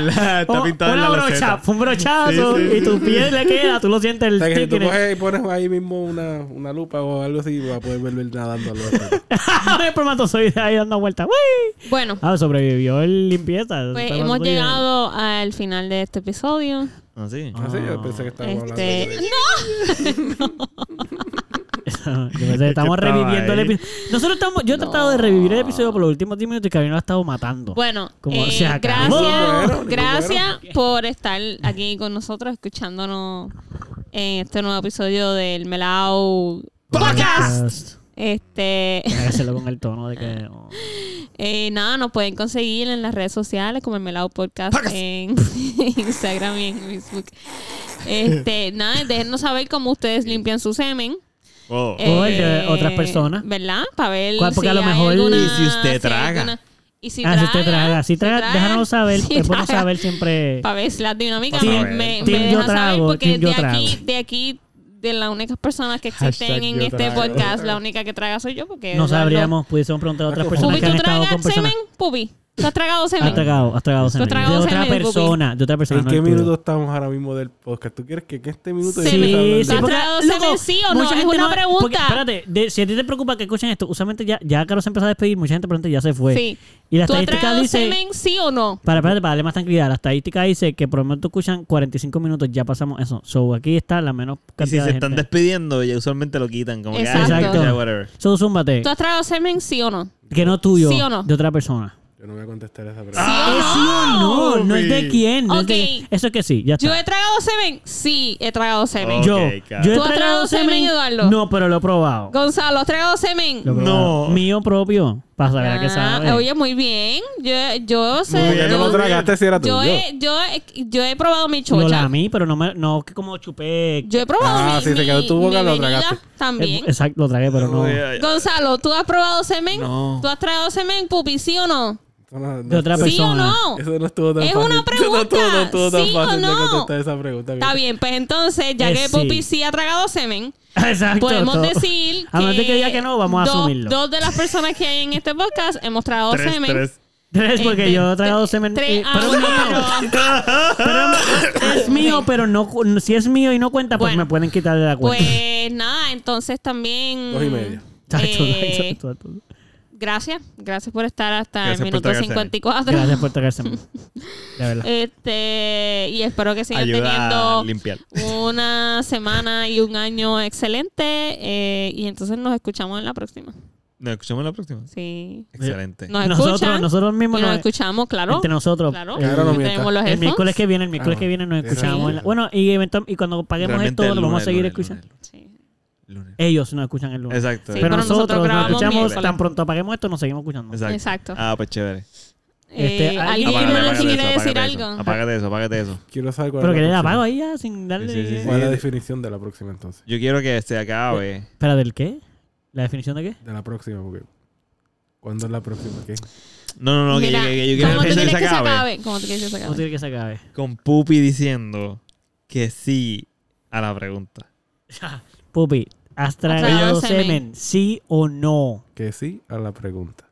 [SPEAKER 3] en la- está
[SPEAKER 1] Oh,
[SPEAKER 3] pintado en
[SPEAKER 1] una
[SPEAKER 3] la
[SPEAKER 1] brocha,
[SPEAKER 3] loseta.
[SPEAKER 1] fue un brochazo
[SPEAKER 3] Sí, sí,
[SPEAKER 1] y tu pie le queda, tú lo sientes el
[SPEAKER 2] O sea, que si tú
[SPEAKER 1] stick. [LAUGHS]
[SPEAKER 2] coges y pones ahí mismo una, una lupa o algo así, vas a poder volver
[SPEAKER 1] [LAUGHS]
[SPEAKER 2] nadando. Lo
[SPEAKER 1] El espermatozoide ahí dando vueltas. ¡Uy!
[SPEAKER 4] Bueno,
[SPEAKER 1] Ah, sobrevivió el limpieza.
[SPEAKER 4] pues
[SPEAKER 1] Espermatozoide.
[SPEAKER 4] hemos llegado al final de este episodio.
[SPEAKER 3] Ah, sí.
[SPEAKER 2] no sé, yo pensé que estábamos hablando
[SPEAKER 4] Este,
[SPEAKER 2] de
[SPEAKER 1] [LAUGHS] Yo pensé, estamos
[SPEAKER 3] estaba
[SPEAKER 1] reviviendo el
[SPEAKER 3] ahí.
[SPEAKER 1] episodio. Nosotros estamos, yo he tratado de revivir el episodio por los últimos 10 minutos y Carolina lo ha estado matando.
[SPEAKER 4] Bueno,
[SPEAKER 1] Como
[SPEAKER 4] eh,
[SPEAKER 1] se acabó.
[SPEAKER 4] gracias,
[SPEAKER 2] Ninguno,
[SPEAKER 4] gracias por estar aquí con nosotros, escuchándonos en este nuevo episodio del Melao Podcast.
[SPEAKER 1] [LAUGHS]
[SPEAKER 4] Este,
[SPEAKER 1] Hay que hacerlo con el tono de que. oh.
[SPEAKER 4] eh, nada, nos pueden conseguir en las redes sociales como el Melao Podcast en [LAUGHS] Instagram y en Facebook. Este, nada, déjenos saber cómo ustedes limpian su semen.
[SPEAKER 3] Oh.
[SPEAKER 4] Eh,
[SPEAKER 1] O el de otras personas.
[SPEAKER 4] ¿Verdad? Para ver
[SPEAKER 1] ¿Cuál? Porque a
[SPEAKER 4] si
[SPEAKER 1] lo
[SPEAKER 4] hay
[SPEAKER 1] mejor-
[SPEAKER 4] alguna-
[SPEAKER 3] Y si usted
[SPEAKER 4] hay
[SPEAKER 3] traga.
[SPEAKER 4] alguna- y
[SPEAKER 1] Ah,
[SPEAKER 4] si traga.
[SPEAKER 1] si usted traga, si traga, déjanos saber,
[SPEAKER 4] si
[SPEAKER 1] es bueno
[SPEAKER 4] traga.
[SPEAKER 1] saber siempre.
[SPEAKER 4] [LAUGHS] para ver si las dinámicas
[SPEAKER 3] Para
[SPEAKER 4] me,
[SPEAKER 3] saber.
[SPEAKER 4] me,
[SPEAKER 1] Team
[SPEAKER 4] me
[SPEAKER 1] yo
[SPEAKER 4] dejan saber
[SPEAKER 1] trago,
[SPEAKER 4] porque
[SPEAKER 1] team yo
[SPEAKER 4] de aquí,
[SPEAKER 1] trago.
[SPEAKER 4] de aquí, de las únicas personas que
[SPEAKER 2] Hashtag
[SPEAKER 4] existen en
[SPEAKER 2] yo
[SPEAKER 4] este
[SPEAKER 2] trago.
[SPEAKER 4] podcast, la única que traga soy yo porque
[SPEAKER 1] No
[SPEAKER 4] Eduardo-
[SPEAKER 1] sabríamos, pudiésemos preguntar a otras personas
[SPEAKER 4] Pupi,
[SPEAKER 1] que han
[SPEAKER 4] ¿tú
[SPEAKER 1] estado con
[SPEAKER 4] tragas semen?
[SPEAKER 1] personas.
[SPEAKER 4] Pupi, ¿tú has tragado
[SPEAKER 1] Has
[SPEAKER 4] semen?
[SPEAKER 1] tragado, has tragado semen.
[SPEAKER 4] tragado
[SPEAKER 1] De otra
[SPEAKER 4] semen, Pupi?
[SPEAKER 1] persona, de otra persona. Ah,
[SPEAKER 2] ¿En
[SPEAKER 1] no
[SPEAKER 2] qué
[SPEAKER 1] el tuyo.
[SPEAKER 2] minuto estamos ahora mismo del podcast? ¿Tú quieres que en este minuto
[SPEAKER 4] Sí,
[SPEAKER 2] empiece a hablar de-
[SPEAKER 4] sí, ¿Has porque- tragado semen, sí o no?
[SPEAKER 1] mucha
[SPEAKER 4] Es
[SPEAKER 1] gente
[SPEAKER 4] una pregunta.
[SPEAKER 1] porque, espérate, de- si a ti te preocupa que escuchen esto, usualmente ya, ya Carlos se empezó a despedir, mucha gente pronto ya se fue.
[SPEAKER 4] Sí.
[SPEAKER 1] Y la
[SPEAKER 4] ¿Tú has
[SPEAKER 1] estadística
[SPEAKER 4] tragado
[SPEAKER 1] dice.
[SPEAKER 4] semen, sí o no?
[SPEAKER 1] Para, espérate, para darle más tranquilidad, la estadística dice que por lo menos tú escuchan 45 minutos, ya pasamos eso. So, aquí está la menos
[SPEAKER 3] Y si
[SPEAKER 1] cantidad
[SPEAKER 3] se
[SPEAKER 1] de
[SPEAKER 3] están
[SPEAKER 1] gente.
[SPEAKER 3] despidiendo, ya usualmente lo quitan. Como que, ah,
[SPEAKER 4] Exacto.
[SPEAKER 3] ya, whatever.
[SPEAKER 1] So, zúmbate,
[SPEAKER 4] ¿Tú has tragado semen, sí o no?
[SPEAKER 1] que no tuyo,
[SPEAKER 4] ¿Sí o no? Ah,
[SPEAKER 1] de otra persona.
[SPEAKER 2] Yo no voy a contestar esa pregunta.
[SPEAKER 1] Es sí o no, no es de quién. no es de-
[SPEAKER 4] Ok.
[SPEAKER 1] Eso es que sí, ya está.
[SPEAKER 4] ¿Yo he tragado semen? Sí, he tragado semen.
[SPEAKER 3] Oh.
[SPEAKER 1] Yo,
[SPEAKER 3] Ok, claro.
[SPEAKER 1] yo he
[SPEAKER 4] ¿Tú has
[SPEAKER 1] tragado,
[SPEAKER 4] tragado
[SPEAKER 1] semen,
[SPEAKER 4] semen, Eduardo?
[SPEAKER 1] No, pero lo he probado.
[SPEAKER 4] Gonzalo, ¿has tragado semen?
[SPEAKER 1] Oh. Lo he probado. Mío propio. Para saber a qué
[SPEAKER 4] Ah,
[SPEAKER 1] sabe.
[SPEAKER 4] Oye, muy bien. Yo, yo sé.
[SPEAKER 2] Porque tú
[SPEAKER 4] yo-
[SPEAKER 2] lo tragaste si era tuyo.
[SPEAKER 4] Yo he, yo, he, yo he probado mi
[SPEAKER 1] lo
[SPEAKER 4] chocha.
[SPEAKER 1] lamí, pero no, me, no que como chupé.
[SPEAKER 4] Yo he probado
[SPEAKER 2] Ah,
[SPEAKER 4] mi
[SPEAKER 2] sí, te quedó
[SPEAKER 4] mi-
[SPEAKER 2] tu boca,
[SPEAKER 4] mi
[SPEAKER 2] lo
[SPEAKER 4] venida
[SPEAKER 2] tragaste.
[SPEAKER 4] También.
[SPEAKER 1] Eh, Exacto, lo tragué, pero [LAUGHS] no. De
[SPEAKER 4] Gonzalo, ¿tú has probado semen?
[SPEAKER 3] No.
[SPEAKER 4] ¿Tú has tragado semen, pupi, sí o no?
[SPEAKER 2] Eso no- no-
[SPEAKER 1] otra
[SPEAKER 4] ¿Sí o
[SPEAKER 1] persona.
[SPEAKER 4] no?
[SPEAKER 2] Eso no estuvo tan
[SPEAKER 4] Es
[SPEAKER 2] fácil. Eso [LAUGHS]
[SPEAKER 4] una
[SPEAKER 2] no estuvo, no estuvo tan
[SPEAKER 4] pregunta,
[SPEAKER 2] fácil
[SPEAKER 4] ¿sí o
[SPEAKER 2] de
[SPEAKER 4] no?
[SPEAKER 2] contestar esa pregunta.
[SPEAKER 4] Está bien, pues entonces, ya
[SPEAKER 1] Eh,
[SPEAKER 4] que
[SPEAKER 1] sí.
[SPEAKER 4] Pupi sí ha tragado semen,
[SPEAKER 1] Exacto.
[SPEAKER 4] podemos
[SPEAKER 1] todo. [LAUGHS]
[SPEAKER 4] decir que.
[SPEAKER 1] A menos de que diga que no, vamos a
[SPEAKER 4] dos,
[SPEAKER 1] asumirlo. [LAUGHS]
[SPEAKER 4] Dos de las personas que hay en este podcast hemos tragado
[SPEAKER 3] Tres,
[SPEAKER 4] semen.
[SPEAKER 3] tres.
[SPEAKER 1] Tres, porque
[SPEAKER 4] Este,
[SPEAKER 1] yo he tragado
[SPEAKER 4] tre-
[SPEAKER 1] semen.
[SPEAKER 4] tres-
[SPEAKER 1] eh,
[SPEAKER 4] ah,
[SPEAKER 1] pero
[SPEAKER 4] bueno,
[SPEAKER 1] mío.
[SPEAKER 4] pero-
[SPEAKER 1] Pero es mío, pero no. cu- Si es mío y no cuenta, pues
[SPEAKER 4] Bueno.
[SPEAKER 1] me pueden quitar [LAUGHS] de la cuenta.
[SPEAKER 4] Pues nada, entonces también.
[SPEAKER 2] Dos y media.
[SPEAKER 1] Exacto,
[SPEAKER 4] eh,
[SPEAKER 1] exacto, exacto.
[SPEAKER 4] gracias. Gracias por estar hasta
[SPEAKER 3] Gracias por
[SPEAKER 4] el minuto
[SPEAKER 3] tragarse.
[SPEAKER 4] 54.
[SPEAKER 1] Gracias por
[SPEAKER 4] [LAUGHS]
[SPEAKER 1] tocarse. De verdad.
[SPEAKER 4] Eh, Este, y espero que sigan
[SPEAKER 3] Ayuda a
[SPEAKER 4] teniendo
[SPEAKER 3] limpiar.
[SPEAKER 4] una semana y un año excelente. eh, y entonces nos escuchamos en la próxima.
[SPEAKER 3] Nos escuchamos en la próxima.
[SPEAKER 4] Sí.
[SPEAKER 3] Excelente.
[SPEAKER 4] Nos
[SPEAKER 1] Nosotros,
[SPEAKER 4] escuchan
[SPEAKER 1] nosotros
[SPEAKER 4] y
[SPEAKER 1] mismos
[SPEAKER 4] nos
[SPEAKER 1] nos,
[SPEAKER 4] escuchamos, claro.
[SPEAKER 1] entre nosotros.
[SPEAKER 4] Claro.
[SPEAKER 1] el-
[SPEAKER 2] Claro, no mientas.
[SPEAKER 4] Tenemos los
[SPEAKER 1] el miércoles
[SPEAKER 4] headphones.
[SPEAKER 1] que viene, el miércoles
[SPEAKER 2] Ah,
[SPEAKER 1] que viene nos
[SPEAKER 2] eso
[SPEAKER 1] escuchamos.
[SPEAKER 2] sí,
[SPEAKER 1] en la-
[SPEAKER 2] eso
[SPEAKER 1] bueno, y, eventu- y cuando paguemos esto,
[SPEAKER 3] Realmente el
[SPEAKER 1] lo vamos
[SPEAKER 3] lunes,
[SPEAKER 1] a seguir
[SPEAKER 3] el lunes, el
[SPEAKER 1] escuchando.
[SPEAKER 3] lunes.
[SPEAKER 4] Sí.
[SPEAKER 3] Lunes.
[SPEAKER 1] Ellos nos escuchan el lunes.
[SPEAKER 3] Exacto.
[SPEAKER 4] Sí,
[SPEAKER 1] pero,
[SPEAKER 4] pero nosotros
[SPEAKER 1] nosotros, nos
[SPEAKER 4] grabamos
[SPEAKER 1] escuchamos
[SPEAKER 4] miércoles.
[SPEAKER 1] tan pronto apaguemos esto, nos seguimos escuchando.
[SPEAKER 3] Exacto.
[SPEAKER 4] Exacto.
[SPEAKER 3] Ah, pues chévere.
[SPEAKER 1] Este, ¿alguien
[SPEAKER 4] Eh, ¿Alguien
[SPEAKER 1] quiere-
[SPEAKER 4] quiere
[SPEAKER 1] apágale
[SPEAKER 4] quiere decir
[SPEAKER 3] apágate eso,
[SPEAKER 4] algo?
[SPEAKER 3] Apágate eso, apágate eso.
[SPEAKER 2] Quiero saber cuál
[SPEAKER 1] Pero
[SPEAKER 2] es
[SPEAKER 1] que
[SPEAKER 2] la
[SPEAKER 1] le la
[SPEAKER 2] próxima.
[SPEAKER 1] pago ahí ya sin darle.
[SPEAKER 3] Sí, sí, sí,
[SPEAKER 2] ¿Cuál es la
[SPEAKER 3] Sí.
[SPEAKER 2] definición de la próxima entonces?
[SPEAKER 3] Yo quiero que se acabe.
[SPEAKER 1] Espera, ¿del qué? ¿La definición de qué?
[SPEAKER 2] De la próxima, porque... ¿Cuándo es la próxima? ¿Qué?
[SPEAKER 3] No, no, no, que,
[SPEAKER 4] Mira,
[SPEAKER 3] que- que yo quiero
[SPEAKER 4] ¿cómo
[SPEAKER 3] que
[SPEAKER 4] tú
[SPEAKER 3] se
[SPEAKER 4] quieres que se
[SPEAKER 3] acabe.
[SPEAKER 4] acabe? ¿Cómo tú quieres que se
[SPEAKER 1] No
[SPEAKER 4] acabe?
[SPEAKER 1] tiene que se acabe.
[SPEAKER 3] Con Pupi diciendo que sí a la pregunta.
[SPEAKER 1] Pupi, ¿has
[SPEAKER 4] tragado
[SPEAKER 1] tragado
[SPEAKER 4] semen?
[SPEAKER 1] semen? ¿Sí o no?
[SPEAKER 2] Que sí a la pregunta.